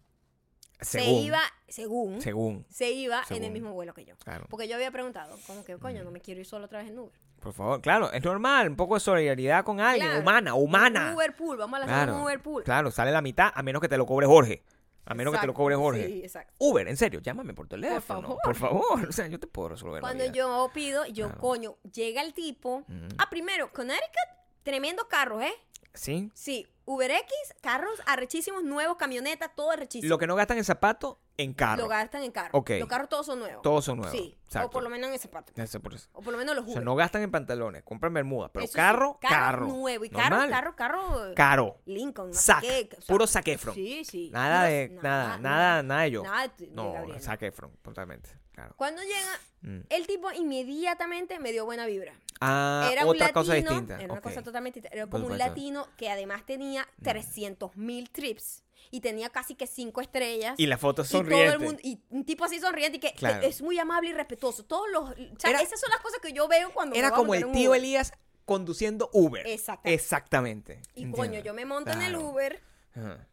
Speaker 1: se iba, según,
Speaker 2: Según.
Speaker 1: se iba en el
Speaker 2: Según.
Speaker 1: mismo vuelo que yo.
Speaker 2: Claro.
Speaker 1: Porque yo había preguntado, como que coño, no me quiero ir solo otra vez en Uber.
Speaker 2: Por favor, claro, es normal, un poco de solidaridad con alguien,
Speaker 1: Claro.
Speaker 2: humana, humana.
Speaker 1: Uber pool, vamos a lanzar
Speaker 2: claro,
Speaker 1: un Uber pool.
Speaker 2: claro, sale la mitad, a menos que te lo cobre Jorge. A menos que te lo
Speaker 1: Exacto,
Speaker 2: cobre Jorge.
Speaker 1: Sí, exacto.
Speaker 2: Uber, en serio, llámame por teléfono.
Speaker 1: favor.
Speaker 2: Por favor, o sea, yo te puedo resolver. la
Speaker 1: Cuando
Speaker 2: vida.
Speaker 1: yo pido, yo,
Speaker 2: Claro.
Speaker 1: coño, llega el tipo.
Speaker 2: Ujú.
Speaker 1: Ah, primero, Connecticut, tremendos carros, ¿eh?
Speaker 2: Sí.
Speaker 1: Sí, UberX, carros arrechísimos, nuevos, camionetas, todo arrechísimo.
Speaker 2: Lo que no gastan en zapato, en carro.
Speaker 1: Lo gastan en carros.
Speaker 2: Ok.
Speaker 1: Los carros todos son nuevos.
Speaker 2: Todos son nuevos.
Speaker 1: Sí,
Speaker 2: Exacto.
Speaker 1: o por lo menos en ese parte.
Speaker 2: Eso por eso.
Speaker 1: O por lo menos los
Speaker 2: O
Speaker 1: Uber.
Speaker 2: sea, no gastan en pantalones, compran bermuda, pero
Speaker 1: Eso sí,
Speaker 2: carro, carro.
Speaker 1: nuevo. Y
Speaker 2: Normal.
Speaker 1: carro, carro, carro.
Speaker 2: Caro.
Speaker 1: Lincoln, no sé
Speaker 2: Sac.
Speaker 1: qué, o sea,
Speaker 2: puro saquefron.
Speaker 1: Sí, sí.
Speaker 2: Nada
Speaker 1: Y
Speaker 2: de,
Speaker 1: los-
Speaker 2: nada, nada, nada de yo.
Speaker 1: Nada de- de
Speaker 2: no,
Speaker 1: Gabriela.
Speaker 2: saquefron, totalmente. Claro.
Speaker 1: Cuando llega,
Speaker 2: Mm.
Speaker 1: el tipo inmediatamente me dio buena vibra.
Speaker 2: Ah,
Speaker 1: era
Speaker 2: otra
Speaker 1: un
Speaker 2: cosa
Speaker 1: latino,
Speaker 2: distinta.
Speaker 1: Era una
Speaker 2: ok. Mm.
Speaker 1: cosa totalmente distinta. Era
Speaker 2: Por
Speaker 1: como un
Speaker 2: supuesto.
Speaker 1: latino que además tenía 300 mil trips y tenía casi que cinco estrellas.
Speaker 2: Y la foto
Speaker 1: Y todo el
Speaker 2: sonriente.
Speaker 1: mundo- y un tipo así sonriente y que, que
Speaker 2: Claro.
Speaker 1: es muy amable y respetuoso. Todos los, o sea,
Speaker 2: Era-
Speaker 1: esas son las cosas que yo veo cuando me
Speaker 2: Era
Speaker 1: voy a
Speaker 2: como
Speaker 1: montar
Speaker 2: el
Speaker 1: un
Speaker 2: tío
Speaker 1: Uber.
Speaker 2: Elías conduciendo Uber.
Speaker 1: Exactamente.
Speaker 2: Exactamente.
Speaker 1: Y coño,
Speaker 2: Entiendo.
Speaker 1: yo me monto en el
Speaker 2: Claro.
Speaker 1: Uber,
Speaker 2: Ajá.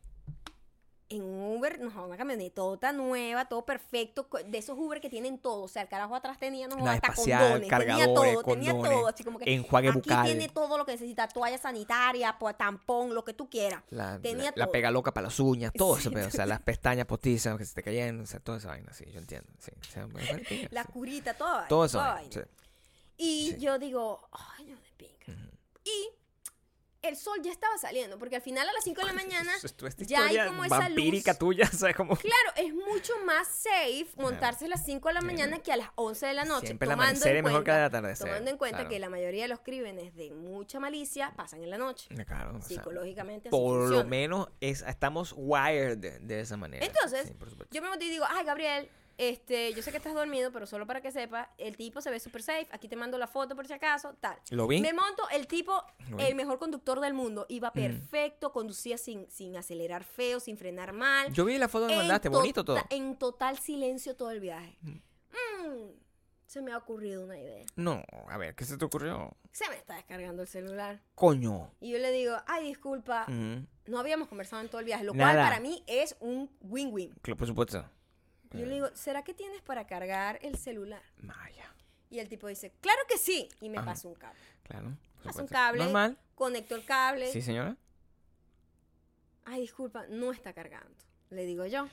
Speaker 1: en un Uber, no, una camionetota nueva, todo perfecto, co- de esos Uber que tienen todo, o sea, el carajo atrás tenía no,
Speaker 2: Nave
Speaker 1: hasta
Speaker 2: espacial,
Speaker 1: condones,
Speaker 2: cargadores,
Speaker 1: tenía todo, tenía
Speaker 2: condones,
Speaker 1: todo, así como que
Speaker 2: enjuague
Speaker 1: aquí
Speaker 2: bucal.
Speaker 1: tiene todo lo que necesita, toalla sanitaria, po- tampón, lo que tú quieras.
Speaker 2: La,
Speaker 1: tenía
Speaker 2: la- la
Speaker 1: todo.
Speaker 2: pega loca para las uñas, todo eso,
Speaker 1: Sí.
Speaker 2: pero, o sea, las pestañas postizas que se te caían, o sea, toda esa vaina, sí, yo entiendo. Sí, o sea, me parece pica,
Speaker 1: la
Speaker 2: sí.
Speaker 1: curita, toda vaina,
Speaker 2: Todo eso.
Speaker 1: toda
Speaker 2: vaina,
Speaker 1: vaina.
Speaker 2: sí.
Speaker 1: Y
Speaker 2: Sí.
Speaker 1: yo digo, ay, no de pinga. Y el sol ya estaba saliendo, porque al final a las 5 de la mañana
Speaker 2: Eso es- tú, esta
Speaker 1: ya hay
Speaker 2: historia
Speaker 1: como esa luz.
Speaker 2: vampírica tuya, ¿sabes? Como
Speaker 1: Claro, es mucho más safe montarse a las 5 de la
Speaker 2: Claro.
Speaker 1: mañana que a las 11 de la noche.
Speaker 2: Siempre el
Speaker 1: tomando
Speaker 2: amanecer
Speaker 1: en
Speaker 2: es mejor que
Speaker 1: cuenta-
Speaker 2: el atardecer,
Speaker 1: Tomando en cuenta
Speaker 2: claro.
Speaker 1: que la mayoría de los crímenes de mucha malicia pasan en la noche.
Speaker 2: Eh, Claro, o sea,
Speaker 1: Psicológicamente así
Speaker 2: por lo
Speaker 1: funciona.
Speaker 2: menos es, estamos wired de, de esa manera.
Speaker 1: Entonces,
Speaker 2: Sí, por supuesto.
Speaker 1: yo me monté y digo, ay, Gabriel, este, yo sé que estás dormido, pero solo para que sepa, el tipo se ve super safe, aquí te mando la foto por si acaso, tal.
Speaker 2: Lo vi.
Speaker 1: Me monto, el tipo,
Speaker 2: Lo vi. Mm.
Speaker 1: el mejor conductor del mundo, iba perfecto, conducía sin, sin acelerar feo, sin frenar mal.
Speaker 2: Yo vi la foto que
Speaker 1: En
Speaker 2: mandaste, bonito todo.
Speaker 1: tota- En total silencio todo el viaje. Mm, se me ha ocurrido una idea.
Speaker 2: No, a ver, ¿qué se te ocurrió?
Speaker 1: Se me está descargando el celular.
Speaker 2: Coño. Mm,
Speaker 1: Y yo le digo, ay, disculpa,
Speaker 2: Ujú.
Speaker 1: no habíamos conversado en todo el viaje, lo
Speaker 2: Nada.
Speaker 1: cual para mí es un win-win.
Speaker 2: Claro, por supuesto.
Speaker 1: Y Yo le digo, ¿será que tienes para cargar el celular?
Speaker 2: Maya.
Speaker 1: Y el tipo dice, claro que sí. Y me
Speaker 2: Ajá.
Speaker 1: pasa un cable.
Speaker 2: Claro. por
Speaker 1: Pasa un
Speaker 2: supuesto.
Speaker 1: cable.
Speaker 2: Normal.
Speaker 1: Conecto el cable.
Speaker 2: Sí, señora.
Speaker 1: Ay, disculpa, no está cargando. Le digo yo.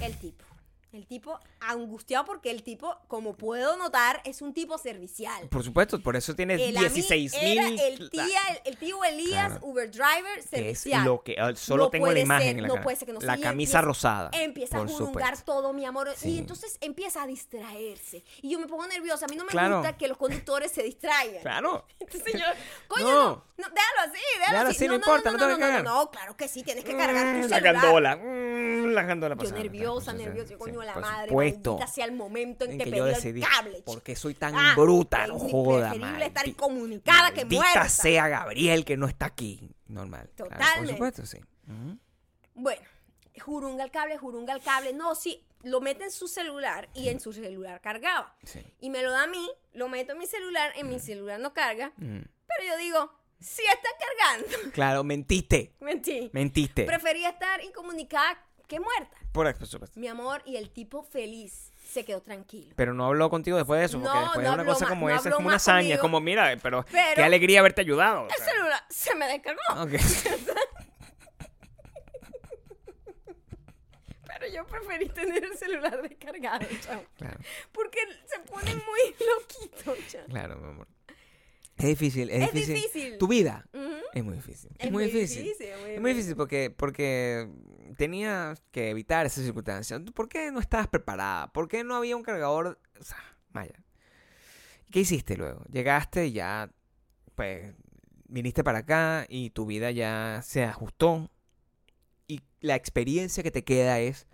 Speaker 1: El tipo. El tipo angustiado porque el tipo, como puedo notar, es un tipo servicial.
Speaker 2: Por supuesto, por eso tienes
Speaker 1: El ami-
Speaker 2: 16
Speaker 1: era
Speaker 2: mil.
Speaker 1: El, tía, el, el tío Elías,
Speaker 2: Claro.
Speaker 1: Uber driver,
Speaker 2: Es
Speaker 1: servicial.
Speaker 2: lo que ah, solo
Speaker 1: No
Speaker 2: tengo la
Speaker 1: puede
Speaker 2: imagen
Speaker 1: ser,
Speaker 2: en la
Speaker 1: no
Speaker 2: cara.
Speaker 1: puede ser que no
Speaker 2: La
Speaker 1: sea. Y
Speaker 2: camisa
Speaker 1: empieza-
Speaker 2: rosada.
Speaker 1: Empieza a
Speaker 2: por
Speaker 1: jurungar
Speaker 2: supuesto.
Speaker 1: todo, mi amor.
Speaker 2: Sí.
Speaker 1: Y entonces empieza a distraerse. Y yo me pongo nerviosa. A mí no me
Speaker 2: Claro.
Speaker 1: gusta que los conductores se distraigan.
Speaker 2: Claro.
Speaker 1: Entonces yo, coño,
Speaker 2: No.
Speaker 1: no, no, déjalo así, déjalo,
Speaker 2: Déjalo así,
Speaker 1: así.
Speaker 2: no importa, no te
Speaker 1: no,
Speaker 2: voy a
Speaker 1: no,
Speaker 2: cagar.
Speaker 1: no, claro que sí, tienes que cargar tu
Speaker 2: la
Speaker 1: celular.
Speaker 2: gandola. mm, la gandola
Speaker 1: Yo
Speaker 2: pasada.
Speaker 1: nerviosa,
Speaker 2: Sí, sí,
Speaker 1: nerviosa,
Speaker 2: sí,
Speaker 1: yo, coño, la
Speaker 2: por
Speaker 1: madre,
Speaker 2: supuesto.
Speaker 1: maldita sea el momento en,
Speaker 2: En
Speaker 1: que,
Speaker 2: que
Speaker 1: pedí
Speaker 2: yo
Speaker 1: el
Speaker 2: decidí,
Speaker 1: cable.
Speaker 2: ¿por qué
Speaker 1: chico.
Speaker 2: soy tan bruta? No
Speaker 1: es
Speaker 2: joda,
Speaker 1: preferible estar
Speaker 2: maldi-
Speaker 1: comunicada que
Speaker 2: maldita
Speaker 1: muerta.
Speaker 2: sea Gabriel que no está aquí. Normal. claro,
Speaker 1: Totalmente.
Speaker 2: por supuesto, sí. Ujú.
Speaker 1: Bueno, jurunga el cable, jurunga el cable. No, sí, lo mete en su celular y en su celular cargaba.
Speaker 2: Sí.
Speaker 1: Y me lo da a mí, lo meto en mi celular, en mi celular no carga.
Speaker 2: Mm.
Speaker 1: Pero yo digo, sí está cargando.
Speaker 2: Claro, mentiste.
Speaker 1: Mentí.
Speaker 2: Mentiste.
Speaker 1: Prefería estar incomunicada que muerta.
Speaker 2: Por por supuesto.
Speaker 1: Mi amor, y el tipo feliz se quedó tranquilo.
Speaker 2: Pero no habló contigo después de eso, porque
Speaker 1: No,
Speaker 2: después
Speaker 1: no
Speaker 2: de una
Speaker 1: habló
Speaker 2: cosa
Speaker 1: más-
Speaker 2: como
Speaker 1: no
Speaker 2: esa es
Speaker 1: habló
Speaker 2: como una
Speaker 1: más
Speaker 2: hazaña,
Speaker 1: conmigo.
Speaker 2: es como, mira, pero, qué
Speaker 1: Pero-
Speaker 2: alegría haberte ayudado. o
Speaker 1: El
Speaker 2: sea.
Speaker 1: celular se me descargó,
Speaker 2: Ok.
Speaker 1: pero yo preferí tener el celular descargado, chao.
Speaker 2: Claro,
Speaker 1: Porque se pone muy loquito, chao.
Speaker 2: claro, mi amor. Es difícil, es,
Speaker 1: Es
Speaker 2: difícil.
Speaker 1: difícil.
Speaker 2: Tu vida
Speaker 1: Ujú.
Speaker 2: es muy difícil. Es, muy difícil.
Speaker 1: es
Speaker 2: Es muy difícil porque, porque tenía que evitar esa circunstancia. ¿Por qué no estabas preparada? ¿Por qué no había un cargador? O sea, vaya. ¿Qué hiciste luego? Llegaste y ya, pues, viniste para acá y tu vida ya se ajustó. Y la experiencia que te queda es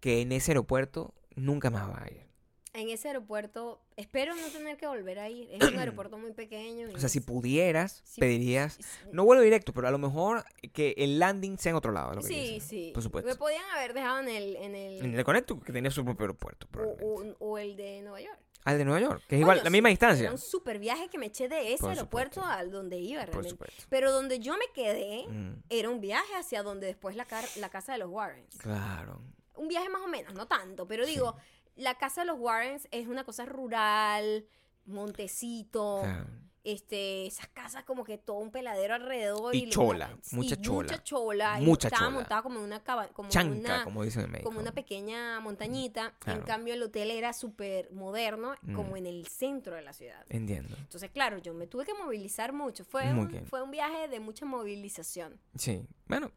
Speaker 2: que en ese aeropuerto nunca más vas a ir.
Speaker 1: En ese aeropuerto, espero no tener que volver a ir. Es un aeropuerto muy pequeño. y
Speaker 2: O sea, si
Speaker 1: es-
Speaker 2: pudieras,
Speaker 1: Sí.
Speaker 2: pedirías...
Speaker 1: es-
Speaker 2: No vuelo directo, pero a lo mejor que el landing sea en otro lado. es lo que
Speaker 1: sí,
Speaker 2: dicen.
Speaker 1: sí.
Speaker 2: Por supuesto.
Speaker 1: Me podían haber dejado en el. En el,
Speaker 2: En el Connecticut, que tenía su propio aeropuerto.
Speaker 1: o,
Speaker 2: probablemente.
Speaker 1: o- o el de Nueva York.
Speaker 2: Al de Nueva York, que
Speaker 1: Uh, Coño,
Speaker 2: es igual, la
Speaker 1: sí,
Speaker 2: misma distancia.
Speaker 1: Era un super viaje que me eché de ese
Speaker 2: Por
Speaker 1: aeropuerto
Speaker 2: supuesto.
Speaker 1: al donde iba
Speaker 2: Por
Speaker 1: realmente.
Speaker 2: supuesto.
Speaker 1: Pero donde yo me quedé
Speaker 2: Mm,
Speaker 1: era un viaje hacia donde después la, car- la casa de los Warrens.
Speaker 2: claro.
Speaker 1: Un viaje más o menos, no tanto, pero
Speaker 2: Sí.
Speaker 1: digo, la casa de los Warrens es una cosa rural, montecito,
Speaker 2: claro.
Speaker 1: este, esas casas como que todo un peladero alrededor.
Speaker 2: Y
Speaker 1: le-
Speaker 2: chola,
Speaker 1: y
Speaker 2: mucha chola.
Speaker 1: Mucha chola. y
Speaker 2: Mucha
Speaker 1: estaba
Speaker 2: chola.
Speaker 1: montada como en una caba- como en
Speaker 2: Chanca,
Speaker 1: una-
Speaker 2: como dicen en México.
Speaker 1: como una pequeña montañita.
Speaker 2: Claro.
Speaker 1: En cambio, el hotel era súper moderno,
Speaker 2: Mm.
Speaker 1: como en el centro de la ciudad.
Speaker 2: Entiendo.
Speaker 1: Entonces, claro, yo me tuve que movilizar mucho. Fue,
Speaker 2: Muy
Speaker 1: un,
Speaker 2: bien.
Speaker 1: fue un viaje de mucha movilización.
Speaker 2: Sí. Bueno,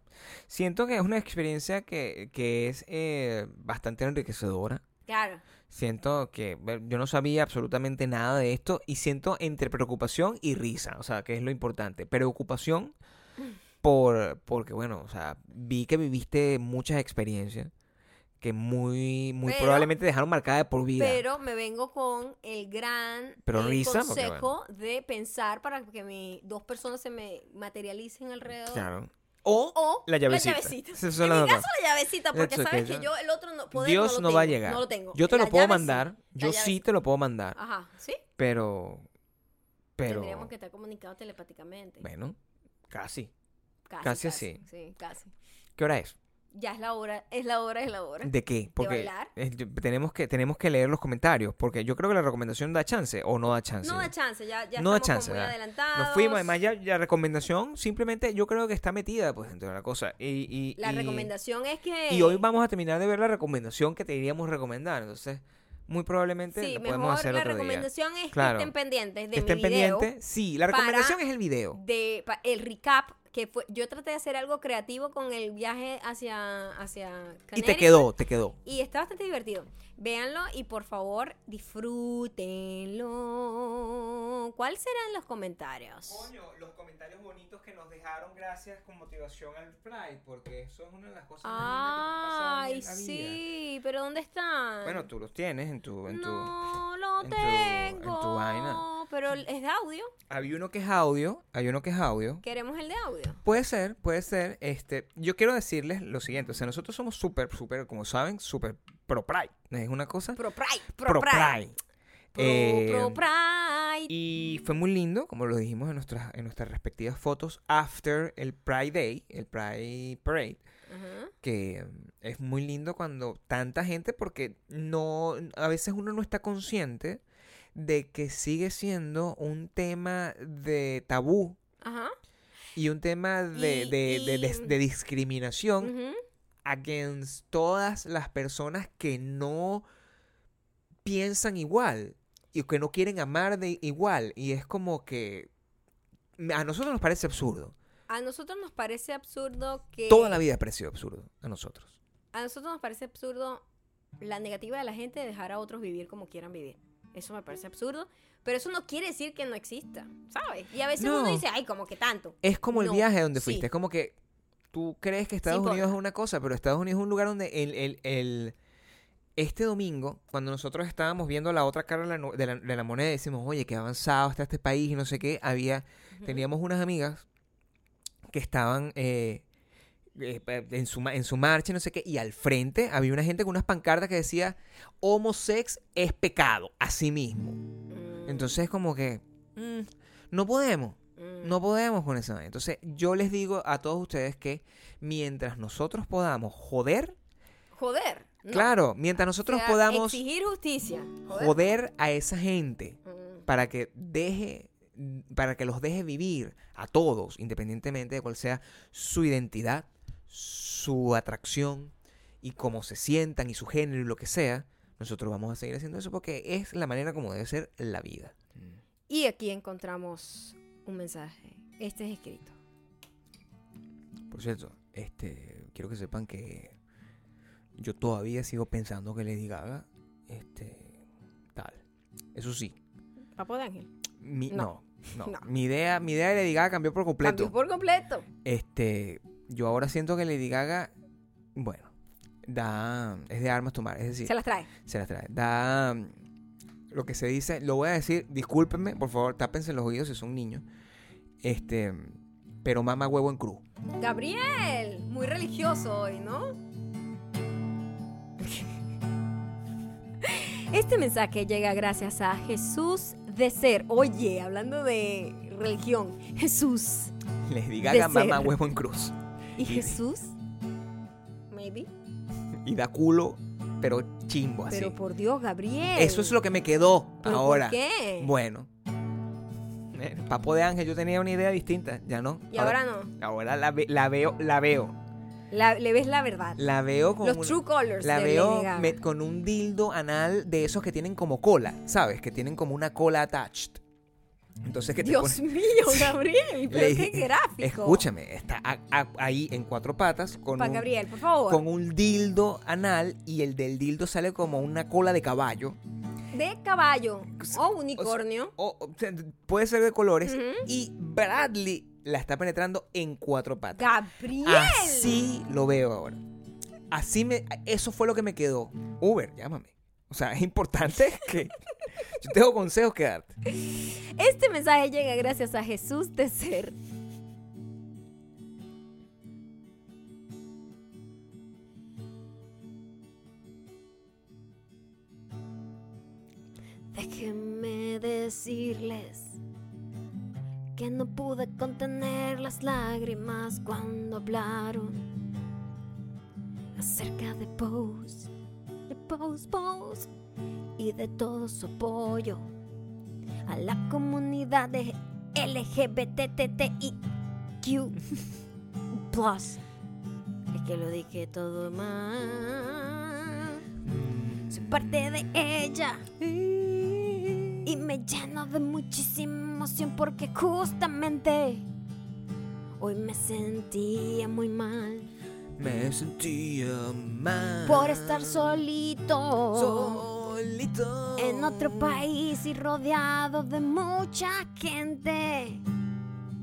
Speaker 2: siento que es una experiencia que, que es eh, bastante enriquecedora.
Speaker 1: Claro.
Speaker 2: Siento que ver, yo no sabía absolutamente nada de esto y siento entre preocupación y risa, o sea, que es lo importante. Preocupación por porque bueno, o sea, vi que viviste muchas experiencias que muy muy
Speaker 1: Pero-
Speaker 2: probablemente dejaron marcada de por vida.
Speaker 1: Pero me vengo con el gran
Speaker 2: Pero
Speaker 1: eh,
Speaker 2: risa, porque,
Speaker 1: consejo de pensar para que mi- dos personas se me materialicen alrededor.
Speaker 2: claro. O,
Speaker 1: O
Speaker 2: la llavecita.
Speaker 1: La llavecita.
Speaker 2: Esas son
Speaker 1: En
Speaker 2: las
Speaker 1: mi
Speaker 2: dos
Speaker 1: caso, la llavecita, porque
Speaker 2: That's okay,
Speaker 1: sabes
Speaker 2: yo-
Speaker 1: que yo el otro no, poder
Speaker 2: Dios
Speaker 1: no,
Speaker 2: no,
Speaker 1: lo
Speaker 2: va a
Speaker 1: tengo,
Speaker 2: llegar.
Speaker 1: No lo tengo.
Speaker 2: Yo te
Speaker 1: La
Speaker 2: lo puedo
Speaker 1: llave sí,
Speaker 2: mandar.
Speaker 1: la
Speaker 2: Yo
Speaker 1: llave
Speaker 2: sí te lo puedo mandar.
Speaker 1: Ajá, ¿sí?
Speaker 2: Pero. Pero.
Speaker 1: Tendríamos que estar comunicados telepáticamente.
Speaker 2: Bueno, casi.
Speaker 1: casi,
Speaker 2: casi así.
Speaker 1: Sí, casi.
Speaker 2: ¿Qué hora es?
Speaker 1: Ya es la hora, es la hora, es la hora.
Speaker 2: ¿De qué? Porque
Speaker 1: bailar?
Speaker 2: eh, yo- tenemos, que, tenemos que leer los comentarios. Porque yo creo que la recomendación da chance o no da chance.
Speaker 1: no da chance, ya, ya
Speaker 2: No
Speaker 1: estamos
Speaker 2: da
Speaker 1: como
Speaker 2: chance,
Speaker 1: muy
Speaker 2: ¿verdad?
Speaker 1: adelantados.
Speaker 2: Nos fuimos. Además, ya la recomendación simplemente yo creo que está metida pues, dentro de la cosa. Y, y-
Speaker 1: La
Speaker 2: y-
Speaker 1: recomendación es que...
Speaker 2: Y hoy vamos a terminar de ver la recomendación que te iríamos a recomendar. Entonces, muy probablemente
Speaker 1: Sí,
Speaker 2: lo
Speaker 1: mejor
Speaker 2: podemos hacer
Speaker 1: la
Speaker 2: otro día.
Speaker 1: recomendación es
Speaker 2: Claro.
Speaker 1: que estén pendientes de
Speaker 2: Estén
Speaker 1: mi video.
Speaker 2: pendientes. Sí, la
Speaker 1: para-
Speaker 2: recomendación es el video.
Speaker 1: de pa- el recap que fue yo traté de hacer algo creativo con el viaje hacia hacia
Speaker 2: Y te
Speaker 1: Canarias,
Speaker 2: quedó, te quedó.
Speaker 1: y está bastante divertido véanlo y por favor disfrútenlo ¿cuáles serán los comentarios?
Speaker 2: Coño, los comentarios bonitos que nos dejaron, gracias con motivación al Pride, porque eso es una de las cosas más
Speaker 1: ay
Speaker 2: lindas que me pasaron en la vida.
Speaker 1: sí pero dónde están?
Speaker 2: Bueno, tú los tienes en tu, en tu.
Speaker 1: no lo
Speaker 2: en tu- en tu
Speaker 1: tengo
Speaker 2: vaina.
Speaker 1: pero es de audio
Speaker 2: Había uno que es audio, hay uno que es audio.
Speaker 1: queremos el de audio
Speaker 2: Puede ser, puede ser. Este, yo quiero decirles lo siguiente, o sea, nosotros somos súper, súper, como saben, súper pro Pride. Es una cosa.
Speaker 1: pro pride pro, pride pro,
Speaker 2: Eh,
Speaker 1: pro pride
Speaker 2: Y fue muy lindo, como lo dijimos en nuestras, en nuestras respectivas fotos, after el Pride Day, el Pride Parade,
Speaker 1: Ajá.
Speaker 2: que mm, es muy lindo cuando tanta gente, porque no, a veces uno no está consciente de que sigue siendo un tema de tabú
Speaker 1: ajá
Speaker 2: y un tema de,
Speaker 1: Y-
Speaker 2: de- de- de-
Speaker 1: y-
Speaker 2: de discriminación
Speaker 1: ujú.
Speaker 2: against todas las personas que no piensan igual y que no quieren amar de igual. Y es como que a nosotros nos parece absurdo.
Speaker 1: A nosotros nos parece absurdo que...
Speaker 2: Toda la vida ha parecido absurdo a nosotros.
Speaker 1: A nosotros nos parece absurdo la negativa de la gente de dejar a otros vivir como quieran vivir. Eso me parece absurdo, pero eso no quiere decir que no exista, ¿sabes? Y a veces
Speaker 2: No.
Speaker 1: uno dice, ay, como que tanto.
Speaker 2: Es como el
Speaker 1: No,
Speaker 2: viaje donde fuiste.
Speaker 1: sí.
Speaker 2: Es como que tú crees que Estados
Speaker 1: Sí,
Speaker 2: Unidos
Speaker 1: porfa.
Speaker 2: es una cosa, pero Estados Unidos es un lugar donde el, el- el- este domingo, cuando nosotros estábamos viendo la otra cara de la, nu- de la- de la moneda, decimos, oye, qué avanzado está este país y no sé qué, había,
Speaker 1: Ujú.
Speaker 2: teníamos unas amigas que estaban eh, eh, pa- en, su, ma- en su marcha, y no sé qué, y al frente había una gente con unas pancartas que decía, homosex es pecado, así mismo.
Speaker 1: Mm,
Speaker 2: Entonces como que, mm, no podemos.
Speaker 1: mm.
Speaker 2: No podemos con esa vaina. Entonces, yo les digo a todos ustedes que mientras nosotros podamos joder,
Speaker 1: Joder. no.
Speaker 2: claro, mientras nosotros
Speaker 1: O sea,
Speaker 2: podamos
Speaker 1: Exigir justicia. Joder.
Speaker 2: joder a esa gente
Speaker 1: Mm,
Speaker 2: para que deje para que los deje vivir a todos, independientemente de cuál sea su identidad, su atracción y cómo se sientan y su género y lo que sea, nosotros vamos a seguir haciendo eso porque es la manera como debe ser la vida.
Speaker 1: Y aquí encontramos un mensaje. Este es escrito.
Speaker 2: Por cierto, este, quiero que sepan que yo todavía sigo pensando que Lady Gaga, este, tal. Eso sí,
Speaker 1: Papo de Ángel.
Speaker 2: mi, no.
Speaker 1: No.
Speaker 2: No,
Speaker 1: No.
Speaker 2: Mi idea, mi idea de Lady Gaga cambió por completo.
Speaker 1: Cambió por completo.
Speaker 2: Este, yo ahora siento que Lady Gaga, bueno, da, es de armas tomar, es decir,
Speaker 1: Se las trae.
Speaker 2: se las trae. Da mm, lo que se dice, lo voy a decir, discúlpenme, por favor, tápense los oídos si son niños. Este, pero mama huevo en cruz.
Speaker 1: Gabriel, muy religioso hoy, ¿no? Este mensaje llega gracias a Jesús de Ser. Oye, hablando de religión, Jesús.
Speaker 2: Lady Gaga mama
Speaker 1: ser.
Speaker 2: huevo en cruz.
Speaker 1: ¿Y
Speaker 2: Sí.
Speaker 1: Jesús? Maybe.
Speaker 2: y da culo, pero chimbo así.
Speaker 1: Pero por Dios, Gabriel.
Speaker 2: Ah, Eso es lo que me quedó
Speaker 1: ¿Pero
Speaker 2: ahora.
Speaker 1: ¿Por qué?
Speaker 2: Bueno. Eh, Papo de Ángel, yo tenía una idea distinta, ya no.
Speaker 1: y ahora no.
Speaker 2: Ahora la, ve- la veo, la veo.
Speaker 1: La- le ves la verdad.
Speaker 2: La veo con
Speaker 1: Los
Speaker 2: una-
Speaker 1: true colors.
Speaker 2: la
Speaker 1: de
Speaker 2: veo
Speaker 1: Lady Gaga.
Speaker 2: me- con un dildo anal de esos que tienen como cola, ¿sabes? Que tienen como una cola attached. Entonces que te
Speaker 1: Dios
Speaker 2: ponen-
Speaker 1: mío, Gabriel. Pero
Speaker 2: Le-
Speaker 1: qué gráfico.
Speaker 2: Escúchame, está a- a- ahí en cuatro patas con
Speaker 1: Para
Speaker 2: un-
Speaker 1: Gabriel, por favor.
Speaker 2: con un dildo anal y el del dildo sale como una cola de caballo.
Speaker 1: De caballo o unicornio.
Speaker 2: o- o sea, puede ser de colores.
Speaker 1: Ujú.
Speaker 2: Y Bradley la está penetrando en cuatro patas.
Speaker 1: Gabriel.
Speaker 2: Así lo veo ahora. Así me. Eso fue lo que me quedó. Uber, llámame. O sea, es importante que. Yo tengo consejos que darte.
Speaker 1: Este mensaje llega gracias a Jesús de Ser. Déjenme decirles que no pude contener las lágrimas cuando hablaron acerca de Pose, de Pose Pose y de todo su apoyo a la comunidad de LGBTTIQ. Es que lo dije todo mal. Soy parte de ella. Y me lleno de muchísima emoción porque justamente hoy me sentía muy mal
Speaker 2: Me sentía mal.
Speaker 1: por estar solito.
Speaker 2: Solito.
Speaker 1: en otro país y rodeado de mucha gente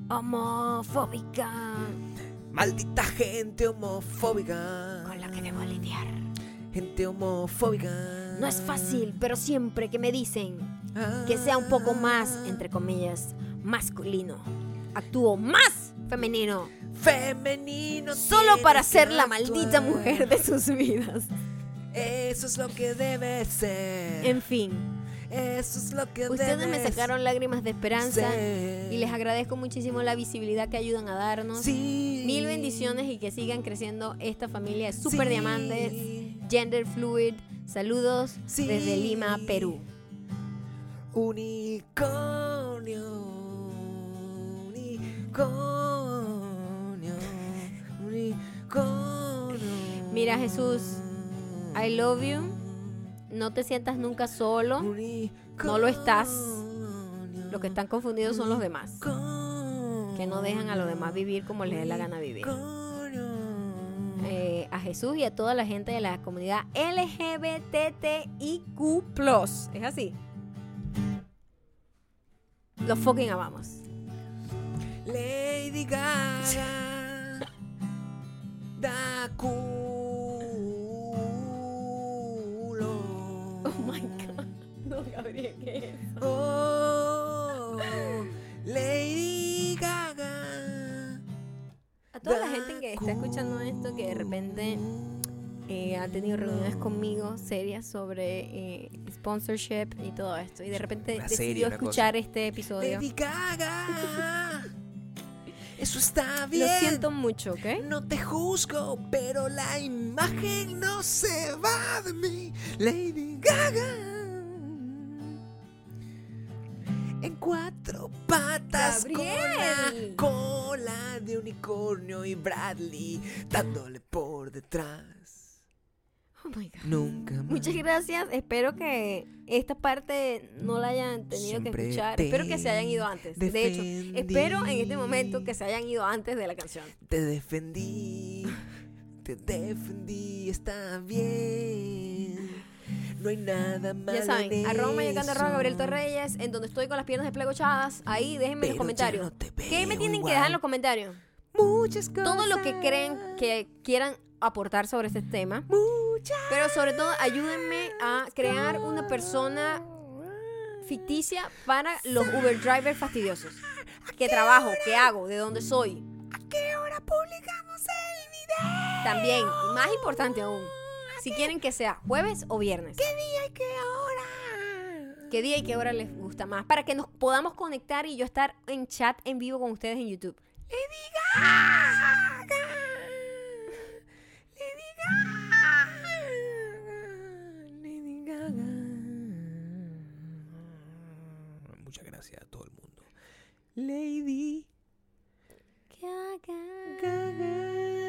Speaker 1: homofóbica
Speaker 2: Maldita gente homofóbica.
Speaker 1: con la que debo lidiar.
Speaker 2: Gente homofóbica.
Speaker 1: No es fácil, pero siempre que me dicen que sea un poco más, entre comillas, masculino, actúo más femenino,
Speaker 2: femenino.
Speaker 1: solo para ser la maldita mujer de sus vidas.
Speaker 2: Eso es lo que debe ser.
Speaker 1: En fin,
Speaker 2: Eso es lo que
Speaker 1: ustedes me sacaron lágrimas de esperanza
Speaker 2: y
Speaker 1: y les agradezco muchísimo la visibilidad que ayudan a darnos. Mil bendiciones y que sigan creciendo esta familia de super diamantes, gender fluid. Saludos
Speaker 2: Sí.
Speaker 1: desde Lima, Perú.
Speaker 2: Unicornio. Unicornio. Unicornio.
Speaker 1: Mira, Jesús, I love you. No te sientas nunca solo. No lo estás. Los que están confundidos son los demás. Que no dejan a los demás vivir como les dé la gana vivir. Eh, a Jesús y a toda la gente de la comunidad LGBTIQ. Es así. Los fucking amamos.
Speaker 2: Lady Gaga da culo.
Speaker 1: Oh my God. No, Gabriel, ¿qué es?
Speaker 2: Oh, Lady Gaga.
Speaker 1: A toda la gente que está escuchando esto, que de repente eh, ha tenido reuniones conmigo serias sobre eh, sponsorship y todo esto, y de repente
Speaker 2: Una serie,
Speaker 1: decidió
Speaker 2: una cosa.
Speaker 1: escuchar este episodio,
Speaker 2: Lady Gaga. Eso está bien.
Speaker 1: lo siento mucho, ¿ok?
Speaker 2: No te juzgo, pero la imagen no se va de mí, Lady Gaga. En cuatro patas
Speaker 1: Gabriel.
Speaker 2: con la cola de unicornio y Bradley dándole por detrás.
Speaker 1: Oh my God.
Speaker 2: Nunca más.
Speaker 1: Muchas gracias, espero que esta parte no la hayan tenido
Speaker 2: Siempre
Speaker 1: que escuchar,
Speaker 2: te
Speaker 1: espero que se hayan ido antes, de hecho,
Speaker 2: defendí.
Speaker 1: espero en este momento que se hayan ido antes de la canción.
Speaker 2: Te defendí, te defendí, está bien. No hay nada malo.
Speaker 1: Ya saben,
Speaker 2: en
Speaker 1: arroba mayocando, arroba
Speaker 2: eso.
Speaker 1: Gabriel Torreyes, en donde estoy con las piernas desplegochadas. Ahí déjenme en los
Speaker 2: Pero ya
Speaker 1: comentarios.
Speaker 2: no te
Speaker 1: ¿Qué me
Speaker 2: veo
Speaker 1: tienen que
Speaker 2: igual.
Speaker 1: dejar en los comentarios?
Speaker 2: Muchas cosas.
Speaker 1: Todo lo que creen que quieran aportar sobre este tema.
Speaker 2: Muchas.
Speaker 1: Pero sobre todo, ayúdenme a crear una persona ficticia para los Uber drivers fastidiosos. ¿Qué trabajo? ¿Qué hago? ¿De dónde soy?
Speaker 2: ¿A qué hora publicamos el video?
Speaker 1: También, y más importante aún, si quieren que sea jueves o viernes.
Speaker 2: ¿Qué día y qué hora?
Speaker 1: ¿Qué día y qué hora les gusta más? Para que nos podamos conectar y yo estar en chat en vivo con ustedes en YouTube.
Speaker 2: Le diga. Le diga. Le diga. Muchas gracias a todo el mundo. Lady
Speaker 1: Que haga-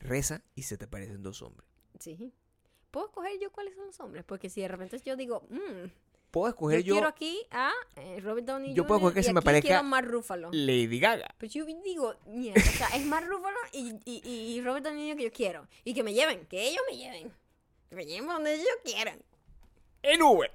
Speaker 2: Reza y se te aparecen dos hombres.
Speaker 1: Sí. ¿Puedo escoger yo cuáles son los hombres? Porque si de repente yo digo, mm,
Speaker 2: Puedo escoger
Speaker 1: yo
Speaker 2: yo,
Speaker 1: quiero aquí a eh, Robert Downey
Speaker 2: Yo puedo
Speaker 1: Jr.
Speaker 2: escoger que
Speaker 1: y
Speaker 2: se me
Speaker 1: aquí
Speaker 2: parezca-
Speaker 1: quiero a Mark Ruffalo.
Speaker 2: Lady Gaga.
Speaker 1: Pero yo digo, mierda, o sea, es Mark Ruffalo y, y, y- y Robert Downey Jr. que yo quiero. Y que me lleven, que ellos me lleven. Que me lleven donde ellos quieran.
Speaker 2: En Uber.